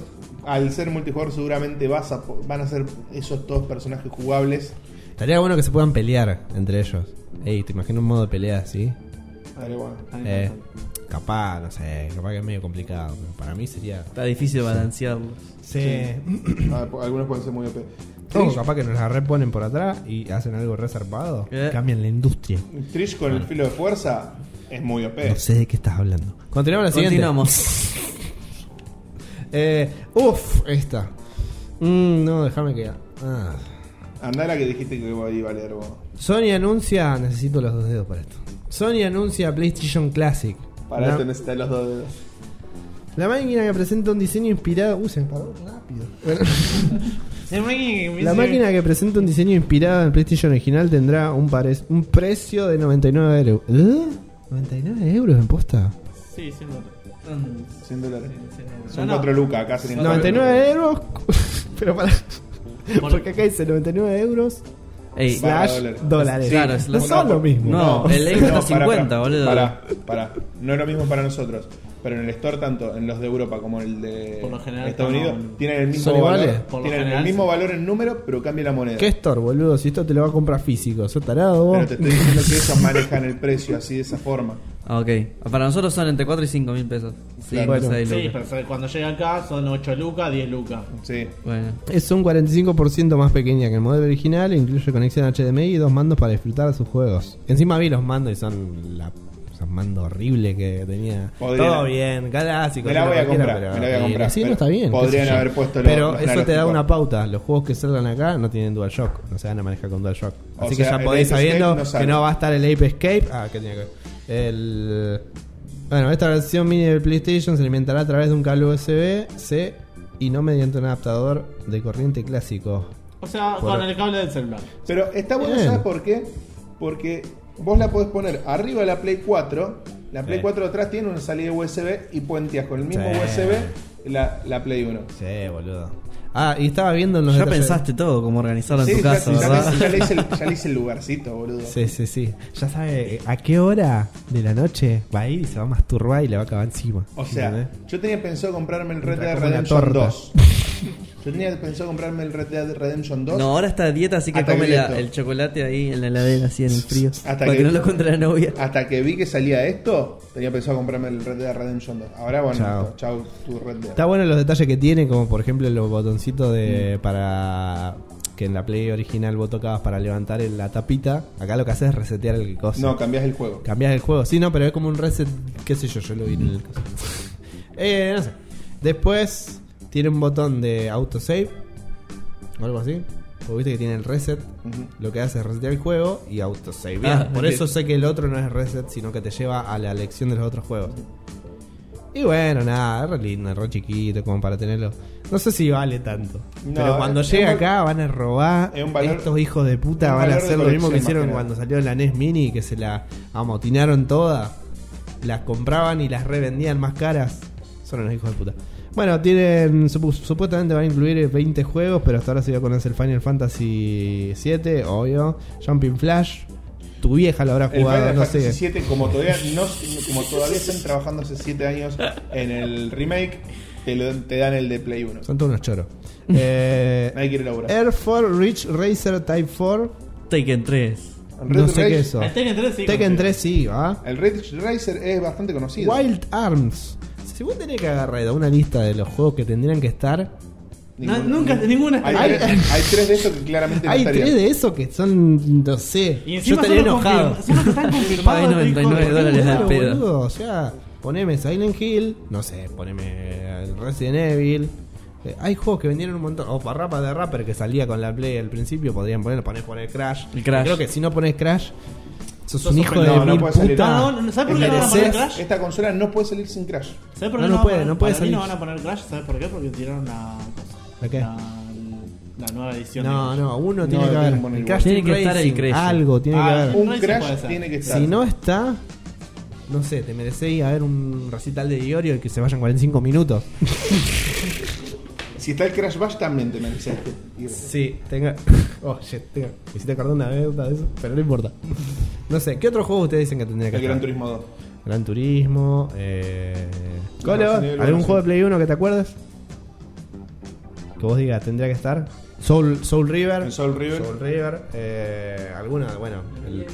Speaker 7: al ser multijugador seguramente vas a, po- van a ser esos dos personajes jugables.
Speaker 2: Estaría bueno que se puedan pelear entre ellos. Ey, te imagino un modo de pelea así.
Speaker 7: Dale, bueno.
Speaker 2: Eh, capaz, no sé, capaz que es medio complicado. Pero para mí sería.
Speaker 4: Está difícil balancearlos.
Speaker 2: Sí.
Speaker 7: Ah, po- Algunos pueden ser muy OP.
Speaker 2: O
Speaker 7: Trish,
Speaker 2: capaz que nos la reponen por atrás y hacen algo reservado.
Speaker 4: Eh.
Speaker 2: Cambian la industria.
Speaker 7: Trish con el filo de fuerza es muy OP.
Speaker 2: No sé de qué estás hablando. Continuamos la siguiente.
Speaker 4: Continuamos.
Speaker 2: Eh, uf, esta. Mm, no, déjame que. Ah.
Speaker 7: Andá la que dijiste que iba a valer vos.
Speaker 2: Sony anuncia. Necesito los dos dedos para esto. Sony anuncia PlayStation Classic.
Speaker 7: Para este
Speaker 2: La-
Speaker 7: esto necesitas los dos dedos.
Speaker 2: La máquina que presenta un diseño inspirado. Uh, se me paró rápido. Bueno, la máquina que presenta un diseño inspirado en el PlayStation original tendrá un, pare- un precio de 99 euros. ¿Eh? ¿99 euros en posta?
Speaker 3: Sí, sí, no.
Speaker 7: 100 dólares.
Speaker 3: No,
Speaker 7: Son
Speaker 3: no.
Speaker 7: 4 lucas, acá serían cuatro
Speaker 2: 99 euros. Pero para. Porque acá dice 99 euros
Speaker 4: Ey,
Speaker 7: Va.
Speaker 2: slash
Speaker 7: dólares.
Speaker 2: dólares.
Speaker 4: Sí, claro,
Speaker 2: no
Speaker 4: slash-
Speaker 2: son lo mismo.
Speaker 4: No,
Speaker 7: No,
Speaker 4: el extra
Speaker 7: no,
Speaker 4: está
Speaker 7: pará,
Speaker 4: 50,
Speaker 7: pará,
Speaker 4: boludo.
Speaker 7: Pará, pará. No es lo mismo para nosotros. Pero en el store, tanto en los de Europa como el de
Speaker 3: Por lo general
Speaker 7: Estados
Speaker 3: estamos-
Speaker 7: Unidos, tienen el mismo
Speaker 2: ¿Son
Speaker 7: valor.
Speaker 2: iguales?
Speaker 3: Por lo
Speaker 7: Tienen el
Speaker 3: general,
Speaker 7: mismo
Speaker 3: sí.
Speaker 7: valor en número, pero cambia la moneda.
Speaker 2: ¿Qué store, boludo? Si esto te lo va a comprar físico, ¿sos tarado vos?
Speaker 7: Pero te estoy diciendo que ellos manejan el precio así de esa forma.
Speaker 4: Ah, Ok. Para nosotros son entre 4 y 5 mil pesos. Sí,
Speaker 7: Claro.
Speaker 4: no sé,
Speaker 2: Bueno.
Speaker 4: ahí
Speaker 3: Sí,
Speaker 4: lo-
Speaker 3: pero ¿sabes? cuando llega acá son 8 lucas, 10 lucas.
Speaker 7: Sí.
Speaker 4: Bueno.
Speaker 2: Es un 45% más pequeña que el modelo original, e incluye conexión HDMI y dos mandos para disfrutar de sus juegos. Encima vi los mandos y son la esos mandos horribles que tenía.
Speaker 7: Podrían-
Speaker 2: Todo bien, clásico.
Speaker 7: Me la
Speaker 2: sí,
Speaker 7: voy a
Speaker 2: cualquiera,
Speaker 7: comprar, me la voy a
Speaker 2: eh,
Speaker 7: comprar,
Speaker 2: Sí, no
Speaker 7: pero
Speaker 2: está bien. qué
Speaker 7: podrían
Speaker 2: sé yo.
Speaker 7: haber puesto los-
Speaker 2: Pero
Speaker 7: los
Speaker 2: eso te da
Speaker 7: analógicos.
Speaker 2: una pauta. Los juegos que salgan acá no tienen DualShock, no se van a manejar con DualShock.
Speaker 7: O
Speaker 2: Así
Speaker 7: sea,
Speaker 2: que ya
Speaker 7: el
Speaker 2: podéis
Speaker 7: Ape Escape
Speaker 2: sabiendo
Speaker 7: no sale.
Speaker 2: que no va a estar el Ape Escape. Ah, que tenía que ver. El. Bueno, esta versión mini del PlayStation se alimentará a través de un cable USB-C y no mediante un adaptador de corriente clásico.
Speaker 3: O sea,
Speaker 2: Por-
Speaker 3: con el cable del celular.
Speaker 7: Pero está bueno,
Speaker 2: Bien.
Speaker 7: ¿sabes por qué? Porque vos la podés poner arriba de la Play 4. La Play
Speaker 2: Sí.
Speaker 7: 4 atrás tiene una salida USB y puenteas con el mismo
Speaker 2: Sí.
Speaker 7: USB la, la Play 1.
Speaker 2: Sí, boludo. Ah, y estaba viendo en los
Speaker 4: Ya
Speaker 2: detalles-
Speaker 4: pensaste todo cómo organizarlo en
Speaker 7: Sí,
Speaker 4: tu
Speaker 7: ya,
Speaker 4: casa,
Speaker 7: ya le-
Speaker 4: ¿verdad?
Speaker 7: ya le hice el, ya le hice el lugarcito, boludo.
Speaker 2: Sí, sí, sí. Ya sabe eh, a qué hora de la noche va a ir y se va a masturbar y le va a acabar encima.
Speaker 7: O sea,
Speaker 2: ¿Entendés?
Speaker 7: yo tenía pensado comprarme el Red
Speaker 2: Entra
Speaker 7: Dead
Speaker 2: como
Speaker 7: Redemption
Speaker 2: una torta.
Speaker 7: 2. Yo tenía pensado comprarme el Red Dead Redemption 2.
Speaker 4: No, ahora está a dieta, así que
Speaker 7: Hasta que
Speaker 4: come la-
Speaker 7: esto.
Speaker 4: el chocolate ahí en la heladera, así en el frío.
Speaker 7: Hasta
Speaker 4: para
Speaker 7: que-
Speaker 4: que, no lo contra la novia.
Speaker 7: Hasta que vi que salía esto, tenía pensado comprarme el Red Dead Redemption 2. Ahora, bueno,
Speaker 2: Chao.
Speaker 7: chao, tu Red Dead.
Speaker 2: Está bueno los detalles que tiene, como por ejemplo los botoncitos de para que en la play original vos tocabas para levantar el- la tapita. Acá lo que haces es resetear el coso.
Speaker 7: No, cambiás el juego.
Speaker 2: Cambias el juego. Sí, no, pero es como un reset, qué sé yo, yo lo vi en
Speaker 7: Mm.
Speaker 2: el coso. eh, no sé. Después tiene un botón de autosave o algo así. Porque viste que tiene el reset.
Speaker 7: Ujú.
Speaker 2: Lo que hace es resetear el juego y autosave.
Speaker 4: Ah,
Speaker 2: Por
Speaker 4: ok.
Speaker 2: eso sé que el otro no es reset, sino que te lleva a la elección de los otros juegos. Y bueno, nada, es re lindo, es re chiquito, como para tenerlo. No sé si vale tanto.
Speaker 7: No,
Speaker 2: pero cuando
Speaker 7: es-
Speaker 2: llega
Speaker 7: es un val-
Speaker 2: acá van a robar.
Speaker 7: es un valor-
Speaker 2: estos hijos de
Speaker 7: es
Speaker 2: puta
Speaker 7: un
Speaker 2: van a
Speaker 7: valor de
Speaker 2: hacer lo mismo que
Speaker 7: colección, más
Speaker 2: hicieron
Speaker 7: que
Speaker 2: cuando
Speaker 7: nada.
Speaker 2: salió la NES Mini, que se la amotinaron toda. Las compraban y las revendían más caras. Son unos hijos de puta. Bueno, tienen supu- supuestamente van a incluir 20 juegos, pero hasta ahora se dio a conocer el Final Fantasy 7, obvio. Jumping Flash. Tu vieja lo habrá
Speaker 7: El
Speaker 2: jugado,
Speaker 7: Final
Speaker 2: no
Speaker 7: Fantasy
Speaker 2: sé.
Speaker 7: VII, como todavía, no, como todavía están trabajando hace 7 años en el remake, te, lo- te dan el de Play 1.
Speaker 2: Son todos unos choros. Eh,
Speaker 7: Nadie quiere laburar.
Speaker 2: Air Force Rich Racer Type 4.
Speaker 4: Taken 3.
Speaker 7: Red
Speaker 2: no sé
Speaker 7: Rage-
Speaker 2: qué es eso.
Speaker 3: El Tekken 3 sí.
Speaker 2: Tekken
Speaker 3: con-
Speaker 2: 3 sí, ¿ah? ¿va?
Speaker 7: El Red Racer es bastante conocido.
Speaker 2: Wild Arms. Si vos tenés que agarrar de una lista de los juegos que tendrían que estar,
Speaker 3: No, nunca, ninguna
Speaker 7: Hay,
Speaker 3: está-
Speaker 7: tres, hay tres de estos que claramente no
Speaker 2: hay
Speaker 7: estarían.
Speaker 2: tres de esos que son, no sé.
Speaker 3: Y
Speaker 4: Yo
Speaker 3: encima
Speaker 4: estaría
Speaker 3: son los
Speaker 4: enojado.
Speaker 3: confirma- son los que están confirmados.
Speaker 4: Pagué
Speaker 3: dijo.
Speaker 4: 99 dólares al
Speaker 2: Claro,
Speaker 4: pedo.
Speaker 2: boludo, o sea, poneme Silent Hill, no sé, poneme el Resident Evil. Eh, Hay juegos que vendieron un montón. O Parrapa de Rapper que salía con la Play al principio, podrían poner, poner, poner Crash.
Speaker 4: El Crash.
Speaker 2: Creo que si no pones Crash, sos
Speaker 3: Sos un
Speaker 2: un hijo de
Speaker 7: pendejo. No, no
Speaker 2: mil
Speaker 7: puede salir.
Speaker 2: puta.
Speaker 3: No, no, no, ¿sabes por qué no van a
Speaker 2: Mereces-
Speaker 3: poner Crash?
Speaker 7: Esta consola no puede salir sin Crash.
Speaker 3: ¿Sabes por
Speaker 2: No,
Speaker 3: qué
Speaker 2: no
Speaker 3: van a
Speaker 2: puede,
Speaker 3: poner-
Speaker 2: no puede
Speaker 3: para mí no
Speaker 2: salir.
Speaker 3: van a poner Crash, ¿sabes por qué? Porque tiraron la cosa.
Speaker 2: ¿La qué?
Speaker 3: La, la nueva edición.
Speaker 2: No,
Speaker 3: digamos.
Speaker 2: no, uno
Speaker 7: No,
Speaker 2: tiene que
Speaker 7: tienen que
Speaker 2: haber.
Speaker 7: poner
Speaker 2: El
Speaker 7: igual.
Speaker 2: Crash
Speaker 4: Tiene
Speaker 2: Team
Speaker 4: que estar el
Speaker 2: Racing,
Speaker 4: Crash.
Speaker 2: Algo tiene que
Speaker 7: Ah,
Speaker 2: haber.
Speaker 7: un
Speaker 3: Racing puede
Speaker 7: Crash
Speaker 3: ser.
Speaker 7: tiene que estar.
Speaker 2: Si no está, no sé, te merecés ir a ver un recital de Diorio y que se vayan 45 minutos.
Speaker 7: Si está el Crash Bash también te mereces. este ir.
Speaker 2: Oh, Sí, tenga. Oye, tenga. Me hiciste acordar una deuda de eso, pero no importa. No sé, ¿qué otros juegos ustedes dicen que tendría que
Speaker 7: El Gran
Speaker 2: estar?
Speaker 7: Turismo 2.
Speaker 2: Gran Turismo. Eh... Colo,
Speaker 7: Resident Evil
Speaker 2: ¿algún
Speaker 7: uno,
Speaker 2: juego de
Speaker 7: sí.
Speaker 2: Play 1 que te acuerdes? Que vos digas, tendría que estar. Soul, Soul River.
Speaker 7: El Soul River.
Speaker 2: Soul River. Eh, alguna, bueno. el-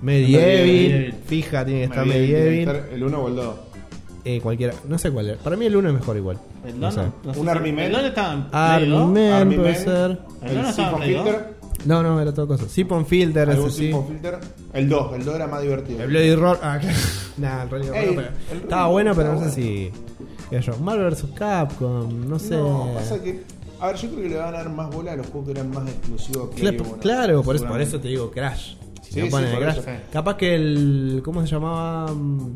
Speaker 7: Medieval.
Speaker 2: Medieval. Fija, tiene que estar
Speaker 7: Medieval, tiene que
Speaker 2: Medieval.
Speaker 7: estar ¿El 1 o el 2?
Speaker 2: Eh, cualquiera. No sé cuál es. Para mí el 1 es mejor igual.
Speaker 3: ¿El
Speaker 2: No
Speaker 3: Dono?
Speaker 2: sé.
Speaker 3: No sé
Speaker 7: Un
Speaker 3: si-
Speaker 7: Army Man.
Speaker 3: ¿El Dono estaba en Play dos?
Speaker 2: Armin
Speaker 7: Army
Speaker 2: puede
Speaker 7: Man.
Speaker 2: ser.
Speaker 3: ¿El uno
Speaker 7: El
Speaker 3: estaba
Speaker 7: Siphon
Speaker 3: en Play dos?
Speaker 7: Filter.
Speaker 2: No, no, era todo cosa. Sipon Filter,
Speaker 7: ¿Algún
Speaker 2: ese sí.
Speaker 7: Siphon Filter? El 2, el 2 era más divertido.
Speaker 2: El Bloody Roar. Ah, claro. Nah, el Bloody Roar.
Speaker 7: Ey,
Speaker 2: no, pero-
Speaker 7: el Bloody
Speaker 2: estaba
Speaker 7: Roar
Speaker 2: bueno, pero
Speaker 7: estaba
Speaker 2: no sé
Speaker 7: bueno.
Speaker 2: si. qué sé yo, Marvel vs. Capcom, no sé.
Speaker 7: No, pasa que. A ver, yo creo que le van a dar más bola a los juegos que eran más exclusivos. a Play
Speaker 2: Claro,
Speaker 7: uno,
Speaker 2: claro, por eso, por
Speaker 7: seguramente.
Speaker 2: eso te digo Crash. Si
Speaker 7: Sí,
Speaker 2: no
Speaker 7: sí,
Speaker 2: ponen
Speaker 7: por
Speaker 2: Crash.
Speaker 7: eso.
Speaker 2: Capaz que el. ¿Cómo se llamaba? Mm,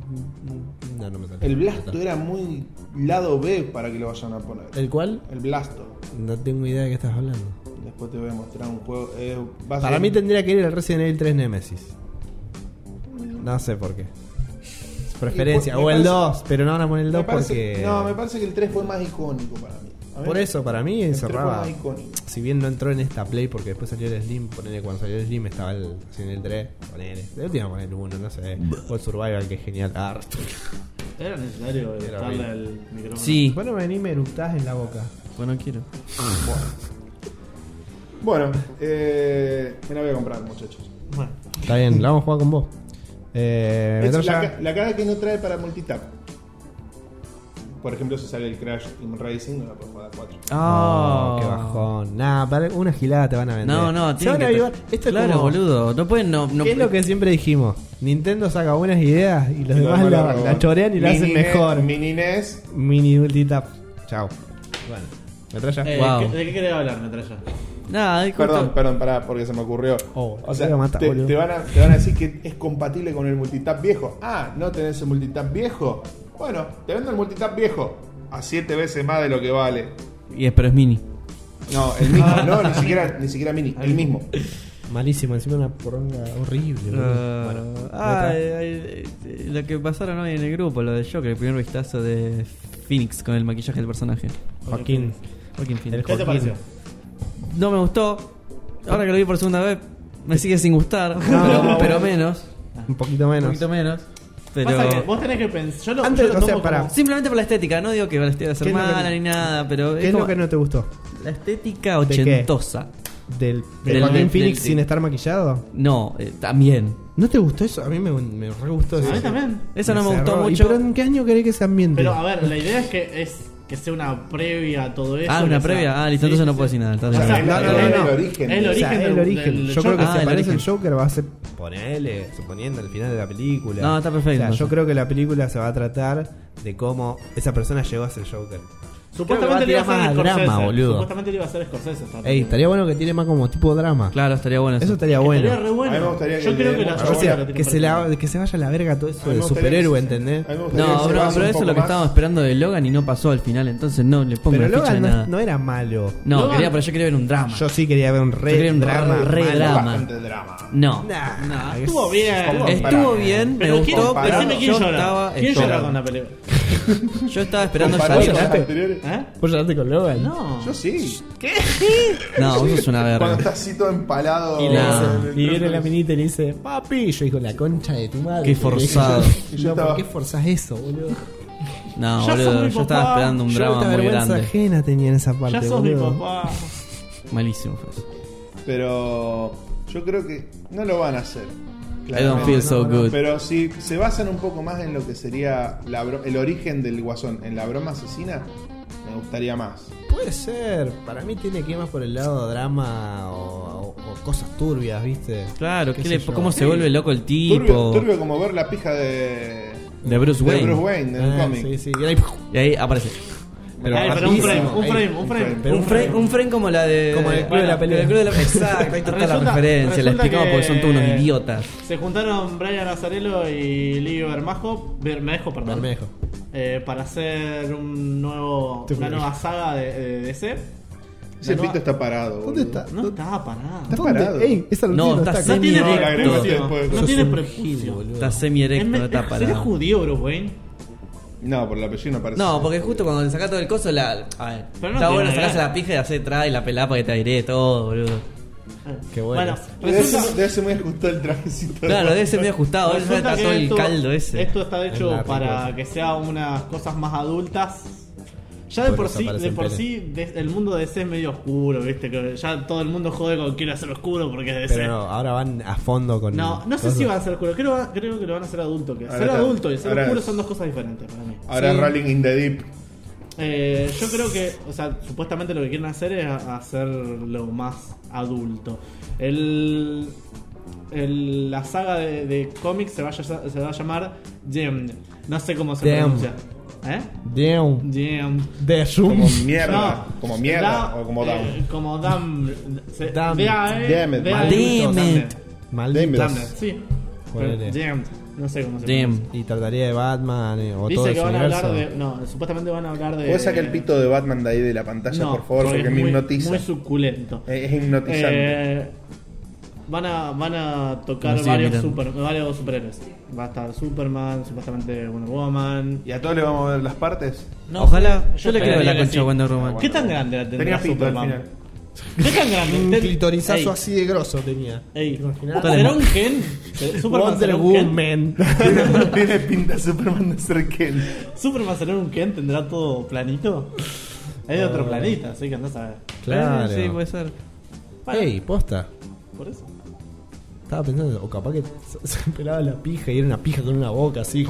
Speaker 2: No, no me sale.
Speaker 7: El Blasto era muy lado B para que lo vayan a poner. El,
Speaker 2: ¿El cual?
Speaker 7: Blasto.
Speaker 2: No tengo idea de qué estás hablando.
Speaker 7: Después te voy a mostrar un juego. eh, va a
Speaker 2: Para
Speaker 7: ser-
Speaker 2: mí tendría que ir el Resident Evil 3 Nemesis. No sé por qué. Es preferencia.
Speaker 7: Me
Speaker 2: o el
Speaker 7: parece-
Speaker 2: 2, pero no van a poner el
Speaker 7: me
Speaker 2: 2
Speaker 7: parece-
Speaker 2: porque.
Speaker 7: No, me parece que el 3 fue más icónico para mí. A mí
Speaker 2: Por
Speaker 7: me-
Speaker 2: eso, para mí,
Speaker 7: el 3 fue
Speaker 2: encerraba.
Speaker 7: más icónico.
Speaker 2: Si bien no entró en esta play porque después salió el Slim, ponele cuando salió el Slim estaba el, en el 3, ponele. De última poner el 1, no sé. O el Survival, que es genial. Ah,
Speaker 3: Era necesario darle
Speaker 2: bien.
Speaker 3: al micrófono.
Speaker 4: Sí.
Speaker 2: bueno, vení, me eructás en la boca.
Speaker 4: Bueno, quiero.
Speaker 7: Bueno, eh, me la voy a comprar, muchachos.
Speaker 3: Bueno,
Speaker 2: Está bien, la vamos a jugar con vos. Eh,
Speaker 7: Es
Speaker 2: Metralla,
Speaker 7: la, ca- la caja que no trae para multitap. Por ejemplo, si sale el Crash Team Racing, no la puedo jugar a 4.
Speaker 4: Ah,
Speaker 2: Oh, qué bajón. Nah, para una gilada te van a vender.
Speaker 4: No,
Speaker 2: Se
Speaker 4: no,
Speaker 2: van
Speaker 4: tienen
Speaker 2: a
Speaker 4: que-
Speaker 2: avivar. Esto
Speaker 4: claro,
Speaker 2: es como-
Speaker 4: boludo. No pueden, no. no
Speaker 2: ¿Qué es lo que siempre dijimos? Nintendo saca buenas ideas y los
Speaker 7: Y lo
Speaker 2: demás
Speaker 7: demás
Speaker 2: la,
Speaker 7: lo roban.
Speaker 2: la chorean y la
Speaker 7: Mini
Speaker 2: hacen
Speaker 7: NES-
Speaker 2: mejor.
Speaker 7: Mini NES.
Speaker 2: Mini multitap. Chao. Bueno, metralla.
Speaker 3: eh,
Speaker 4: Wow.
Speaker 3: ¿qué- ¿de qué querés hablar, Metralla?
Speaker 4: Nada, es justo-
Speaker 7: Perdón, perdón, pará, porque se me ocurrió.
Speaker 2: Oh,
Speaker 7: o
Speaker 2: te
Speaker 7: sea,
Speaker 2: voy a matar,
Speaker 7: te,
Speaker 2: boludo.
Speaker 7: te van a, te van a decir que es compatible con el multitap viejo. Ah, ¿no tenés el multitap viejo? Bueno, te vendo el multitap viejo a 7 veces más de lo que vale.
Speaker 4: Y es, pero es mini.
Speaker 7: No, el mismo, no, ni siquiera, ni siquiera mini, el mismo.
Speaker 2: Malísimo, encima una poronga horrible. boludo. bueno,
Speaker 4: ah,
Speaker 2: metralla.
Speaker 4: eh, eh, lo que pasaron hoy en el grupo, lo de Joker, el primer vistazo de Phoenix con el maquillaje del personaje.
Speaker 2: Joaquín.
Speaker 4: Joaquin Phoenix.
Speaker 3: ¿Qué te pareció?
Speaker 4: No me gustó. Ahora que lo vi por segunda vez, me sigue sin gustar. pero, pero menos.
Speaker 2: Un poquito menos.
Speaker 4: Un poquito menos. Pero.
Speaker 3: Pasa que vos tenés que pensar. Yo lo,
Speaker 2: Antes,
Speaker 3: yo lo
Speaker 2: o sea,
Speaker 3: tomo
Speaker 2: pará.
Speaker 3: como-
Speaker 4: Simplemente por la estética, no digo que la estética
Speaker 2: ¿Qué
Speaker 4: sea
Speaker 2: es lo que-
Speaker 4: mala ni nada, pero
Speaker 2: ¿Qué es
Speaker 4: como
Speaker 2: lo que no te gustó?
Speaker 4: la estética
Speaker 2: ¿De qué?
Speaker 4: ochentosa.
Speaker 2: ¿Del, de
Speaker 4: Del-
Speaker 2: Joaquín
Speaker 4: del-
Speaker 2: Phoenix
Speaker 4: del-
Speaker 2: sin estar maquillado?
Speaker 4: No, eh, también.
Speaker 2: ¿No te gustó eso? A mí me, me re gustó eso.
Speaker 3: A mí también.
Speaker 4: Eso no me
Speaker 2: cerró.
Speaker 4: gustó
Speaker 2: ¿Y
Speaker 4: mucho.
Speaker 2: ¿Pero en qué año querés que se ambiente?
Speaker 3: Pero a ver, la idea es que es que sea una previa a todo eso.
Speaker 4: Ah, una
Speaker 3: que sea-
Speaker 4: previa. Ah, listo, entonces no puedo decir nada. Eh,
Speaker 3: O
Speaker 4: Entonces,
Speaker 3: sea,
Speaker 7: No, no, no, no,
Speaker 3: es-
Speaker 7: no.
Speaker 3: es El
Speaker 7: O
Speaker 2: O
Speaker 3: origen.
Speaker 2: sea, el
Speaker 3: del-
Speaker 2: origen.
Speaker 3: del
Speaker 2: yo creo que
Speaker 4: Joker.
Speaker 2: si
Speaker 4: Ah, el
Speaker 2: aparece el
Speaker 4: origen.
Speaker 2: Joker va a ser. Ponele, suponiendo al final de la película.
Speaker 4: No, está perfecto,
Speaker 2: O sea, yo
Speaker 4: entonces.
Speaker 2: creo que la película se va a tratar de cómo esa persona llegó a ser Joker.
Speaker 3: Supuestamente le iba a
Speaker 2: Creo que va a
Speaker 3: hacer
Speaker 2: tirar más
Speaker 3: Scorsese.
Speaker 2: drama, boludo.
Speaker 3: Supuestamente le iba a hacer Scorsese. esta
Speaker 2: Ey,
Speaker 3: película.
Speaker 2: estaría bueno que tiene más como tipo drama.
Speaker 4: Claro, estaría bueno eso.
Speaker 2: Eso estaría
Speaker 3: Estaría
Speaker 2: bueno.
Speaker 3: re bueno.
Speaker 7: A mí me gustaría
Speaker 3: Yo
Speaker 7: que
Speaker 3: creo
Speaker 7: le
Speaker 3: que la
Speaker 7: demos
Speaker 2: O
Speaker 7: más
Speaker 3: Joker
Speaker 2: sea,
Speaker 3: lo tiene
Speaker 2: que se, la,
Speaker 3: perfecto.
Speaker 2: que se vaya a la verga todo eso
Speaker 7: A mí
Speaker 2: de
Speaker 7: me gustaría
Speaker 2: superhéroe,
Speaker 7: que se-
Speaker 2: ¿entendés?
Speaker 7: a mí me gustaría que
Speaker 4: No,
Speaker 7: se
Speaker 4: bro,
Speaker 7: vaya
Speaker 4: pero
Speaker 7: un
Speaker 4: eso es
Speaker 7: poco
Speaker 4: lo que
Speaker 7: más.
Speaker 4: estaba esperando de Logan y no pasó al final, entonces no le pongo
Speaker 2: Pero
Speaker 4: la ficha de
Speaker 2: Logan no,
Speaker 4: nada.
Speaker 2: no era malo.
Speaker 4: No,
Speaker 3: Logan-
Speaker 4: quería, pero yo quería ver un drama.
Speaker 2: Yo sí quería ver un
Speaker 4: Yo
Speaker 2: re
Speaker 4: quería un
Speaker 2: drama.
Speaker 4: re
Speaker 2: malo.
Speaker 4: drama.
Speaker 7: Bastante drama.
Speaker 4: No.
Speaker 2: Nah,
Speaker 4: Nah,
Speaker 2: es-
Speaker 3: Estuvo bien.
Speaker 7: Comparado.
Speaker 4: Estuvo bien, me
Speaker 3: Pero ¿quién,
Speaker 4: gustó,
Speaker 7: comparado.
Speaker 4: pero
Speaker 3: decime quién
Speaker 4: yo
Speaker 3: llora.
Speaker 4: estaba
Speaker 3: ¿Quién llora con
Speaker 4: llorando.
Speaker 3: la película?
Speaker 4: Yo estaba esperando
Speaker 7: Comparado
Speaker 4: esa-
Speaker 7: con las
Speaker 2: lloraste?
Speaker 7: anteriores.
Speaker 3: ¿Eh?
Speaker 2: ¿Vos lloraste con Logan?
Speaker 3: No.
Speaker 7: Yo sí.
Speaker 4: No, vos sos una
Speaker 7: Cuando
Speaker 4: verga.
Speaker 7: estás así todo empalado.
Speaker 4: Y la-
Speaker 7: en el-
Speaker 2: Y viene la minita y le dice, papi, y yo digo, la concha de tu madre.
Speaker 4: Qué forzado.
Speaker 2: Y
Speaker 7: Yo
Speaker 2: yo,
Speaker 7: estaba-
Speaker 2: ¿por qué forzás eso, boludo?
Speaker 4: No,
Speaker 3: Ya sos
Speaker 4: boludo,
Speaker 3: mi
Speaker 4: yo estaba
Speaker 3: papá.
Speaker 4: esperando un
Speaker 2: Yo
Speaker 4: drama
Speaker 2: esta
Speaker 4: muy
Speaker 2: vergüenza
Speaker 4: grande.
Speaker 2: ajena tenía en esa parte,
Speaker 3: Ya sos mi
Speaker 2: boludo.
Speaker 3: papá.
Speaker 4: Malísimo fue eso.
Speaker 7: Pero yo creo que no lo van a hacer.
Speaker 4: I don't feel so good.
Speaker 7: Pero si se basan un poco más en lo que sería la bro- el origen del guasón, en la broma asesina, me gustaría más.
Speaker 2: Puede ser, para mí tiene que ir más por el lado drama o, o- o cosas turbias, ¿viste?
Speaker 4: Claro,
Speaker 2: Qué
Speaker 4: ¿qué
Speaker 2: sé
Speaker 4: le-
Speaker 2: yo.
Speaker 4: ¿cómo se vuelve loco el
Speaker 7: Turbio,
Speaker 4: tipo?
Speaker 7: turbio como ver la pija de,
Speaker 4: De Bruce
Speaker 7: de
Speaker 4: Wayne.
Speaker 7: Bruce Wayne en el
Speaker 2: Ah,
Speaker 7: cómic.
Speaker 2: sí, sí, y ahí-
Speaker 4: Y ahí aparece.
Speaker 3: Pero, pero un frame, un
Speaker 2: ahí,
Speaker 3: frame, un frame.
Speaker 7: frame.
Speaker 2: Pero
Speaker 4: un, frame, un frame como la de.
Speaker 2: Como el club de la pelea.
Speaker 4: El club de la- Exacto, ahí está la
Speaker 3: Resulta-
Speaker 4: referencia.
Speaker 3: resulta
Speaker 4: La explicamos
Speaker 3: que-
Speaker 4: porque son todos unos idiotas.
Speaker 3: Se juntaron Brian Azarelo y Livio Bermejo, Bermejo, perdón,
Speaker 2: Bermejo.
Speaker 3: eh, para hacer un nuevo,
Speaker 2: Te
Speaker 3: una
Speaker 2: fui.
Speaker 3: nueva saga de, de DC.
Speaker 7: Ese
Speaker 3: La
Speaker 7: pito
Speaker 3: nueva-
Speaker 7: está parado.
Speaker 2: ¿Dónde
Speaker 7: boludo.
Speaker 2: está?
Speaker 3: No estaba para nada.
Speaker 7: Está parado.
Speaker 2: Ey, esa
Speaker 4: No,
Speaker 2: no,
Speaker 4: está
Speaker 3: No
Speaker 4: Ni
Speaker 3: tiene
Speaker 4: no, la
Speaker 7: agregaste
Speaker 3: prejuicio.
Speaker 7: después.
Speaker 3: No
Speaker 7: Sos
Speaker 3: tiene
Speaker 2: un gil,
Speaker 3: prejuicio.
Speaker 2: boludo.
Speaker 4: Está semi-erecto,
Speaker 3: Es me-
Speaker 4: no está
Speaker 3: es-
Speaker 4: parado.
Speaker 3: ¿Eres judío, Bruce Wayne?
Speaker 7: No, por el apellido no parece.
Speaker 4: No, porque justo cuando le sacás todo el coso, la. A ver,
Speaker 3: Pero no
Speaker 4: está
Speaker 3: tiene nada
Speaker 4: bueno sacás
Speaker 3: que ver.
Speaker 4: la pija y haces atrás y la pelá para que te aire todo, boludo.
Speaker 2: Qué bueno.
Speaker 7: De
Speaker 3: resulta-
Speaker 7: ese, de ese me gustó el trajecito.
Speaker 4: Claro, debe ser medio ajustado. Ahora
Speaker 3: Resulta
Speaker 4: está
Speaker 3: que
Speaker 4: todo el
Speaker 3: esto-
Speaker 4: caldo ese.
Speaker 3: Esto está
Speaker 2: Es
Speaker 3: hecho
Speaker 2: la
Speaker 3: para
Speaker 2: riqueza.
Speaker 3: que sea unas cosas más adultas. Ya de
Speaker 2: Por
Speaker 3: por
Speaker 2: eso
Speaker 3: sí, de
Speaker 2: aparecen
Speaker 3: por
Speaker 2: peles.
Speaker 3: sí de- el mundo de DC es medio oscuro, ¿viste? Que ya todo el mundo jode con quiere hacer oscuro porque es DC.
Speaker 2: Pero no, ahora van a fondo con.
Speaker 3: no, no sé si van a ser oscuro, creo, creo que lo van a hacer adulto. Que
Speaker 7: Ahora
Speaker 3: ser
Speaker 7: está-
Speaker 3: adulto y ser
Speaker 7: ahora
Speaker 3: oscuro
Speaker 7: es-
Speaker 3: son dos cosas diferentes para mí.
Speaker 7: Ahora
Speaker 4: Sí.
Speaker 7: Rolling in the Deep.
Speaker 3: Eh, yo creo que, o sea, supuestamente lo que quieren hacer es a- hacerlo más adulto. El, el- la saga de, de cómics se, vaya- se va a llamar Gem. No sé cómo se
Speaker 2: Gem.
Speaker 3: pronuncia. ¿Eh?
Speaker 2: Damn.
Speaker 3: Gem.
Speaker 2: De Zoom.
Speaker 7: Como mierda.
Speaker 3: No,
Speaker 7: Como mierda.
Speaker 3: da-
Speaker 7: o como down.
Speaker 3: eh, como Dam. se-
Speaker 2: Dam.
Speaker 3: D-A-E,
Speaker 7: Damn it,
Speaker 3: D-A-E,
Speaker 4: maldito.
Speaker 3: Damn it.
Speaker 4: Damn it.
Speaker 2: Maldito.
Speaker 3: Damn it, Sí.
Speaker 2: Ponele.
Speaker 3: Gem. No sé cómo se
Speaker 4: Damn.
Speaker 3: pronuncia.
Speaker 2: Y trataría de Batman eh, o todo
Speaker 3: Dice que
Speaker 2: ese
Speaker 3: van a hablar
Speaker 2: universo.
Speaker 3: de. No, supuestamente van a hablar de.
Speaker 7: ¿Puedes sacar el pito de Batman de ahí de la pantalla, por favor? Porque,
Speaker 3: es
Speaker 7: me
Speaker 3: muy-
Speaker 7: hipnotiza.
Speaker 3: Muy suculento.
Speaker 7: Eh, es hipnotizante.
Speaker 3: Eh, van, a, van a tocar
Speaker 4: Me sigue
Speaker 3: varios,
Speaker 4: mirando.
Speaker 3: super, varios superhéroes. Va a estar Superman, supuestamente Wonder Woman.
Speaker 5: ¿Y a todos le vamos a ver las partes?
Speaker 4: Ojalá.
Speaker 3: sé,
Speaker 4: Yo le quiero
Speaker 3: esperaría
Speaker 4: la
Speaker 3: que
Speaker 4: concha
Speaker 3: sí.
Speaker 4: a Wonder Woman.
Speaker 3: ¿Qué tan grande la
Speaker 5: Tenía
Speaker 3: tendría
Speaker 5: pito al
Speaker 3: Superman?
Speaker 5: final.
Speaker 3: ¿Qué tan grande?
Speaker 2: Un
Speaker 3: Ten-
Speaker 2: clitorizazo
Speaker 3: Ey,
Speaker 2: así de grosso tenía.
Speaker 3: ey,
Speaker 4: Todo
Speaker 3: ¿Será
Speaker 4: el-
Speaker 3: un Ken? ¿Superman
Speaker 2: Wonder
Speaker 3: será un Ken?
Speaker 2: Woman.
Speaker 7: Tiene- Tiene pinta Superman de ser Ken.
Speaker 3: ¿Superman será un Ken? ¿Tendrá todo planito? Es de
Speaker 4: Ah.
Speaker 3: otro planeta, así que andás a ver.
Speaker 2: Claro.
Speaker 4: Eh, Sí, puede ser.
Speaker 3: Para,
Speaker 2: Ey, posta.
Speaker 3: Por eso.
Speaker 2: Estaba pensando, o capaz que se- se pelaba la pija y era una pija con una boca así.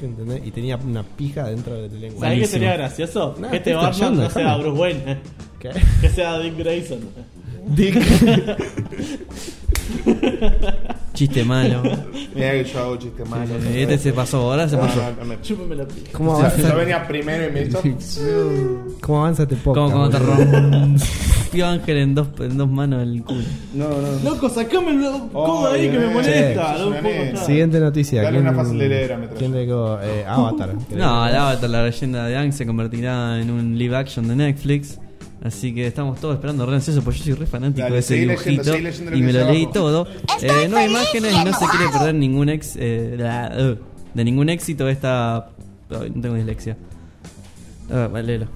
Speaker 2: ¿Entendés? Y tenía una pija dentro de la lengua.
Speaker 3: ¿Sabés qué sería
Speaker 2: Buenísimo.
Speaker 3: gracioso?
Speaker 2: No,
Speaker 3: que este
Speaker 2: estoy
Speaker 3: Batman
Speaker 2: escuchando,
Speaker 3: no sea
Speaker 2: déjame.
Speaker 3: Bruce Wayne, eh.
Speaker 2: ¿Qué?
Speaker 3: que sea Dick Grayson. eh.
Speaker 2: Dick.
Speaker 4: Chiste malo.
Speaker 7: Mira que yo hago chistes malos.
Speaker 4: Este se pasó, ahora se pasó.
Speaker 7: No, no me-
Speaker 3: Chúpame la pija.
Speaker 2: ¿Cómo
Speaker 7: O sea, yo
Speaker 2: avanza?
Speaker 7: venía primero y me hizo.
Speaker 2: ¿Cómo avanza este podcast?
Speaker 4: Como cuando te
Speaker 2: boludo?
Speaker 4: rompió Ángel en dos, en dos manos el culo.
Speaker 7: No,
Speaker 4: Ah.
Speaker 7: no.
Speaker 3: Loco, sacame el codo
Speaker 7: Ay,
Speaker 3: ahí que me
Speaker 7: nene,
Speaker 3: molesta.
Speaker 7: sos
Speaker 3: no
Speaker 7: una
Speaker 3: puedo
Speaker 7: nena.
Speaker 3: contar.
Speaker 2: Siguiente noticia.
Speaker 7: Dale
Speaker 2: ¿Quién-
Speaker 7: una fácil de leer a Metralla.
Speaker 2: ¿Quién le quedó? Eh, Avatar.
Speaker 4: No, el Avatar, la leyenda de Ang se convertirá en un live action de Netflix. Así que estamos todos esperando re ansioso, porque yo soy re fanático
Speaker 7: Dale,
Speaker 4: de ese
Speaker 7: seguí leyendo,
Speaker 4: dibujito
Speaker 7: seguí leyendo lo
Speaker 4: y
Speaker 7: que
Speaker 4: me
Speaker 7: dice
Speaker 4: lo leí
Speaker 7: abajo.
Speaker 4: todo. Eh, no hay imágenes y no se quiere perder ningún ex eh, la- uh, de ningún éxito de esta ay, no tengo dislexia. Ah, vale, léelo.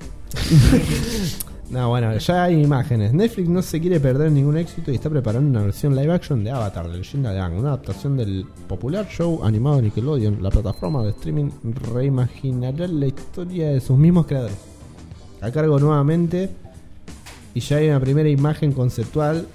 Speaker 2: No, bueno, ya hay imágenes. Netflix no se quiere perder ningún éxito y está preparando una versión live action de Avatar, la leyenda de Aang, una adaptación del popular show animado de Nickelodeon. La plataforma de streaming reimaginará la historia de sus mismos creadores. A cargo nuevamente, y ya hay una primera imagen conceptual.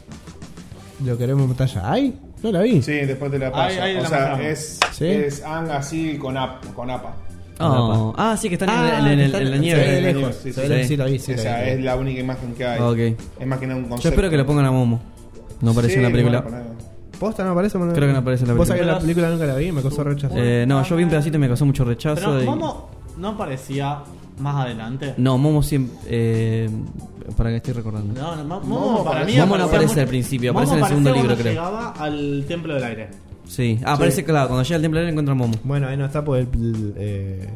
Speaker 2: Lo queremos en pantalla. ¿Hay? No la vi.
Speaker 7: Sí, después te la
Speaker 3: Ahí-
Speaker 7: paso.
Speaker 3: ahí
Speaker 7: o
Speaker 3: la
Speaker 7: sea,
Speaker 3: mostramos.
Speaker 7: es,
Speaker 2: ¿Sí?
Speaker 7: es Ang así con, ap- con APA.
Speaker 4: Oh, ah, sí, que están en- en, en- en la
Speaker 2: Se ve
Speaker 4: nieve.
Speaker 7: en
Speaker 2: lejos.
Speaker 7: Sí,
Speaker 2: se
Speaker 7: sí,
Speaker 2: ve-
Speaker 4: sí.
Speaker 2: sí, la vi, sí, la
Speaker 7: Esa
Speaker 2: vi.
Speaker 7: es la única imagen que hay.
Speaker 4: Ok.
Speaker 7: Es más que nada un concepto.
Speaker 4: Yo espero que lo pongan a Momo. No apareció
Speaker 7: Sí,
Speaker 4: en la película.
Speaker 7: lo van a poner.
Speaker 2: ¿Posta no aparece?
Speaker 4: Creo que no aparece en la
Speaker 2: Vos sabés que
Speaker 4: película.
Speaker 2: la película nunca la vi, me costó rechazar.
Speaker 4: Eh, no, yo vi un pedacito y me causó mucho rechazo.
Speaker 3: Pero
Speaker 4: y-
Speaker 3: Momo no aparecía más adelante.
Speaker 4: No, Momo siempre. Eh, para que estoy recordando.
Speaker 3: No, no, Mo- Momo,
Speaker 7: Momo
Speaker 3: para mí
Speaker 7: aparece-
Speaker 4: Momo no
Speaker 3: aparecía
Speaker 4: aparece
Speaker 3: muy-
Speaker 4: al principio,
Speaker 3: Momo
Speaker 4: aparece en el segundo
Speaker 3: aparecía
Speaker 4: libro,
Speaker 3: cuando llegaba al Templo del Aire.
Speaker 4: Sí. Ah, parece que claro, cuando llega al templo aire encuentra a Momo.
Speaker 2: Bueno, ahí no está por el, el, eh,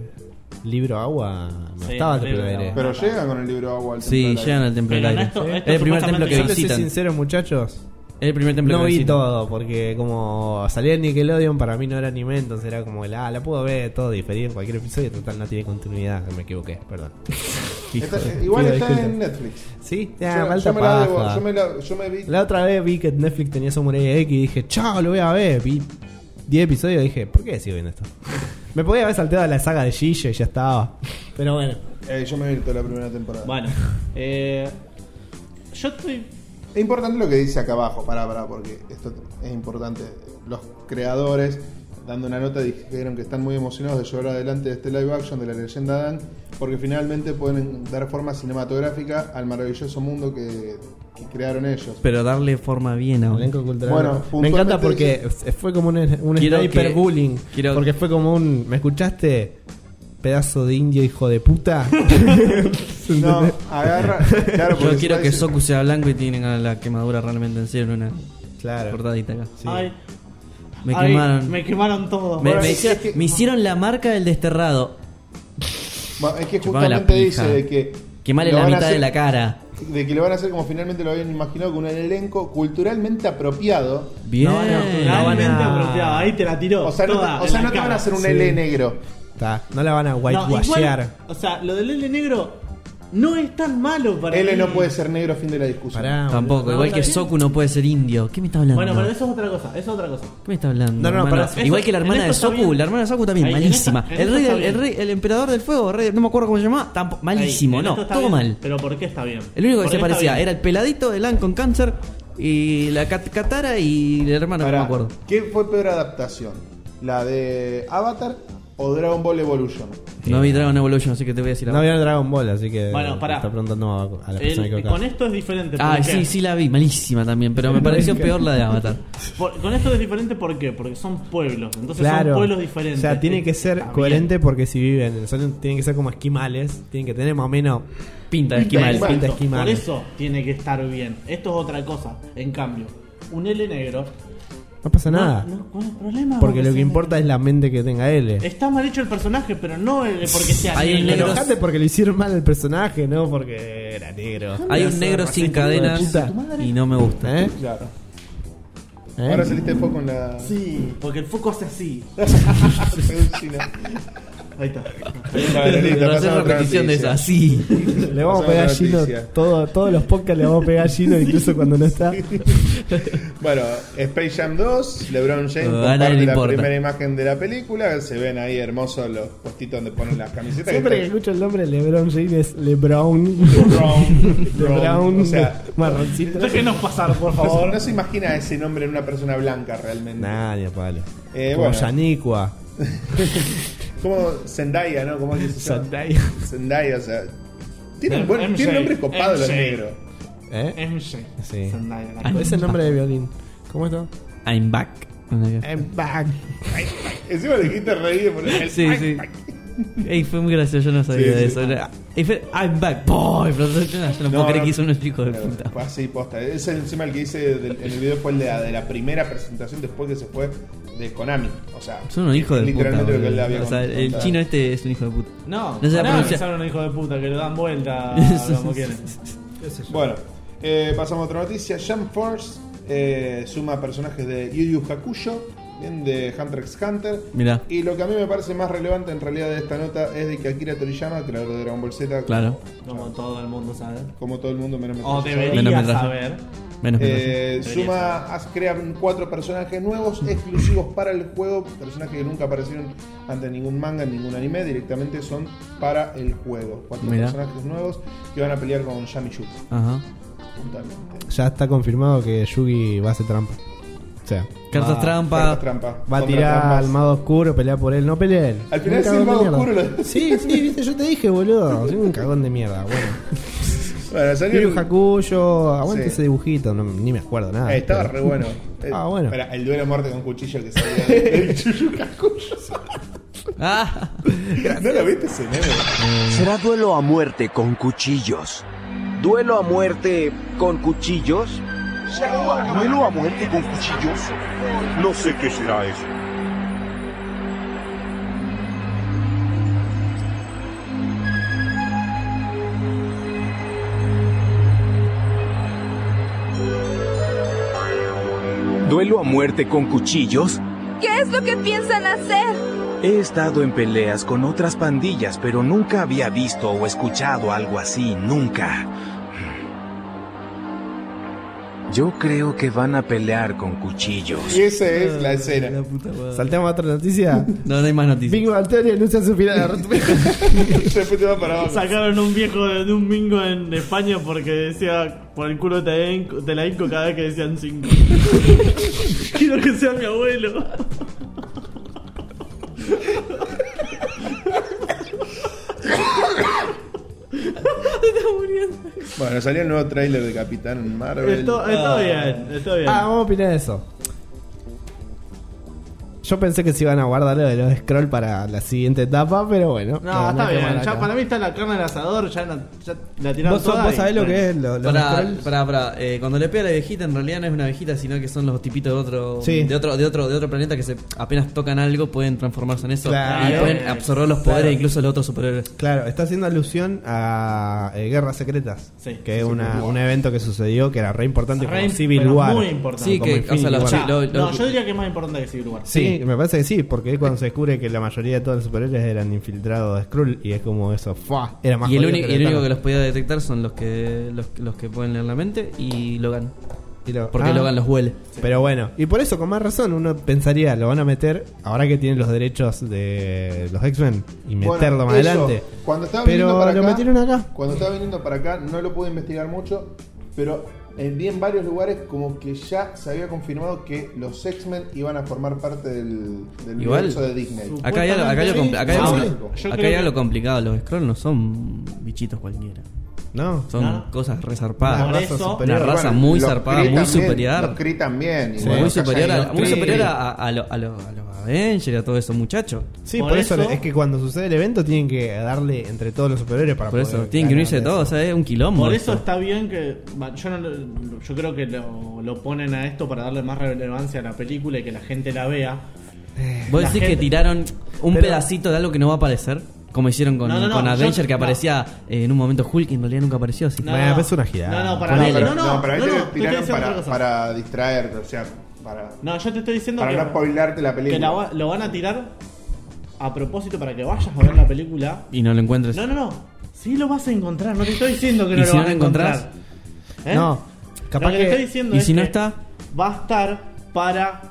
Speaker 2: libro agua. No
Speaker 3: Sí,
Speaker 2: estaba el
Speaker 3: el
Speaker 2: libro
Speaker 3: libro
Speaker 2: aire.
Speaker 3: agua.
Speaker 7: Pero llega con el libro agua al
Speaker 4: Sí,
Speaker 7: templo de la-
Speaker 4: llegan al templo del
Speaker 3: Pero no,
Speaker 4: aire.
Speaker 3: esto-
Speaker 4: es
Speaker 3: esto
Speaker 4: el primer templo
Speaker 3: supuestamente-
Speaker 4: que
Speaker 2: Yo te soy
Speaker 4: visitan. Es
Speaker 2: sincero, muchachos.
Speaker 4: el primer templo
Speaker 2: No
Speaker 4: que
Speaker 2: vi
Speaker 4: visitan.
Speaker 2: todo, porque como salía en Nickelodeon, para mí no era anime, entonces era como, ah, la, la puedo ver todo diferido en cualquier episodio. Total, no tiene continuidad, me equivoqué, perdón.
Speaker 7: Está-
Speaker 2: Hijo de-
Speaker 7: igual
Speaker 2: pido
Speaker 7: está
Speaker 2: disculpas.
Speaker 7: en Netflix.
Speaker 2: Sí,
Speaker 7: Yo-
Speaker 2: ah,
Speaker 7: yo,
Speaker 2: falta
Speaker 7: me la debo-
Speaker 2: paja.
Speaker 7: yo me la- yo me vi.
Speaker 2: La otra vez vi que Netflix tenía Samurai X y dije, chao, lo voy a ver. Vi 10 episodios y dije, ¿por qué sigo viendo esto? Me podía haber salteado la saga de Gillo y ya estaba. Pero bueno.
Speaker 7: Eh, yo me vi toda la primera temporada.
Speaker 3: Bueno, eh, yo estoy.
Speaker 7: Es importante lo que dice acá abajo, pará, pará, porque esto es importante. Los creadores, dando una nota, dijeron que están muy emocionados de llevar adelante este live action de la leyenda Dan, porque finalmente pueden dar forma cinematográfica al maravilloso mundo que, que crearon ellos.
Speaker 4: Pero darle forma bien a
Speaker 2: Elenco cultural.
Speaker 7: Bueno,
Speaker 2: me
Speaker 7: puntualmente
Speaker 2: encanta porque f- eh, fue como un, un
Speaker 4: Quiero
Speaker 2: sniper
Speaker 4: que-
Speaker 2: bullying.
Speaker 4: quiero-
Speaker 2: Porque fue como un. ¿Me escuchaste? Pedazo de indio, hijo de puta.
Speaker 7: No, agarra. Claro, porque
Speaker 4: Yo quiero
Speaker 7: está
Speaker 4: que
Speaker 7: dic-
Speaker 4: Soku sea blanco y tenga la quemadura realmente en serio. Una
Speaker 2: claro.
Speaker 4: cortadita acá.
Speaker 2: Sí.
Speaker 3: Ay,
Speaker 4: Me
Speaker 3: ay,
Speaker 4: quemaron. Me,
Speaker 3: Me quemaron todo.
Speaker 4: me
Speaker 7: Bueno, es
Speaker 4: hicieron,
Speaker 7: que-
Speaker 4: me hicieron la marca del desterrado.
Speaker 7: Bueno, es que
Speaker 4: Chupame la
Speaker 7: justamente
Speaker 4: pija.
Speaker 7: dice de que.
Speaker 4: Quemale
Speaker 7: lo
Speaker 4: la
Speaker 7: van a
Speaker 4: mitad de
Speaker 7: hacer-
Speaker 4: la cara.
Speaker 7: De que lo van a hacer como finalmente lo habían imaginado, con un elenco culturalmente apropiado.
Speaker 4: Bien.
Speaker 2: No, no, no van
Speaker 3: Realmente
Speaker 2: a-
Speaker 3: apropiado. Ahí te la tiró.
Speaker 7: O sea, no,
Speaker 3: toda
Speaker 7: te- o
Speaker 3: en
Speaker 7: sea,
Speaker 3: la
Speaker 7: no te van
Speaker 3: cara.
Speaker 7: a hacer un
Speaker 2: Sí.
Speaker 7: L negro.
Speaker 2: Está, no la van a
Speaker 3: No, igual,
Speaker 2: whitewashear.
Speaker 3: o sea, lo del L negro no es tan malo para
Speaker 7: L
Speaker 3: mí.
Speaker 7: no puede ser negro, fin de la discusión.
Speaker 2: Pará,
Speaker 4: Tampoco,
Speaker 2: boludo.
Speaker 4: igual que
Speaker 3: está bien.
Speaker 4: Soku no puede ser indio. ¿Qué me está hablando?
Speaker 3: Bueno, pero eso es otra cosa, eso es otra cosa.
Speaker 4: ¿Qué me está hablando?
Speaker 2: No, no,
Speaker 4: hermano?
Speaker 2: pará, eso-
Speaker 4: igual que la hermana
Speaker 3: en
Speaker 4: de
Speaker 3: esto está
Speaker 4: Soku,
Speaker 3: bien.
Speaker 4: la hermana de Soku también,
Speaker 3: Ahí, en
Speaker 4: malísima.
Speaker 3: esta- en
Speaker 4: el,
Speaker 3: esto
Speaker 4: rey
Speaker 3: está
Speaker 4: del, el,
Speaker 3: bien.
Speaker 4: rey- el emperador del fuego, rey- no me acuerdo cómo se llamaba, tampo- malísimo,
Speaker 3: Ahí, en
Speaker 4: no,
Speaker 3: esto está
Speaker 4: todo
Speaker 3: bien,
Speaker 4: mal.
Speaker 3: Pero ¿por qué está bien?
Speaker 4: El único que
Speaker 3: ¿Por qué
Speaker 4: se
Speaker 3: está
Speaker 4: parecía
Speaker 3: bien?
Speaker 4: era el peladito de Lan con cáncer y la cat- Katara y el hermano,
Speaker 7: Pará, Eh,
Speaker 4: no me acuerdo.
Speaker 7: ¿Qué fue peor adaptación? ¿La de Avatar o Dragon Ball Evolution?
Speaker 4: No vi Dragon Evolution, así que te voy a decir
Speaker 2: No
Speaker 4: ahora.
Speaker 2: vieron Dragon Ball, así que.
Speaker 3: Bueno, pará.
Speaker 2: Está preguntando a, a la
Speaker 3: El-
Speaker 2: persona que
Speaker 3: con esto es diferente.
Speaker 4: Ah,
Speaker 3: ¿por qué?
Speaker 4: sí, sí la vi, malísima también, pero me pareció peor la de Avatar.
Speaker 3: Por- con esto es diferente, ¿por qué? Porque son pueblos. Entonces
Speaker 2: Claro.
Speaker 3: son pueblos diferentes.
Speaker 2: O sea, tiene que ser
Speaker 3: Está bien.
Speaker 2: coherente porque si viven, son, tienen que ser como esquimales, tienen que tener más o menos.
Speaker 4: Pinta de esquimal.
Speaker 2: Pinta de
Speaker 3: Exacto,
Speaker 2: esquimal.
Speaker 3: Por eso tiene que estar bien. Esto es otra cosa. En cambio, un L negro.
Speaker 2: No pasa nada.
Speaker 3: No, no, ¿cuál es el problema?
Speaker 2: porque
Speaker 3: Vos
Speaker 2: lo que
Speaker 3: sea
Speaker 2: importa es la mente que tenga él.
Speaker 3: negro. Está mal hecho el personaje, pero no el- porque sea
Speaker 4: Hay un negro-
Speaker 2: Enojate porque le hicieron mal al personaje, no porque era negro.
Speaker 4: Hay un negro sin cadenas y no me gusta.
Speaker 2: ¿Eh?
Speaker 7: Claro.
Speaker 2: ¿Eh?
Speaker 7: Ahora saliste después con la.
Speaker 3: Sí, porque el foco hace así. Ahí está.
Speaker 4: Pero hacer repetición de esa, sí.
Speaker 2: ¿Eh? Le vamos
Speaker 7: Pasamos
Speaker 2: a pegar a
Speaker 7: la
Speaker 2: Gino
Speaker 7: noticia.
Speaker 2: todo- todos los podcasts le vamos a pegar a Gino incluso cuando no está.
Speaker 7: Bueno, Space Jam 2, LeBron James
Speaker 4: Ah,
Speaker 7: comparte
Speaker 4: nadie le
Speaker 7: la
Speaker 4: importa.
Speaker 7: primera imagen de la película. Se ven ahí hermosos los puestitos donde ponen las camisetas.
Speaker 2: Siempre que
Speaker 7: que
Speaker 2: escucho el nombre de LeBron James es LeBron.
Speaker 7: LeBron,
Speaker 2: LeBron,
Speaker 7: O sea,
Speaker 2: marroncito.
Speaker 3: Déjenos pasar, por
Speaker 7: no, se-
Speaker 3: favor.
Speaker 7: no se imagina ese nombre en una persona blanca realmente.
Speaker 2: Nadie, palo.
Speaker 7: Eh,
Speaker 2: Como
Speaker 7: bueno.
Speaker 2: Yaniqua.
Speaker 7: Como Zendaya, ¿no? Como que se llama?
Speaker 2: Zendaya.
Speaker 7: Zendaya, o sea. Tienen, buen,
Speaker 3: MJ,
Speaker 7: tienen nombres copados los
Speaker 3: MJ.
Speaker 7: negros.
Speaker 2: ¿Eh?
Speaker 3: MJ.
Speaker 2: Sí.
Speaker 3: Zendaya, la
Speaker 4: Ah,
Speaker 3: cosa.
Speaker 2: Es el nombre de violín. ¿Cómo está?
Speaker 4: I'm back.
Speaker 2: I'm back.
Speaker 7: Encima le dijiste reír por el.
Speaker 4: Sí, sí. Ey, fue muy gracioso, yo no sabía
Speaker 7: Sí,
Speaker 4: de
Speaker 7: sí.
Speaker 4: eso. Era- Ey, fue- I'm back, boy. Pero yo no, yo no puedo
Speaker 7: No,
Speaker 4: creer
Speaker 7: no.
Speaker 4: que hizo unos hijos de
Speaker 7: Claro,
Speaker 4: puta.
Speaker 7: fue así, posta. Ese encima el que hice del- en el video fue el de la, de la primera presentación después que se fue de Konami. O sea,
Speaker 4: Son unos hijos de puta.
Speaker 7: literalmente lo que él
Speaker 4: boludo.
Speaker 7: había
Speaker 4: O sea, el
Speaker 7: contado.
Speaker 4: chino este es un hijo de puta.
Speaker 3: No,
Speaker 4: No se
Speaker 3: pará,
Speaker 4: pronuncia.
Speaker 3: que son un hijo de puta que le dan vuelta como quieren.
Speaker 7: Bueno, eh, pasamos a otra noticia. Jump Force eh, suma personajes de Yu Yu Hakusho, bien de Hunter x Hunter.
Speaker 4: Mirá.
Speaker 7: Y lo que a mí me parece más relevante en realidad de esta nota es de que Akira Toriyama, creador de Dragon Ball Z,
Speaker 4: Claro.
Speaker 3: Como todo el mundo sabe.
Speaker 7: como todo el mundo menos Metralla
Speaker 3: O
Speaker 7: sabe,
Speaker 4: Menos
Speaker 3: Oh, debería
Speaker 4: metraje.
Speaker 3: saber.
Speaker 4: Menos metraje.
Speaker 7: Eh,
Speaker 3: Debería
Speaker 7: suma, haz- crean cuatro personajes nuevos exclusivos para el juego, personajes que nunca aparecieron ante ningún manga, en ningún anime, directamente son para el juego. Cuatro
Speaker 4: Mirá.
Speaker 7: personajes nuevos que van a pelear con Yami Yu,
Speaker 4: Ajá.
Speaker 7: puntualmente.
Speaker 2: Ya está confirmado que Yugi va a hacer trampa. O sea,
Speaker 4: Cartas
Speaker 2: va-
Speaker 4: trampa.
Speaker 7: ah, Cartas trampa.
Speaker 2: Va a
Speaker 7: Contra
Speaker 2: tirar
Speaker 7: trampas.
Speaker 2: al mago oscuro, pelea por él, no pelea él.
Speaker 7: Al final
Speaker 2: Un
Speaker 7: sí, el
Speaker 2: cagón de
Speaker 7: mago
Speaker 2: mierda.
Speaker 7: oscuro lo-
Speaker 2: Sí, sí, viste, yo te dije, boludo. Soy un cagón de mierda, bueno.
Speaker 7: Bueno, salió
Speaker 2: Kiryu
Speaker 7: el- Ah,
Speaker 2: Hakuyo, aguante
Speaker 7: Sí.
Speaker 2: ese dibujito, no- ni me acuerdo nada.
Speaker 7: Eh, estaba
Speaker 2: Pero-
Speaker 7: re bueno. Eh,
Speaker 2: Ah, bueno.
Speaker 7: espera, el duelo a muerte con cuchillo que salió. El Yuyu Hakusho.
Speaker 4: Ah,
Speaker 7: ¿No lo viste ese meme?
Speaker 12: Será duelo a muerte con cuchillos. ¿Duelo a muerte con cuchillos? ¿Duelo a muerte con cuchillos?
Speaker 13: No sé qué será eso.
Speaker 12: ¿Duelo a muerte con cuchillos?
Speaker 14: ¿Qué es lo que piensan hacer?
Speaker 12: He estado en peleas con otras pandillas, pero nunca había visto o escuchado algo así, nunca. Hmm. Yo creo que van a pelear con cuchillos.
Speaker 7: Y esa es Ah, la escena.
Speaker 4: la puta madre.
Speaker 2: Saltamos a otra noticia.
Speaker 4: No, no hay más noticias.
Speaker 2: Big Bang Theory anuncia su final.
Speaker 7: Después te va para abajo.
Speaker 3: Sacaron un viejo de, de un bingo en España porque decía por el culo te, enco- te la inco cada vez que decían cinco. Quiero que sea mi abuelo.
Speaker 7: Bueno, salió el nuevo tráiler de Capitán Marvel.
Speaker 3: Esto, está bien, está bien.
Speaker 2: ah, vamos a opinar de eso. Yo pensé que se iban a guardar lo de los scroll para la siguiente etapa, pero bueno.
Speaker 3: no,
Speaker 2: lo van a
Speaker 3: está bien.
Speaker 2: quemar
Speaker 3: Ya
Speaker 2: acá.
Speaker 3: para mí está la carne del asador, ya, la- ya la tiraron
Speaker 2: ¿Vos, sos-
Speaker 3: toda
Speaker 2: vos
Speaker 3: y-
Speaker 2: sabés lo que es lo- los
Speaker 4: Pará,
Speaker 2: scrolls?
Speaker 4: pará, pará. Eh, cuando le pega a la viejita, en realidad no es una viejita, sino que son los tipitos de otro,
Speaker 2: Sí.
Speaker 4: de otro, de otro, de otro planeta que se apenas tocan algo pueden transformarse en eso
Speaker 2: Claro.
Speaker 4: y pueden absorber los poderes incluso de los otros superhéroes.
Speaker 2: Claro, está haciendo alusión a eh, Guerras Secretas,
Speaker 3: Sí,
Speaker 2: que es una- un evento que sucedió que era re importante,
Speaker 3: Re-
Speaker 2: como Civil
Speaker 3: pero
Speaker 2: War.
Speaker 3: muy importante.
Speaker 4: Sí,
Speaker 2: como
Speaker 4: que, o sea,
Speaker 2: Infinity
Speaker 4: los
Speaker 2: War.
Speaker 4: chi-
Speaker 3: Ah,
Speaker 4: lo- lo-
Speaker 3: no, yo diría que es más importante que Civil War.
Speaker 2: Sí, sí, me parece que sí, porque es cuando se descubre que la mayoría de todos los superhéroes eran infiltrados de Skrull y es como eso, ¡fua! Era más
Speaker 4: y el,
Speaker 2: jodido
Speaker 4: único-
Speaker 2: que
Speaker 4: y el
Speaker 2: Thanos.
Speaker 4: único que los podía detectar son los que los, los que pueden leer la mente y Logan.
Speaker 2: Y lo-
Speaker 4: porque
Speaker 2: ah.
Speaker 4: Logan los huele.
Speaker 2: Pero bueno, y por eso con más razón uno pensaría, lo van a meter ahora que tienen los derechos de los X-Men y
Speaker 7: Bueno,
Speaker 2: meterlo más
Speaker 7: eso,
Speaker 2: adelante.
Speaker 7: Cuando estaba viniendo
Speaker 2: Pero
Speaker 7: para
Speaker 2: lo
Speaker 7: acá,
Speaker 2: metieron acá.
Speaker 7: Cuando estaba viniendo para acá, no lo pude investigar mucho, pero eh, vi en varios lugares como que ya se había confirmado que los X-Men iban a formar parte del, del
Speaker 4: Igual.
Speaker 7: universo de Disney.
Speaker 4: Acá ya, lo- acá ya lo compli- acá ya
Speaker 3: Ah,
Speaker 7: Sí,
Speaker 4: lo-
Speaker 7: sí.
Speaker 4: acá ya lo complicado. Los Scrolls no son bichitos cualquiera.
Speaker 2: No.
Speaker 4: Son
Speaker 7: No.
Speaker 4: cosas resarpadas.
Speaker 7: Una raza superior.
Speaker 4: Una raza
Speaker 7: Bueno,
Speaker 4: muy
Speaker 7: los
Speaker 4: zarpada,
Speaker 7: Kree
Speaker 4: muy
Speaker 7: también,
Speaker 4: superior.
Speaker 7: los Kree también, y
Speaker 4: Sí,
Speaker 7: bueno,
Speaker 4: muy
Speaker 7: acá ya hay
Speaker 4: superior, a,
Speaker 7: los
Speaker 4: muy
Speaker 7: Kree.
Speaker 4: superior a, a- a lo- a lo- a los Avengers y a todo eso, muchachos.
Speaker 2: Sí, por, eso, es que cuando sucede el evento tienen que darle entre todos los superhéroes para
Speaker 4: Por eso,
Speaker 2: poder
Speaker 4: tienen que
Speaker 2: ganar
Speaker 4: unirse
Speaker 2: eso.
Speaker 4: todos, ¿eh? o sea, es un quilombo.
Speaker 3: Por eso
Speaker 4: esto.
Speaker 3: está bien que. va, Yo, no lo- yo creo que lo, lo ponen a esto para darle más relevancia a la película y que la gente la vea.
Speaker 4: Vos
Speaker 3: la
Speaker 4: decís que
Speaker 3: gente-
Speaker 4: tiraron un
Speaker 3: Pero-
Speaker 4: pedacito de algo que no va a aparecer, como hicieron con,
Speaker 3: No, no, no,
Speaker 4: con
Speaker 3: yo-
Speaker 4: Avenger, que
Speaker 3: no.
Speaker 4: aparecía eh, en un momento Hulk y en realidad nunca apareció. Así.
Speaker 3: No, Bueno, no. pero es una
Speaker 4: girada.
Speaker 3: No, no, para
Speaker 7: No,
Speaker 3: mí.
Speaker 7: pero-
Speaker 3: No, no,
Speaker 7: no, pero ahí
Speaker 3: no,
Speaker 7: te
Speaker 3: no, te estoy
Speaker 7: tiraron
Speaker 3: diciendo
Speaker 7: para,
Speaker 3: otra cosa.
Speaker 7: para distraerte, o sea, para,
Speaker 3: No, yo te estoy diciendo
Speaker 7: para
Speaker 3: que.
Speaker 7: no spoilarte la película.
Speaker 3: que la va- lo van a tirar a propósito para que vayas a ver la película.
Speaker 4: Y no lo encuentres.
Speaker 3: No, no, no. Sí lo vas a encontrar, no te estoy diciendo que
Speaker 4: ¿Y
Speaker 3: no lo
Speaker 4: si no
Speaker 3: vas a
Speaker 4: lo encontrás?
Speaker 3: encontrar. ¿Eh?
Speaker 4: No, capaz
Speaker 3: lo que, te
Speaker 4: que-
Speaker 3: estoy diciendo
Speaker 4: ¿y
Speaker 3: es
Speaker 4: si no
Speaker 3: que
Speaker 4: está?
Speaker 3: Va a estar para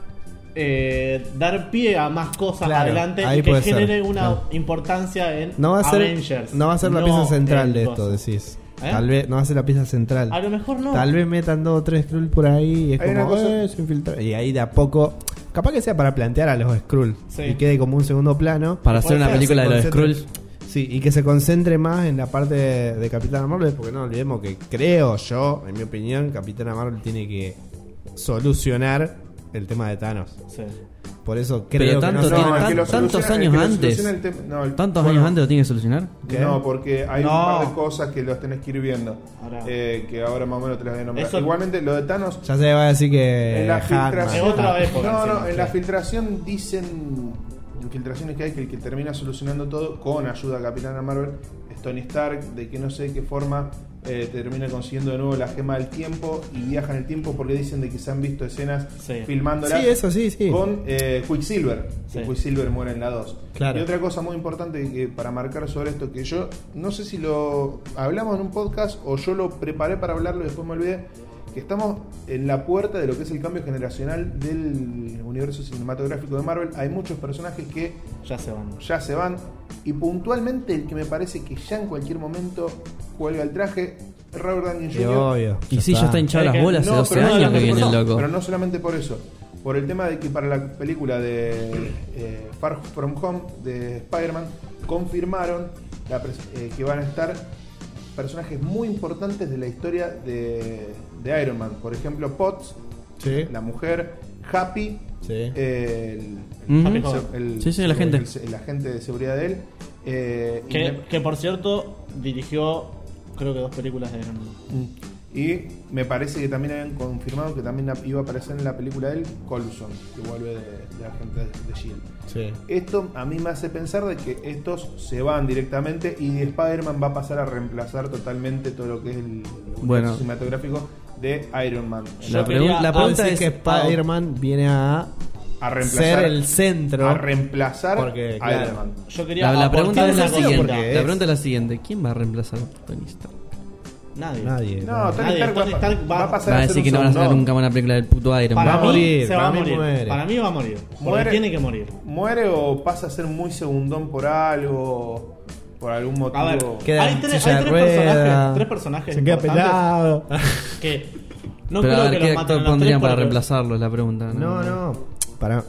Speaker 3: eh, dar pie a más cosas
Speaker 2: Claro,
Speaker 3: adelante
Speaker 2: ahí
Speaker 3: y que
Speaker 2: puede ser,
Speaker 3: genere una
Speaker 2: claro.
Speaker 3: importancia en
Speaker 2: No va a ser,
Speaker 3: Avengers.
Speaker 2: no va a ser la
Speaker 3: no
Speaker 2: pieza central
Speaker 3: en
Speaker 2: de esto,
Speaker 3: cosas.
Speaker 2: decís.
Speaker 3: ¿Eh?
Speaker 2: Tal vez no va a ser la pieza central.
Speaker 3: A lo mejor no.
Speaker 2: Tal vez metan dos o tres Skrull por ahí y es
Speaker 3: Hay
Speaker 2: como,
Speaker 3: una cosa-
Speaker 2: "Eh, se infiltra-". Y ahí de a poco. Capaz que sea para plantear a los Skrull
Speaker 3: Sí.
Speaker 2: y quede como un segundo plano.
Speaker 4: Para hacer una
Speaker 2: Que se
Speaker 4: película de los
Speaker 2: concentre-
Speaker 4: Skrull.
Speaker 2: Sí, y que se concentre más en la parte de, de Capitana Marvel, porque no olvidemos que creo yo, en mi opinión, Capitana Marvel tiene que solucionar el tema de Thanos.
Speaker 3: Sí.
Speaker 2: Por eso creo
Speaker 4: Pero
Speaker 2: que
Speaker 4: tanto
Speaker 2: no se-
Speaker 4: tiene-
Speaker 2: no, el
Speaker 4: tan-
Speaker 2: que lo
Speaker 4: tantos
Speaker 2: soluciona- el
Speaker 4: años
Speaker 2: que lo
Speaker 4: antes.
Speaker 2: soluciona el
Speaker 7: tema- no, el-
Speaker 4: Tantos
Speaker 7: bueno.
Speaker 4: años antes lo tiene que solucionar.
Speaker 7: No, porque hay
Speaker 4: No.
Speaker 7: un par de cosas que los tenés que ir viendo. eh, que ahora más o menos te las voy a nombrar.
Speaker 2: Eso-
Speaker 7: Igualmente, lo de Thanos.
Speaker 2: Ya se va a decir que.
Speaker 7: En la
Speaker 2: Hackman.
Speaker 7: filtración. No, no,
Speaker 2: encima,
Speaker 7: en
Speaker 2: sí.
Speaker 7: la filtración dicen. Infiltraciones que hay que el que termina solucionando todo con ayuda a Capitana Marvel es Tony Stark, de que no sé de qué forma eh, termina consiguiendo de nuevo la gema del tiempo y viajan el tiempo porque dicen de que se han visto escenas filmándolas
Speaker 2: Sí, eso sí, sí.
Speaker 7: con eh, Quicksilver. que
Speaker 2: Sí.
Speaker 7: Quicksilver muere en la 2.
Speaker 2: Claro.
Speaker 7: Y otra cosa muy importante que- para marcar sobre esto, que yo no sé si lo hablamos en un podcast o yo lo preparé para hablarlo y después me olvidé, que estamos en la puerta de lo que es el cambio generacional del universo cinematográfico de Marvel. Hay muchos personajes que
Speaker 3: ya se van.
Speaker 7: Ya se van. Y puntualmente el que me parece que ya en cualquier momento cuelga el traje, Robert Downey
Speaker 4: Y
Speaker 7: Jr.
Speaker 4: obvio, Y ya sí, ya está. está hinchado las
Speaker 7: Es que-
Speaker 4: bolas hace 12
Speaker 7: pero
Speaker 4: años que
Speaker 7: solamente
Speaker 4: viene
Speaker 7: por
Speaker 4: el
Speaker 7: eso,
Speaker 4: loco.
Speaker 7: Pero no solamente por eso. Por el tema de que para la película de eh, Far From Home de Spider-Man confirmaron la pres- eh, que van a estar personajes muy importantes de la historia de, de Iron Man. Por ejemplo, Potts, la mujer, Happy,
Speaker 2: Sí.
Speaker 7: el,
Speaker 4: Ujú.
Speaker 7: el-
Speaker 4: Mm. Sí, sí, la gente.
Speaker 7: el- el agente de seguridad de él. eh, y
Speaker 3: Que,
Speaker 7: me-
Speaker 3: que, por cierto, dirigió creo que dos películas de Iron Man.
Speaker 7: Y me parece que también habían confirmado que también iba a aparecer en la película de él Colson, que vuelve de, de agente de, de Shield.
Speaker 2: Sí.
Speaker 7: Esto a mí me hace pensar de que estos se van directamente y Spider-Man va a pasar a reemplazar totalmente todo lo que es el universo
Speaker 4: Bueno.
Speaker 7: cinematográfico de Iron Man.
Speaker 4: La pregun- la pregunta
Speaker 2: Así
Speaker 4: es
Speaker 2: que Spider-Man viene a,
Speaker 7: a reemplazar
Speaker 2: ser el centro.
Speaker 7: a reemplazar
Speaker 2: Porque,
Speaker 7: a
Speaker 2: claro.
Speaker 7: Iron Man.
Speaker 3: Yo
Speaker 4: La, la pregunta es la siguiente.
Speaker 2: porque
Speaker 4: La
Speaker 2: es-
Speaker 4: pregunta es la siguiente. ¿Quién va a reemplazar a Tony Stark?
Speaker 3: Nadie.
Speaker 2: Nadie.
Speaker 7: No, Tony
Speaker 3: Nadie,
Speaker 7: Stark,
Speaker 3: Tony
Speaker 7: va,
Speaker 3: Stark
Speaker 7: va
Speaker 3: va-
Speaker 7: a pasar
Speaker 4: Va
Speaker 7: a
Speaker 4: a
Speaker 7: ser
Speaker 4: decir
Speaker 7: un
Speaker 4: que no van a sacar
Speaker 7: segundo.
Speaker 4: nunca una película del puto Iron
Speaker 3: Para
Speaker 4: Man.
Speaker 3: mí se va a morir. Para mí va a morir. Porque
Speaker 7: Muere.
Speaker 3: tiene que morir.
Speaker 7: ¿Muere o pasa a ser muy segundón por algo? Por algún motivo.
Speaker 3: A ver, hay tres, hay tres personajes, tres personajes
Speaker 7: Se queda
Speaker 3: importantes
Speaker 7: pelado.
Speaker 3: que no
Speaker 4: Pero a
Speaker 3: creo que
Speaker 4: ver, ¿qué
Speaker 3: los maten a
Speaker 4: actor
Speaker 3: los tres
Speaker 4: pondrían para
Speaker 3: porque-
Speaker 4: reemplazarlo? Es la pregunta.
Speaker 2: No, no. Para,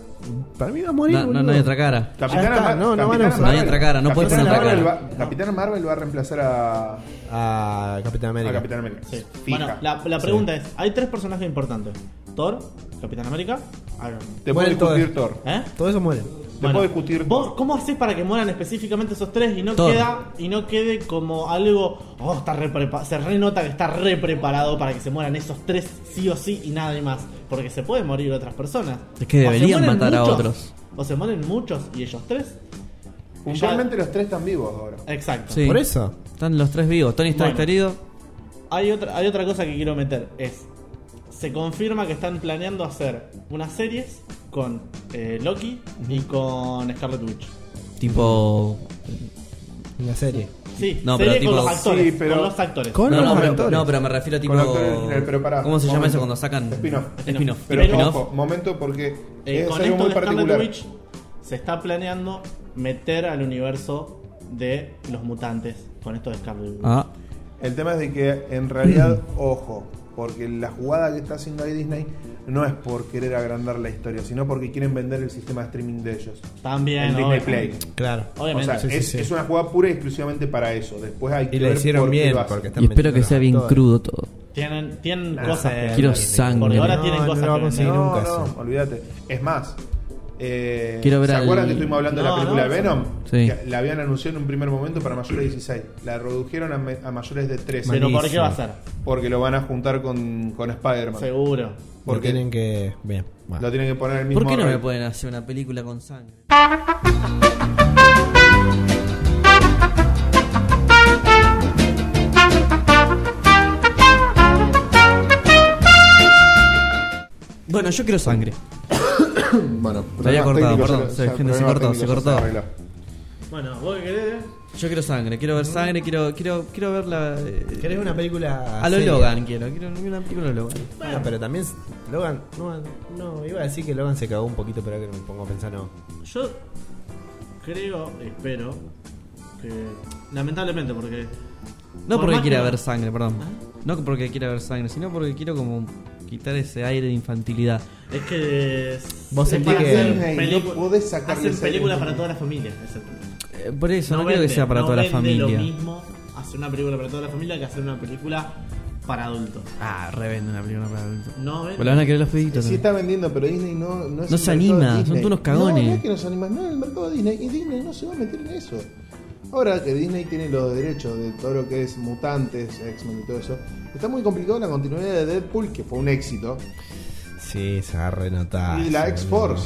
Speaker 2: para mí va a morir.
Speaker 4: No, no,
Speaker 2: boludo.
Speaker 4: no hay otra cara.
Speaker 2: Ya está, no, no van a usar.
Speaker 4: No hay otra cara, no puede ser otra cara.
Speaker 7: Marvel va- Capitán Marvel va a reemplazar a.
Speaker 2: A Ah, Capitán América.
Speaker 7: A
Speaker 3: Ah,
Speaker 7: Capitán América.
Speaker 3: Sí.
Speaker 7: Fija.
Speaker 3: Bueno, la, la pregunta es, hay tres personajes importantes. Thor, Capitán América, Iron Man.
Speaker 7: Te puedo
Speaker 2: Mueren todos.
Speaker 7: discutir Thor.
Speaker 3: ¿Eh?
Speaker 2: Todo eso muere.
Speaker 7: Te puedo discutir
Speaker 3: ¿Vos cómo haces para que mueran específicamente esos tres y no
Speaker 2: Thor.
Speaker 3: queda y no quede como algo, oh, está re prepa- se renota que está re preparado para que se mueran esos tres sí o sí y nadie más, porque se pueden morir otras personas.
Speaker 4: Es que
Speaker 3: O se
Speaker 4: deberían
Speaker 3: mueren
Speaker 4: matar a
Speaker 3: muchos,
Speaker 4: otros.
Speaker 3: O se mueren muchos y ellos tres.
Speaker 7: Puntualmente los tres están vivos ahora.
Speaker 3: Eh, Exacto.
Speaker 4: Sí. Están los tres vivos. Tony
Speaker 3: Bueno.
Speaker 4: Stark está herido.
Speaker 3: Hay otra, hay otra cosa que quiero meter, es. se confirma que están planeando hacer unas series con eh, Loki y con Scarlet Witch.
Speaker 4: Tipo.
Speaker 2: La serie.
Speaker 3: Sí,
Speaker 4: No,
Speaker 3: serie
Speaker 4: pero
Speaker 3: con
Speaker 4: tipo-
Speaker 3: los actores.
Speaker 7: Sí, pero-
Speaker 3: Con los actores.
Speaker 2: Con
Speaker 4: no,
Speaker 2: los
Speaker 4: no, pero,
Speaker 2: actores.
Speaker 4: no, pero me refiero a tipo.
Speaker 7: Con actores originales, pero pará,
Speaker 4: ¿Cómo se llama
Speaker 7: momento.
Speaker 4: eso cuando sacan.
Speaker 7: Spin-off.
Speaker 4: Spin-off.
Speaker 7: Pero
Speaker 4: Spin-off.
Speaker 7: ojo, momento porque
Speaker 3: Eh,
Speaker 7: es
Speaker 3: con
Speaker 7: algo
Speaker 3: esto
Speaker 7: muy
Speaker 3: de Scarlet
Speaker 7: particular.
Speaker 3: Witch se está planeando meter al universo de los mutantes con esto de Scarlet Witch.
Speaker 4: Ah,
Speaker 7: El tema es de que en realidad, ojo, porque la jugada que está haciendo ahí Disney no es por querer agrandar la historia, sino porque quieren vender el sistema de streaming de ellos.
Speaker 3: También,
Speaker 7: el Disney
Speaker 3: obvio.
Speaker 7: Play.
Speaker 2: Claro.
Speaker 3: Obviamente.
Speaker 7: o sea,
Speaker 2: sí,
Speaker 7: es,
Speaker 2: sí.
Speaker 7: es una jugada pura y exclusivamente para eso. Después hay que
Speaker 2: Y la
Speaker 7: ver
Speaker 2: hicieron
Speaker 7: por qué
Speaker 2: bien
Speaker 7: lo hacen.
Speaker 2: porque están
Speaker 4: y espero
Speaker 2: metiendo
Speaker 4: que sea
Speaker 2: los
Speaker 4: bien
Speaker 2: actores.
Speaker 4: crudo todo.
Speaker 3: Tienen, tienen
Speaker 2: La
Speaker 3: cosas
Speaker 2: serie.
Speaker 3: que
Speaker 4: Quiero
Speaker 3: vender.
Speaker 4: sangre.
Speaker 3: Porque ahora
Speaker 2: No,
Speaker 3: tienen
Speaker 2: no
Speaker 3: cosas
Speaker 2: la va a
Speaker 3: que vender.
Speaker 2: conseguir
Speaker 7: Ah, No,
Speaker 2: nunca
Speaker 7: no,
Speaker 2: eso.
Speaker 7: olvídate. Es más, eh,
Speaker 4: Quiero ver
Speaker 7: ¿se
Speaker 4: al-
Speaker 7: acuerdan que estuvimos hablando de
Speaker 3: No,
Speaker 7: la película
Speaker 3: no,
Speaker 7: Venom?
Speaker 4: sí.
Speaker 7: Que la habían anunciado en un primer momento para mayores de 16. La redujeron a, me- a mayores de 13.
Speaker 3: Pero ¿por qué
Speaker 2: Malísimo.
Speaker 3: va a ser?
Speaker 7: Porque lo van a juntar con, con Spider-Man.
Speaker 3: Seguro.
Speaker 2: Porque
Speaker 7: Porque
Speaker 2: tienen que. Bien. bueno.
Speaker 7: lo tienen que poner en el mismo.
Speaker 4: ¿Por qué no me
Speaker 7: orden.
Speaker 4: pueden hacer una película con sangre? Bueno, yo quiero sangre.
Speaker 7: Bueno,
Speaker 4: Se había
Speaker 7: problemas
Speaker 4: cortado,
Speaker 7: técnicos
Speaker 4: perdón,
Speaker 7: ya-
Speaker 4: se-
Speaker 7: ya
Speaker 4: se
Speaker 7: problemas
Speaker 4: cortó,
Speaker 7: técnicos
Speaker 4: se
Speaker 7: ya
Speaker 4: cortó.
Speaker 7: arregló.
Speaker 3: Bueno, vos qué querés, eh?
Speaker 4: Yo quiero sangre, quiero ver sangre, quiero quiero quiero ver la eh,
Speaker 2: ¿Querés una película.
Speaker 4: a lo
Speaker 2: seria?
Speaker 4: Logan quiero, quiero una película de Logan.
Speaker 2: Bueno, pero también. Logan. No, no, iba a decir que Logan se cagó un poquito, pero ahora que me pongo a pensar, no.
Speaker 3: Yo creo, espero, que. Lamentablemente, porque.
Speaker 4: No
Speaker 3: por
Speaker 4: porque
Speaker 3: más
Speaker 4: quiera
Speaker 3: que-
Speaker 4: ver sangre, perdón.
Speaker 3: ¿Ah?
Speaker 4: No porque quiera ver sangre, sino porque quiero como quitar ese aire de infantilidad.
Speaker 3: Es que. es-
Speaker 2: Vos
Speaker 3: es
Speaker 2: sentís
Speaker 3: para
Speaker 2: que-
Speaker 3: hacer
Speaker 7: Disney, no
Speaker 3: pelicu-
Speaker 7: podés sacarle
Speaker 3: Hacen
Speaker 7: ese-
Speaker 3: películas para toda la familia. es el problema.
Speaker 4: Eh, por eso no, quiero que
Speaker 3: vende,
Speaker 4: sea para
Speaker 3: no
Speaker 4: toda la
Speaker 3: vende
Speaker 4: familia.
Speaker 3: lo mismo hacer una película para toda la familia que hacer una película para adultos.
Speaker 4: Ah, revende una película para adultos.
Speaker 3: No vende.
Speaker 4: Pues la van a querer los peditos.
Speaker 7: Sí
Speaker 4: también.
Speaker 7: está vendiendo, pero Disney no, no es
Speaker 4: No
Speaker 7: el mercado
Speaker 4: se anima,
Speaker 7: de
Speaker 4: son
Speaker 7: Disney.
Speaker 4: todos unos cagones.
Speaker 7: No, no es que nos anima, no, el mercado de Disney. Y Disney no se va a meter en eso. Ahora que Disney tiene los derechos de todo lo que es mutantes, X-Men y todo eso, está muy complicado la continuidad de Deadpool, que fue un éxito,
Speaker 2: Sí, se va a
Speaker 4: Ah,
Speaker 2: renotar.
Speaker 7: y la
Speaker 2: boludo.
Speaker 7: X-Force.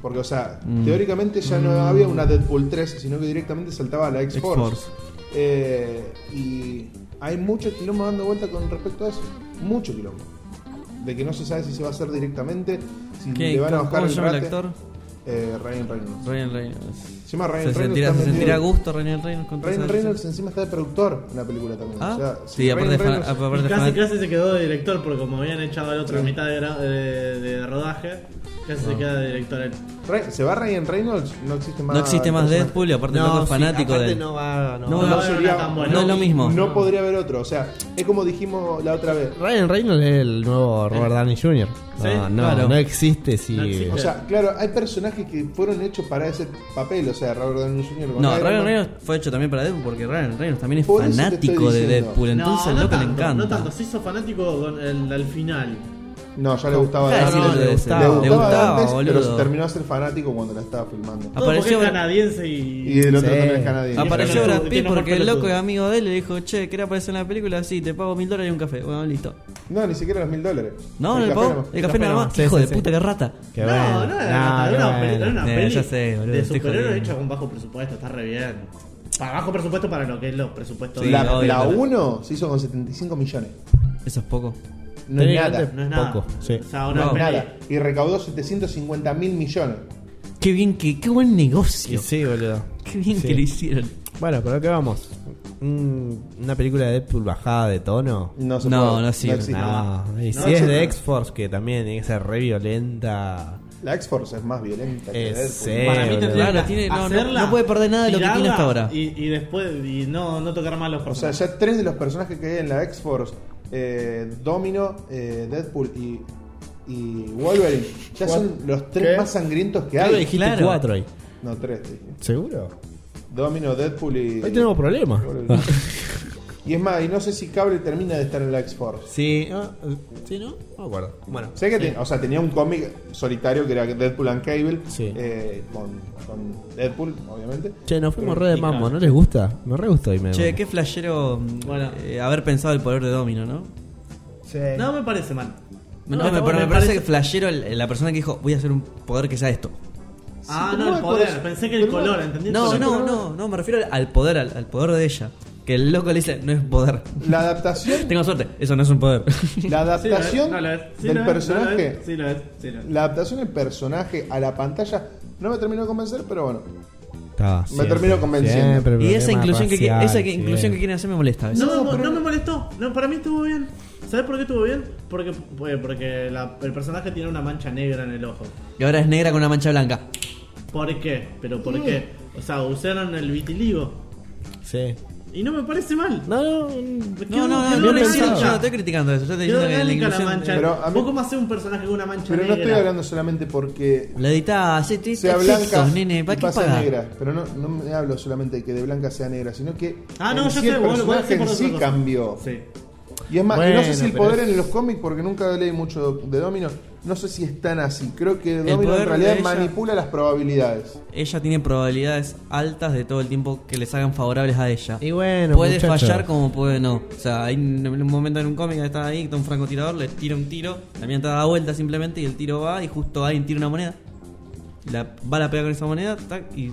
Speaker 7: Porque, o sea,
Speaker 4: Mm.
Speaker 7: teóricamente ya no había una Deadpool 3, sino que directamente saltaba a la X-Force.
Speaker 4: X-Force.
Speaker 7: Eh, y hay mucho quilombo dando vuelta con respecto a eso. Mucho quilombo. De que no se sabe si se va a hacer directamente, si
Speaker 4: ¿Qué?
Speaker 7: le van a
Speaker 4: ¿Cómo-
Speaker 7: bajar
Speaker 4: cómo
Speaker 7: el
Speaker 4: se llama el
Speaker 7: rate.
Speaker 4: actor?
Speaker 7: Eh, Ryan Reynolds.
Speaker 4: Ryan Reynolds.
Speaker 7: Encima Ryan
Speaker 4: Se
Speaker 7: Reynolds.
Speaker 4: sentirá,
Speaker 7: está
Speaker 4: se
Speaker 7: metido-
Speaker 4: sentirá a gusto Ryan Reynolds con toda
Speaker 7: Ryan
Speaker 4: esa
Speaker 7: Reynolds
Speaker 4: decisión.
Speaker 7: encima está de productor en la película también.
Speaker 4: Ah,
Speaker 7: O sea,
Speaker 4: sí,
Speaker 7: si
Speaker 4: aparte de
Speaker 7: Ryan
Speaker 4: fan,
Speaker 7: Reynolds-
Speaker 4: aparte
Speaker 3: Y
Speaker 4: de
Speaker 3: casi,
Speaker 4: fan-
Speaker 3: casi se quedó de director, porque como habían echado al otro a mitad de, gra- de- de rodaje, casi se queda de director él.
Speaker 7: Ryan- se va Ryan Reynolds, no existe más.
Speaker 4: No existe más
Speaker 7: personaje.
Speaker 4: Deadpool y aparte el loco
Speaker 2: No,
Speaker 4: es
Speaker 2: sí,
Speaker 4: fanático
Speaker 2: aparte
Speaker 4: de.
Speaker 2: no va. No,
Speaker 4: No,
Speaker 2: va.
Speaker 4: no,
Speaker 3: no
Speaker 7: sería-
Speaker 3: era tan bueno.
Speaker 4: no es lo mismo.
Speaker 7: No podría haber otro. O sea, es como dijimos la otra vez.
Speaker 2: Ryan Reynolds es el nuevo Robert Downey Jr. No,
Speaker 3: Sí,
Speaker 2: no,
Speaker 4: claro.
Speaker 2: ¿Eh? no existe si.
Speaker 3: No existe.
Speaker 7: O sea, claro, hay personajes que fueron hechos para ese papel. O sea, Robert Downey Jr. con
Speaker 4: No,
Speaker 7: Iron
Speaker 4: Ryan
Speaker 7: Man.
Speaker 4: Reynolds fue hecho también para Deadpool porque Ryan Reynolds también es
Speaker 7: Por eso te
Speaker 4: fanático
Speaker 7: estoy
Speaker 4: de
Speaker 7: diciendo.
Speaker 4: Deadpool, entonces
Speaker 3: no,
Speaker 4: al
Speaker 3: no
Speaker 4: loco
Speaker 3: tanto,
Speaker 4: le encanta.
Speaker 3: No tanto, se hizo fanático con el, al final.
Speaker 7: No, ya le gustaba.
Speaker 4: Ah,
Speaker 7: Downey.
Speaker 4: sí,
Speaker 2: no,
Speaker 4: le
Speaker 2: le
Speaker 4: gustaba,
Speaker 7: le gustaba,
Speaker 2: gustaba.
Speaker 4: le gustaba,
Speaker 7: antes, pero
Speaker 4: boludo.
Speaker 7: se terminó a ser fanático cuando la estaba filmando.
Speaker 3: Todo
Speaker 4: Apareció-
Speaker 3: porque es canadiense y.
Speaker 7: Y el otro
Speaker 2: Sí.
Speaker 7: también es canadiense.
Speaker 4: Apareció
Speaker 3: Tiene
Speaker 4: Brad
Speaker 3: nombre-
Speaker 4: Pitt
Speaker 3: tiene
Speaker 4: porque
Speaker 3: nombre
Speaker 4: el loco
Speaker 3: pelotudo.
Speaker 4: es amigo de él le dijo, che, ¿querés aparecer en la película? Sí, te pago mil dólares y un café. Bueno, listo.
Speaker 7: No, ni siquiera los mil dólares.
Speaker 4: No, no le
Speaker 7: café
Speaker 4: pago.
Speaker 7: nomás.
Speaker 4: El café nada más.
Speaker 2: Sí,
Speaker 4: Hijo
Speaker 2: sí,
Speaker 4: de
Speaker 2: sí.
Speaker 4: puta que rata.
Speaker 2: Qué
Speaker 3: no,
Speaker 2: bueno.
Speaker 3: no, era
Speaker 2: qué
Speaker 3: era una
Speaker 2: bueno.
Speaker 3: peli, era una
Speaker 4: Eh,
Speaker 3: peli
Speaker 4: ya sé, boludo,
Speaker 3: de
Speaker 4: estoy
Speaker 3: superhéroes
Speaker 4: jodiendo.
Speaker 3: hecha con bajo presupuesto, está re bien. Para bajo presupuesto para lo que es los presupuestos
Speaker 4: Sí,
Speaker 3: de
Speaker 4: no,
Speaker 7: la la
Speaker 4: obvio.
Speaker 7: 1 se hizo con 75 millones.
Speaker 4: Eso es poco.
Speaker 7: No es
Speaker 2: Técnicamente,
Speaker 7: nada.
Speaker 3: No es nada.
Speaker 2: Poco, sí.
Speaker 3: O sea, una
Speaker 4: No,
Speaker 3: peli-
Speaker 7: Nada. Y recaudó 750 mil millones.
Speaker 4: Qué bien, que, qué buen
Speaker 2: Y
Speaker 4: negocio.
Speaker 2: sí, boludo.
Speaker 4: Qué bien
Speaker 2: Sí.
Speaker 4: que lo hicieron.
Speaker 2: Bueno, pero ¿qué vamos? Un- una película de Deadpool bajada de tono.
Speaker 7: No se
Speaker 4: No,
Speaker 7: puede.
Speaker 4: no sirve,
Speaker 7: existe.
Speaker 2: No, y si
Speaker 7: No,
Speaker 2: es
Speaker 7: sí,
Speaker 2: de
Speaker 7: no.
Speaker 2: X-Force, que también tiene que ser re violenta.
Speaker 7: La X-Force es más violenta que
Speaker 2: Es
Speaker 7: Deadpool.
Speaker 2: serio.
Speaker 3: Para mí
Speaker 2: boludo.
Speaker 3: tendría
Speaker 4: Claro,
Speaker 3: que
Speaker 4: tiene- Eh, no, no-
Speaker 3: hacerla,
Speaker 4: no puede perder nada de lo que tiene
Speaker 3: tirarla
Speaker 4: hasta ahora.
Speaker 3: Y, y después, y no, no tocar más los
Speaker 7: O sea,
Speaker 3: personajes.
Speaker 7: ya tres de los personajes que hay en la X-Force, eh, Domino, eh, Deadpool y, y Wolverine, ya son los tres
Speaker 2: ¿Qué?
Speaker 7: más sangrientos que
Speaker 2: Claro,
Speaker 7: hay.
Speaker 2: dijiste
Speaker 4: claro.
Speaker 2: cuatro ahí.
Speaker 7: No, tres, te dije.
Speaker 2: ¿Seguro?
Speaker 7: Domino, Deadpool y.
Speaker 2: Ahí tenemos problemas.
Speaker 7: Wolverine. y es más, y no sé si Cable termina de estar en la X-Force.
Speaker 2: Sí, ah,
Speaker 4: eh,
Speaker 2: sí, ¿no? No me acuerdo. Bueno,
Speaker 7: Sé que ten- o sea, tenía un cómic solitario que era Deadpool and Cable,
Speaker 2: Sí.
Speaker 7: eh, con, con Deadpool, obviamente.
Speaker 2: che, nos fuimos re de mambo, ¿no les gusta? Me re gustó y me.
Speaker 4: Che, qué flashero mm,
Speaker 3: Bueno.
Speaker 4: eh, haber pensado el poder de Domino, ¿no?
Speaker 3: No me parece mal.
Speaker 4: No,
Speaker 3: No,
Speaker 4: me,
Speaker 3: no,
Speaker 4: pero
Speaker 3: me
Speaker 4: me parece,
Speaker 3: parece-
Speaker 4: que flashero el- la persona que dijo, voy a hacer un poder que sea esto.
Speaker 3: Ah,
Speaker 7: Sí, pero
Speaker 3: no, el
Speaker 7: me
Speaker 3: poder.
Speaker 7: acuerdo-
Speaker 3: Pensé que el
Speaker 7: pero me-
Speaker 3: color, ¿entendés?
Speaker 4: No,
Speaker 3: Pero-
Speaker 4: no, no, no, me refiero al- al poder, al, al poder de ella. Que Que el loco le dice, no es poder.
Speaker 7: La adaptación.
Speaker 4: Tengo suerte, eso no es un poder.
Speaker 7: La adaptación
Speaker 3: Sí lo es, no lo es, sí
Speaker 7: del
Speaker 3: lo es,
Speaker 7: personaje.
Speaker 3: no lo es, sí lo es, sí lo es.
Speaker 7: La adaptación del personaje a la pantalla no me terminó de convencer, pero bueno.
Speaker 2: Está,
Speaker 7: Me termino convenciendo.
Speaker 2: siempre el
Speaker 4: Y esa
Speaker 2: problema
Speaker 4: inclusión, que, qui-
Speaker 2: racial,
Speaker 4: esa que-
Speaker 2: siempre.
Speaker 4: inclusión que quieren hacer me molesta. a veces.
Speaker 3: No,
Speaker 7: No,
Speaker 3: no,
Speaker 7: pero-
Speaker 3: me molestó. No, para mí estuvo bien. ¿Sabes por qué estuvo bien? Porque, pues, porque la- el personaje tiene una mancha negra en el ojo.
Speaker 4: Y ahora es negra con una mancha blanca.
Speaker 3: ¿Por qué? Pero ¿por qué? O sea, usaron el vitiligo.
Speaker 2: Sí.
Speaker 3: Y no me parece mal.
Speaker 2: No, no.
Speaker 4: No, no, no,
Speaker 3: Quedó
Speaker 4: no,
Speaker 2: bien
Speaker 4: no,
Speaker 3: orgánica.
Speaker 4: yo no estoy criticando eso. Yo estoy
Speaker 3: Quedó orgánica
Speaker 4: diciendo que la
Speaker 3: la
Speaker 4: inclusión.
Speaker 3: mancha.
Speaker 7: Pero a mí-
Speaker 3: ¿Vos cómo hacés un personaje con una mancha
Speaker 7: Pero no
Speaker 3: negra?
Speaker 7: estoy hablando solamente porque
Speaker 4: La editá, hacete
Speaker 7: sea blanca
Speaker 4: textos, nene, ¿para
Speaker 7: y
Speaker 4: qué
Speaker 7: pasa
Speaker 4: pagar?
Speaker 7: negra. Pero no, no me hablo solamente de que de blanca sea negra, sino que
Speaker 3: Ah,
Speaker 7: en
Speaker 3: no, yo
Speaker 7: sí
Speaker 3: sé,
Speaker 7: el
Speaker 3: vos- vos
Speaker 7: personaje
Speaker 3: decís por
Speaker 7: en
Speaker 3: otra
Speaker 7: sí
Speaker 3: cosa.
Speaker 7: cambió.
Speaker 3: Sí.
Speaker 7: Y es más, y no
Speaker 2: Bueno,
Speaker 7: sé si el
Speaker 2: pero
Speaker 7: poder
Speaker 2: es-
Speaker 7: en los cómics, porque nunca leí mucho de Domino, no sé si es tan así. Creo que Domino
Speaker 4: poder
Speaker 7: en
Speaker 4: de
Speaker 7: realidad
Speaker 4: ella-
Speaker 7: manipula las probabilidades.
Speaker 4: Ella tiene probabilidades altas de todo el tiempo que les hagan favorables a ella.
Speaker 2: Y bueno,
Speaker 4: puede
Speaker 2: muchachos.
Speaker 4: fallar como puede no. O sea, hay un, un momento en un cómic que está ahí, está un francotirador, le tira un tiro, la mina te da vuelta simplemente y el tiro va y justo alguien tira una moneda. La bala pega con esa moneda tac, y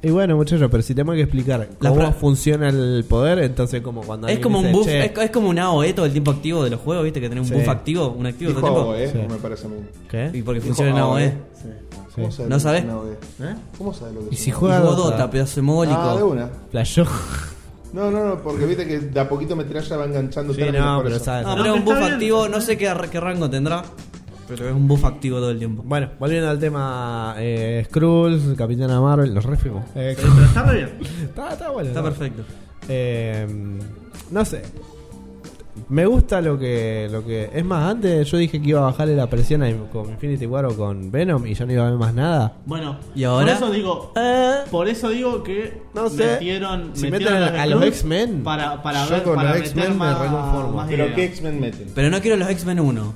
Speaker 2: Y bueno, muchachos, pero si tenemos que explicar
Speaker 4: La
Speaker 2: cómo
Speaker 4: fra-
Speaker 2: funciona el poder, entonces como cuando
Speaker 4: es
Speaker 2: alguien
Speaker 4: como un
Speaker 2: dice,
Speaker 4: buff,
Speaker 2: "Che,
Speaker 4: es, es como un AOE todo el tiempo activo de los juegos, viste que tenés un
Speaker 2: Sí.
Speaker 4: buff activo, un activo
Speaker 7: Dijo
Speaker 4: todo el
Speaker 7: AOE,
Speaker 2: Sí.
Speaker 7: eh, me parece a mí.
Speaker 4: tiempo. Y
Speaker 2: ¿Qué?
Speaker 4: porque
Speaker 7: Dijo E.
Speaker 4: funciona en E.
Speaker 7: AOE.
Speaker 4: AOE.
Speaker 7: ¿Cómo
Speaker 2: Sí.
Speaker 7: sabe
Speaker 4: ¿No
Speaker 7: lo que
Speaker 4: sabés?
Speaker 7: es un AOE? E? ¿Cómo sabe lo que
Speaker 2: Y
Speaker 7: es
Speaker 2: si
Speaker 7: un AOE?
Speaker 2: juega
Speaker 4: ¿Eh? Y vos
Speaker 2: Dota,
Speaker 4: Dota, pedazo hemólico.
Speaker 7: Ah, de una.
Speaker 2: Flasheó.
Speaker 7: No, no, no, porque viste que de a poquito metralla va enganchando
Speaker 2: Sí,
Speaker 7: términos
Speaker 2: no,
Speaker 7: por
Speaker 2: Ah, pero
Speaker 7: eso.
Speaker 2: sabes.
Speaker 3: No,
Speaker 4: No, pero es un
Speaker 3: está
Speaker 4: buff
Speaker 3: bien.
Speaker 4: activo, no sé qué, ar- qué rango tendrá, pero es un buff activo todo el tiempo.
Speaker 2: Bueno, volviendo al tema eh, Skrulls, Capitana Marvel, los refrimos. Eh,
Speaker 3: Pero, pero está re bien.
Speaker 2: está, está bueno.
Speaker 4: Está
Speaker 2: ¿no?
Speaker 4: perfecto.
Speaker 2: Eh, no sé. Me gusta lo que, lo que. Es más, antes yo dije que iba a bajarle la presión a, con Infinity War o con Venom y ya no iba a ver más nada.
Speaker 3: Bueno,
Speaker 4: ¿Y ahora?
Speaker 3: por eso digo,
Speaker 2: Eh,
Speaker 3: por eso digo que
Speaker 2: No sé.
Speaker 3: metieron,
Speaker 2: Si
Speaker 3: metieron
Speaker 2: meten a- a los
Speaker 3: Skrulls
Speaker 2: X-Men,
Speaker 3: para para
Speaker 2: yo
Speaker 3: ver
Speaker 2: con
Speaker 3: para
Speaker 2: los
Speaker 3: meter
Speaker 2: X-Men me
Speaker 3: más-
Speaker 2: reconformo.
Speaker 3: más
Speaker 7: Pero
Speaker 3: ideas.
Speaker 7: ¿qué X-Men meten?
Speaker 4: Pero no quiero los X-Men 1.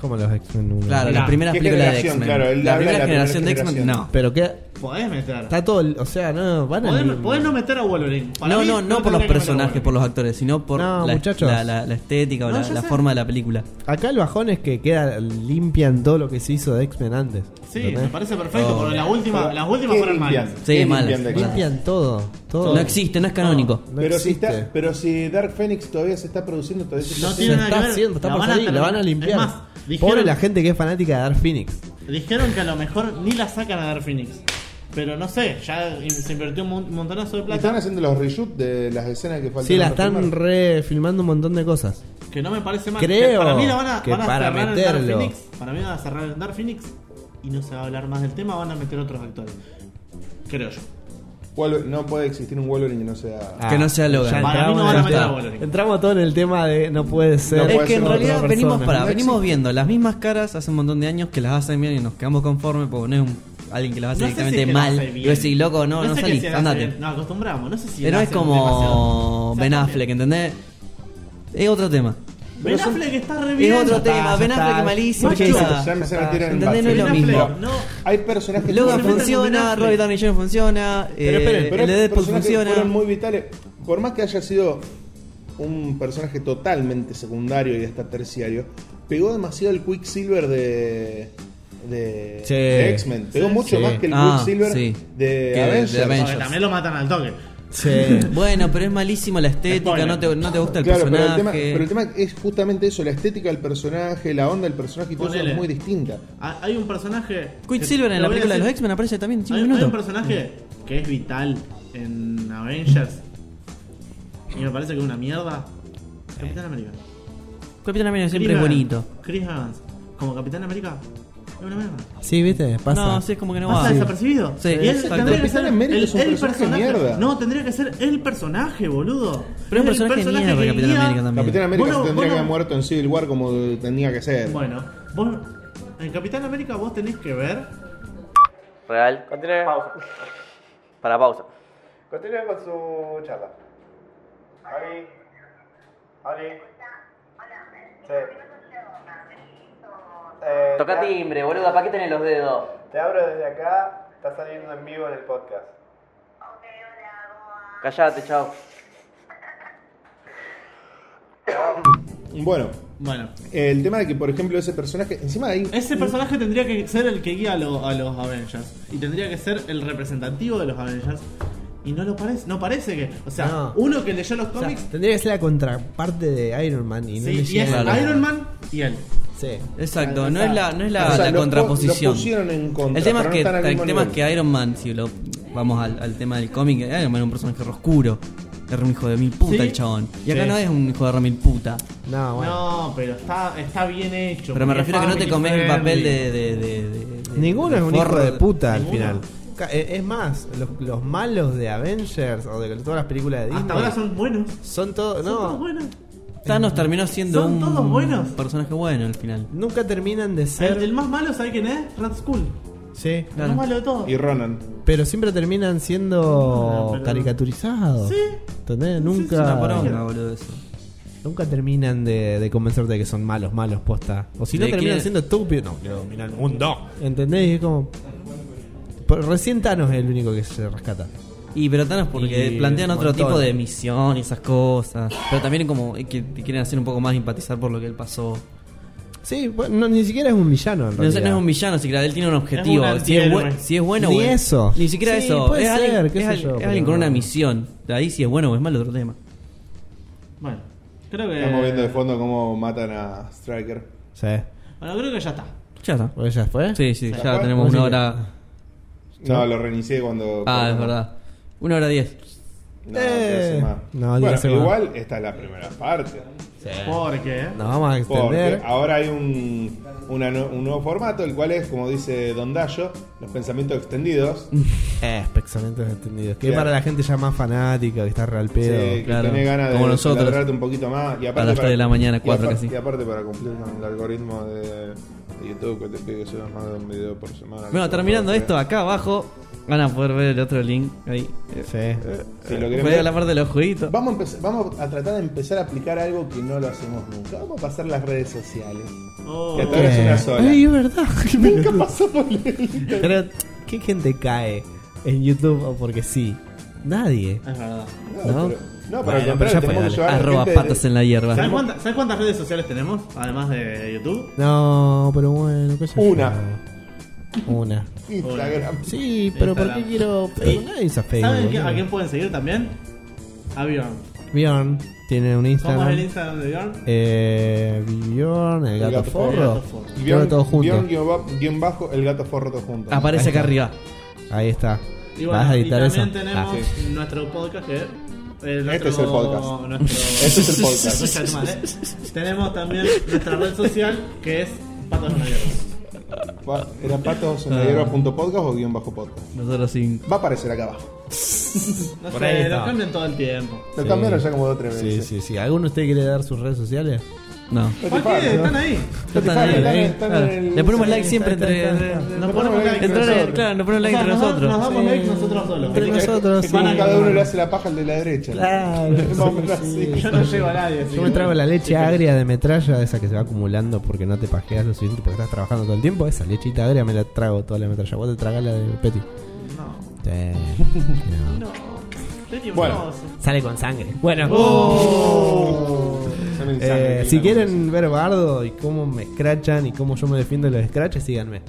Speaker 2: como los X-Men uno.
Speaker 4: Claro,
Speaker 3: Mirá,
Speaker 4: las primeras
Speaker 7: ¿qué
Speaker 4: películas de
Speaker 7: generación?
Speaker 4: X-Men.
Speaker 7: Claro, él
Speaker 4: la
Speaker 7: habla de
Speaker 4: primera
Speaker 7: la primera
Speaker 4: generación de X-Men,
Speaker 7: generación.
Speaker 4: no.
Speaker 2: Pero que.
Speaker 3: Podés meter.
Speaker 2: Está todo. el- O sea, no. Van
Speaker 3: Podés,
Speaker 2: al-
Speaker 3: podés no meter a Wolverine. Para
Speaker 4: No,
Speaker 3: mí,
Speaker 4: no, no por los
Speaker 3: tendría que meter a
Speaker 4: personajes, por los actores, sino por
Speaker 2: No,
Speaker 4: la,
Speaker 2: muchachos.
Speaker 4: la- la- la estética o
Speaker 3: No,
Speaker 4: la,
Speaker 3: ya
Speaker 4: la
Speaker 3: sé.
Speaker 4: forma de la película.
Speaker 2: Acá el bajón es que queda limpian todo lo que se hizo de X-Men antes.
Speaker 3: Wolverine. Sí,
Speaker 2: ¿entendés?
Speaker 3: me parece perfecto,
Speaker 4: Oh.
Speaker 3: porque la última, las últimas
Speaker 7: ¿Qué
Speaker 3: fueron
Speaker 7: limpian?
Speaker 3: malas.
Speaker 4: Sí,
Speaker 7: ¿Qué
Speaker 4: malas.
Speaker 7: limpian de X-Men?
Speaker 2: Limpian todo. todo.
Speaker 4: No existe, no es canónico.
Speaker 2: No
Speaker 7: Pero si,
Speaker 2: existe.
Speaker 7: está, pero si Dark Phoenix todavía se está produciendo, todavía se está
Speaker 3: No
Speaker 7: haciendo.
Speaker 3: tiene nada
Speaker 2: Se
Speaker 3: que
Speaker 2: está
Speaker 3: ver.
Speaker 2: haciendo, está
Speaker 3: La
Speaker 2: por
Speaker 3: van a
Speaker 2: salir, la
Speaker 3: terminar.
Speaker 2: van a limpiar.
Speaker 3: Es más, dijeron-
Speaker 2: Pobre la gente que es fanática de Dark Phoenix.
Speaker 3: Dijeron que a lo mejor ni la sacan a Dark Phoenix. Pero no sé, ya in- se invirtió un mon- montonazo de
Speaker 7: Están
Speaker 3: plata.
Speaker 7: haciendo los reshoots de las escenas que faltan.
Speaker 2: Sí, la
Speaker 7: por
Speaker 2: están
Speaker 7: filmar.
Speaker 2: refilmando un montón de cosas.
Speaker 3: Que no me parece mal.
Speaker 2: Creo
Speaker 3: Que para mí la van a,
Speaker 2: que
Speaker 3: van a
Speaker 2: para
Speaker 3: cerrar en Dark
Speaker 2: meterlo.
Speaker 3: Phoenix. Para mí van a cerrar en Dark Phoenix. Y no se va a hablar más del tema, van a meter otros actores. Creo yo.
Speaker 7: Wolver- no puede existir un Wolverine que no sea.
Speaker 2: Ah.
Speaker 3: Ah,
Speaker 4: Que no sea Logan.
Speaker 2: ya
Speaker 3: Para mí no
Speaker 2: entramos-
Speaker 3: van a
Speaker 2: ya
Speaker 3: meter
Speaker 2: está.
Speaker 3: a Wolverine.
Speaker 2: Entramos todo en el tema de no puede ser.
Speaker 7: No
Speaker 4: es
Speaker 7: puede
Speaker 4: que
Speaker 7: ser
Speaker 4: en
Speaker 7: otra
Speaker 4: realidad
Speaker 2: persona.
Speaker 4: venimos para,
Speaker 7: No
Speaker 4: venimos
Speaker 7: existe.
Speaker 4: viendo las mismas caras hace un montón de años que las hacen bien y nos quedamos conformes porque no es un- alguien que las hace
Speaker 3: No sé si
Speaker 4: directamente
Speaker 3: es que la hace
Speaker 4: mal.
Speaker 3: bien.
Speaker 4: Y vos decís, loco, no, no,
Speaker 3: sé que
Speaker 4: salís,
Speaker 3: si la hace
Speaker 4: andate.
Speaker 3: bien. Nos acostumbramos, no sé si.
Speaker 4: Pero
Speaker 3: la
Speaker 4: es
Speaker 3: hacen demasiado.
Speaker 4: como
Speaker 3: O sea,
Speaker 4: Ben
Speaker 3: también.
Speaker 4: Affleck, ¿entendés? Es otro tema.
Speaker 3: Ben Affleck está re bien.
Speaker 4: es otro
Speaker 3: Ya
Speaker 4: tema,
Speaker 3: está,
Speaker 4: Ben
Speaker 3: ya está.
Speaker 4: Affleck malísimo.
Speaker 3: Macho,
Speaker 4: ya
Speaker 3: ya
Speaker 4: está.
Speaker 7: Ya me se metieron en
Speaker 4: ¿Entendés? No
Speaker 7: Batman.
Speaker 4: es lo
Speaker 3: Ben
Speaker 4: mismo.
Speaker 3: Affleck, no.
Speaker 7: Hay personajes que
Speaker 4: Logan
Speaker 7: fueron-
Speaker 3: Simplemente no
Speaker 4: funciona,
Speaker 3: Affleck.
Speaker 4: Robert Downey Jr. funciona,
Speaker 7: Pero
Speaker 4: eh,
Speaker 7: esperen, pero
Speaker 4: el de
Speaker 7: hay
Speaker 4: Deadpool
Speaker 7: personajes que
Speaker 4: funciona.
Speaker 7: fueron muy vitales. Por más que haya sido un personaje totalmente secundario y hasta terciario, pegó demasiado el Quicksilver de. de,
Speaker 2: Sí.
Speaker 7: de X-Men. Pegó mucho
Speaker 2: Sí.
Speaker 7: más que el
Speaker 4: Ah,
Speaker 7: Quicksilver
Speaker 4: sí.
Speaker 7: de,
Speaker 4: Que- de
Speaker 7: Avengers.
Speaker 4: Avengers.
Speaker 3: Porque también lo matan al toque.
Speaker 2: Sí.
Speaker 4: Bueno, pero es malísimo la estética,
Speaker 3: Spoiler.
Speaker 4: no te, no te gusta el
Speaker 7: Ah, Claro, pero el,
Speaker 4: personaje.
Speaker 7: tema, pero el tema es justamente eso: la estética del personaje, la onda del personaje y todo eso
Speaker 3: Ponele.
Speaker 7: es muy distinta.
Speaker 3: Ah, Hay un personaje.
Speaker 4: Quicksilver
Speaker 3: que-
Speaker 4: en
Speaker 3: lo
Speaker 4: la
Speaker 3: voy a
Speaker 4: película de los
Speaker 3: decir.
Speaker 4: X-Men aparece también en 5
Speaker 3: Hay, hay un
Speaker 4: minutos.
Speaker 3: personaje que es vital en Avengers. Y me parece que es una mierda. Capitán América.
Speaker 4: Capitán América siempre
Speaker 3: Chris
Speaker 4: es
Speaker 3: Evans.
Speaker 4: bonito.
Speaker 3: Chris Evans. Como Capitán América. Es una mierda.
Speaker 2: Sí, viste, pasa.
Speaker 4: No, sí, es como que no
Speaker 3: Pasa
Speaker 4: va.
Speaker 3: desapercibido.
Speaker 4: Sí,
Speaker 3: Y él
Speaker 4: exacto.
Speaker 3: tendría que
Speaker 7: Capitán
Speaker 3: ser
Speaker 7: América
Speaker 3: el,
Speaker 7: es un
Speaker 3: el
Speaker 7: personaje
Speaker 3: personaje.
Speaker 7: mierda.
Speaker 3: No, tendría que ser el personaje, boludo.
Speaker 4: Pero es un personaje de mierda
Speaker 3: que
Speaker 4: Capitán
Speaker 3: guía-
Speaker 4: América también.
Speaker 7: Capitán América
Speaker 3: Bueno,
Speaker 7: se tendría
Speaker 3: bueno.
Speaker 7: que haber muerto en Civil War como tenía que ser.
Speaker 3: Bueno, vos. En Capitán América vos tenés que ver.
Speaker 8: Real.
Speaker 1: Continúe.
Speaker 8: Para pausa.
Speaker 1: Continúe con su charla. Ali. Ali. Sí. Eh, te-
Speaker 8: timbre, boludo. ¿Para qué tenés los dedos?
Speaker 1: Te abro desde acá. Está saliendo en vivo en el podcast.
Speaker 8: Callate, chao.
Speaker 7: Bueno,
Speaker 3: Bueno.
Speaker 7: el tema de que, por ejemplo, ese personaje. Encima hay.
Speaker 3: Ese personaje tendría que ser el que guía a, lo- a los Avengers. Y tendría que ser el representativo de los Avengers. Y no lo parece, no parece que. O sea,
Speaker 2: No.
Speaker 3: uno que leyó los
Speaker 2: O sea,
Speaker 3: cómics.
Speaker 2: tendría que ser la contraparte de Iron Man y no
Speaker 3: sí,
Speaker 2: le
Speaker 3: y es
Speaker 2: llega nada.
Speaker 3: Iron Man y él.
Speaker 2: Sí.
Speaker 4: Exacto, no es la, no es
Speaker 7: O
Speaker 4: la,
Speaker 7: sea,
Speaker 4: la
Speaker 7: lo po-
Speaker 4: contraposición.
Speaker 7: lo pusieron en contra,
Speaker 4: el tema es
Speaker 7: pero no
Speaker 4: que,
Speaker 7: están al
Speaker 4: el
Speaker 7: mismo
Speaker 4: tema es
Speaker 7: nivel.
Speaker 4: que Iron Man, si lo vamos al, al tema del cómic, Iron Man es un personaje re oscuro. Era un hijo de mil puta
Speaker 3: Sí.
Speaker 4: el chabón. Y acá
Speaker 3: Sí.
Speaker 4: no es un hijo de re mil puta.
Speaker 2: No, bueno.
Speaker 3: No, pero está, está bien hecho.
Speaker 4: Ah, Pero me
Speaker 3: porque
Speaker 4: refiero a que no te
Speaker 3: family
Speaker 4: comes el
Speaker 3: friendly.
Speaker 4: papel de. de, de- de- de-
Speaker 2: Ninguno
Speaker 4: de
Speaker 2: es un hijo
Speaker 4: forro
Speaker 2: de puta al
Speaker 3: Ninguno.
Speaker 2: final. Ca- eh, Es más, los, los malos de Avengers o de todas las películas de Disney
Speaker 3: Hasta ahora son buenos.
Speaker 2: son todos.
Speaker 3: Son todos
Speaker 2: No,
Speaker 3: buenos.
Speaker 4: Thanos terminó siendo
Speaker 3: Son
Speaker 4: un
Speaker 3: todos buenos.
Speaker 4: personaje bueno al final.
Speaker 2: nunca terminan de
Speaker 3: El, el
Speaker 2: ser.
Speaker 3: más malo, ¿sabe quién es? Rat School.
Speaker 2: Sí,
Speaker 3: El más malo de todos.
Speaker 7: Y Ronan.
Speaker 2: pero siempre terminan
Speaker 3: No,
Speaker 2: siendo
Speaker 3: pero-
Speaker 2: caricaturizados.
Speaker 3: Sí.
Speaker 2: ¿Entendés?
Speaker 4: Es una
Speaker 2: Nunca,
Speaker 4: poronga, boludo, eso.
Speaker 2: nunca terminan de, de convencerte de que son malos, malos posta. O si no
Speaker 4: De
Speaker 2: terminan
Speaker 4: que-
Speaker 2: siendo estúpidos. No, quiero dominar el mundo. ¿Entendés? Y es como. Por- Recién Thanos es el único que se rescata.
Speaker 4: Y pero Thanos porque
Speaker 2: Y
Speaker 4: plantean
Speaker 2: un
Speaker 4: otro
Speaker 2: montón.
Speaker 4: tipo de misión y esas cosas. Pero también como que te quieren hacer un poco más empatizar por lo que él pasó.
Speaker 2: Sí, bueno, no, ni siquiera es un villano en
Speaker 4: No, es-
Speaker 2: realidad.
Speaker 4: no es un villano, si él tiene un objetivo.
Speaker 3: Es un
Speaker 4: si, es bu-
Speaker 3: antihéroe.
Speaker 4: si es bueno
Speaker 2: Ni
Speaker 4: o es-
Speaker 2: eso.
Speaker 4: Ni siquiera
Speaker 2: Sí,
Speaker 4: eso.
Speaker 2: puede
Speaker 4: es alguien,
Speaker 2: ser, qué
Speaker 4: es
Speaker 2: sé
Speaker 4: al-
Speaker 2: yo,
Speaker 4: es
Speaker 2: pero
Speaker 4: alguien con
Speaker 2: no.
Speaker 4: una misión. De ahí si es bueno o es malo otro tema.
Speaker 3: Bueno, creo que.
Speaker 7: Estamos viendo de fondo cómo matan a Striker.
Speaker 2: Sí.
Speaker 3: Bueno, creo que ya está.
Speaker 4: Ya está.
Speaker 2: ¿O ya fue?
Speaker 4: Sí, sí, ya
Speaker 7: fue?
Speaker 4: tenemos
Speaker 2: Así
Speaker 4: una
Speaker 2: que-
Speaker 4: hora.
Speaker 7: No, lo reinicié cuando.
Speaker 4: Ah,
Speaker 7: cuando-
Speaker 4: es verdad. Una hora diez.
Speaker 7: No,
Speaker 2: Eh,
Speaker 7: quiero sumar.
Speaker 2: no, quiero
Speaker 7: bueno,
Speaker 2: sumar.
Speaker 7: igual esta es la primera parte. Eh.
Speaker 3: Porque. eh,
Speaker 2: Nos vamos a
Speaker 7: Porque
Speaker 2: extender.
Speaker 7: ahora hay un, una nu- un nuevo formato, el cual es, como dice Don Dallo, los pensamientos extendidos.
Speaker 2: Eh, pensamientos entendidos. Que
Speaker 7: Claro.
Speaker 2: para la gente ya más fanática, que está real
Speaker 7: Sí,
Speaker 2: pedo.
Speaker 7: que
Speaker 4: claro.
Speaker 7: tenés ganas de
Speaker 4: Como nosotros.
Speaker 7: alargarte un poquito más. Y aparte
Speaker 4: A las tres de la mañana,
Speaker 7: y
Speaker 4: cuatro
Speaker 7: aparte-
Speaker 4: casi.
Speaker 7: Y aparte para cumplir con el algoritmo de, de YouTube que te pide que subas más de un video por semana.
Speaker 4: Bueno, terminando esto, acá abajo van a poder ver el otro link. Ahí.
Speaker 2: Sí.
Speaker 7: eh, Si lo querés
Speaker 4: eh, Voy a
Speaker 7: ver.
Speaker 4: la parte de los jueguitos.
Speaker 7: Vamos a, empezar- vamos a tratar de empezar a aplicar algo que no lo hacemos nunca. Vamos a pasar las redes sociales.
Speaker 4: Eh,
Speaker 3: Oh.
Speaker 7: Que hasta ahora es una sola.
Speaker 2: Ay, es verdad. Qué
Speaker 7: Nunca
Speaker 2: pelotudo.
Speaker 7: pasó por el-
Speaker 2: Pero, ¿qué gente cae en YouTube o porque sí? Nadie.
Speaker 3: Es verdad.
Speaker 7: No, pero,
Speaker 2: ¿No?
Speaker 7: no, pero
Speaker 4: Bueno,
Speaker 7: al
Speaker 4: pero
Speaker 7: contrario,
Speaker 4: ya fue,
Speaker 7: tenemos que
Speaker 4: dale.
Speaker 7: llevar a la
Speaker 4: Arroba
Speaker 7: gente de-
Speaker 4: patas en la hierba.
Speaker 3: ¿Sabes cuánta- sabes cuántas redes sociales tenemos? Además de YouTube.
Speaker 2: No, pero bueno, qué sé yo.
Speaker 7: Una.
Speaker 2: Una.
Speaker 7: Instagram.
Speaker 2: Sí, pero ¿por qué
Speaker 3: Instagram.
Speaker 2: quiero.? Pero nadie usa Facebook.
Speaker 3: ¿Saben qué- a
Speaker 2: boludo.
Speaker 3: quién pueden seguir también? A Bjorn.
Speaker 2: Bjorn tiene un
Speaker 3: ¿Cómo es el
Speaker 2: Instagram.
Speaker 3: Instagram de Bjorn?
Speaker 2: Eh, Bjorn, el gato,
Speaker 7: gato
Speaker 2: forro.
Speaker 3: forro. Y
Speaker 7: Y
Speaker 2: Todo- todo junto. Ah,
Speaker 7: guión, guión ba- guión bajo, el gato forro todo junto.
Speaker 4: Aparece acá arriba.
Speaker 2: Ahí está.
Speaker 3: Y
Speaker 2: ¿Vas a
Speaker 3: bueno, y
Speaker 2: editar eso?
Speaker 3: también tenemos
Speaker 2: Ah.
Speaker 3: nuestro podcast que es. eh,
Speaker 7: Este es el podcast.
Speaker 3: nuestro-
Speaker 7: Este es el podcast.
Speaker 3: Concha de tu madre. Tenemos también nuestra red social que es Patas con
Speaker 7: Va- ¿Era patos en la
Speaker 2: Ah.
Speaker 7: hierba punto podcast o guión bajo podcast?
Speaker 4: Nosotros cinco.
Speaker 7: Va a aparecer acá abajo.
Speaker 3: No
Speaker 2: Por ahí
Speaker 3: sé,
Speaker 2: está.
Speaker 3: lo cambian todo el tiempo.
Speaker 7: Lo
Speaker 2: Sí.
Speaker 7: cambiaron ya como dos o tres
Speaker 2: Sí,
Speaker 7: veces.
Speaker 2: sí, sí. ¿Alguno de ustedes quiere dar sus redes sociales? ¿eh?
Speaker 4: No.
Speaker 3: ¿Por qué? Están ahí.
Speaker 4: Ya están
Speaker 7: Spotify,
Speaker 4: ahí,
Speaker 7: están en-
Speaker 4: ahí.
Speaker 7: están
Speaker 4: Claro.
Speaker 7: en
Speaker 2: Ah,
Speaker 7: el-
Speaker 4: Le ponemos
Speaker 7: están
Speaker 4: like
Speaker 7: en-
Speaker 4: siempre
Speaker 2: está,
Speaker 4: entre.
Speaker 2: está, está.
Speaker 4: entre-
Speaker 2: Le
Speaker 4: Nos
Speaker 7: ponemos
Speaker 4: ponemos
Speaker 7: like
Speaker 4: like.
Speaker 7: entre nosotros.
Speaker 4: Claro, nos ponemos like entre
Speaker 3: nos, da- nos
Speaker 4: nosotros.
Speaker 3: damos
Speaker 2: Sí.
Speaker 3: like nosotros solos.
Speaker 2: Entre
Speaker 3: Así que
Speaker 2: nosotros,
Speaker 7: Es
Speaker 2: sí.
Speaker 7: como
Speaker 3: Van a-
Speaker 7: Eh, cada uno le hace la paja al de la derecha.
Speaker 2: Claro,
Speaker 7: Es más o menos
Speaker 2: sí,
Speaker 7: así.
Speaker 2: sí.
Speaker 3: Yo no llego a nadie. así
Speaker 2: Yo me
Speaker 3: que-
Speaker 2: trago la leche agria de metralla, esa que se va acumulando porque no te pajeas lo suficiente porque estás trabajando todo el tiempo. Esa lechita agria me la trago toda la metralla. Vos te tragás la de Petty.
Speaker 3: No.
Speaker 2: Sí.
Speaker 3: No. Tenía un
Speaker 7: Bueno.
Speaker 3: oso.
Speaker 2: Sale con sangre. Bueno.
Speaker 3: Oh.
Speaker 7: Oh. Son
Speaker 2: Eh,
Speaker 7: mensajes que
Speaker 2: si
Speaker 7: la-
Speaker 2: quieren ver Bardo y cómo me escrachan y cómo yo me defiendo de los scratches, síganme.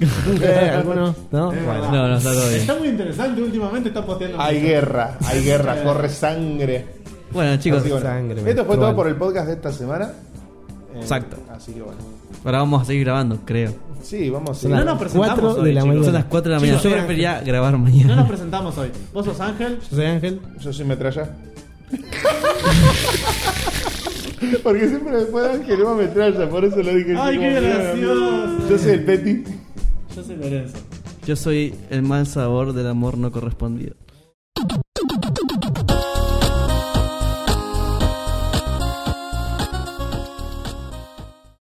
Speaker 2: Eh, ¿Algunos? ¿No?
Speaker 3: Es
Speaker 2: Bueno.
Speaker 3: verdad.
Speaker 4: No, no, está todo bien.
Speaker 3: Está muy interesante últimamente, está posteando.
Speaker 7: Hay
Speaker 3: mucho.
Speaker 7: guerra, hay guerra, corre sangre.
Speaker 4: Bueno, chicos,
Speaker 7: Así que bueno,
Speaker 2: sangre
Speaker 7: esto fue
Speaker 2: menstrual.
Speaker 7: todo por el podcast de esta semana. Eh,
Speaker 4: Exacto.
Speaker 7: Así que bueno.
Speaker 4: ahora vamos a seguir grabando, creo.
Speaker 7: Sí, vamos a
Speaker 2: Son las
Speaker 3: No nos presentamos
Speaker 2: cuatro
Speaker 3: hoy,
Speaker 2: de la
Speaker 3: chicos.
Speaker 2: mañana.
Speaker 4: Son las 4 de la mañana.
Speaker 3: Chicos,
Speaker 4: Yo
Speaker 3: soy
Speaker 4: prefería grabar
Speaker 3: No nos
Speaker 4: mañana.
Speaker 3: presentamos hoy. Vos sos Ángel.
Speaker 2: Yo soy Ángel.
Speaker 7: Yo soy metralla. Porque siempre me fue Ángel, no metralla, por eso lo dije.
Speaker 3: Ay,
Speaker 7: así
Speaker 3: qué
Speaker 7: como,
Speaker 3: gracioso.
Speaker 7: Yo soy el Petty.
Speaker 3: Yo soy Lorenzo.
Speaker 4: Yo soy el mal sabor del amor no correspondido.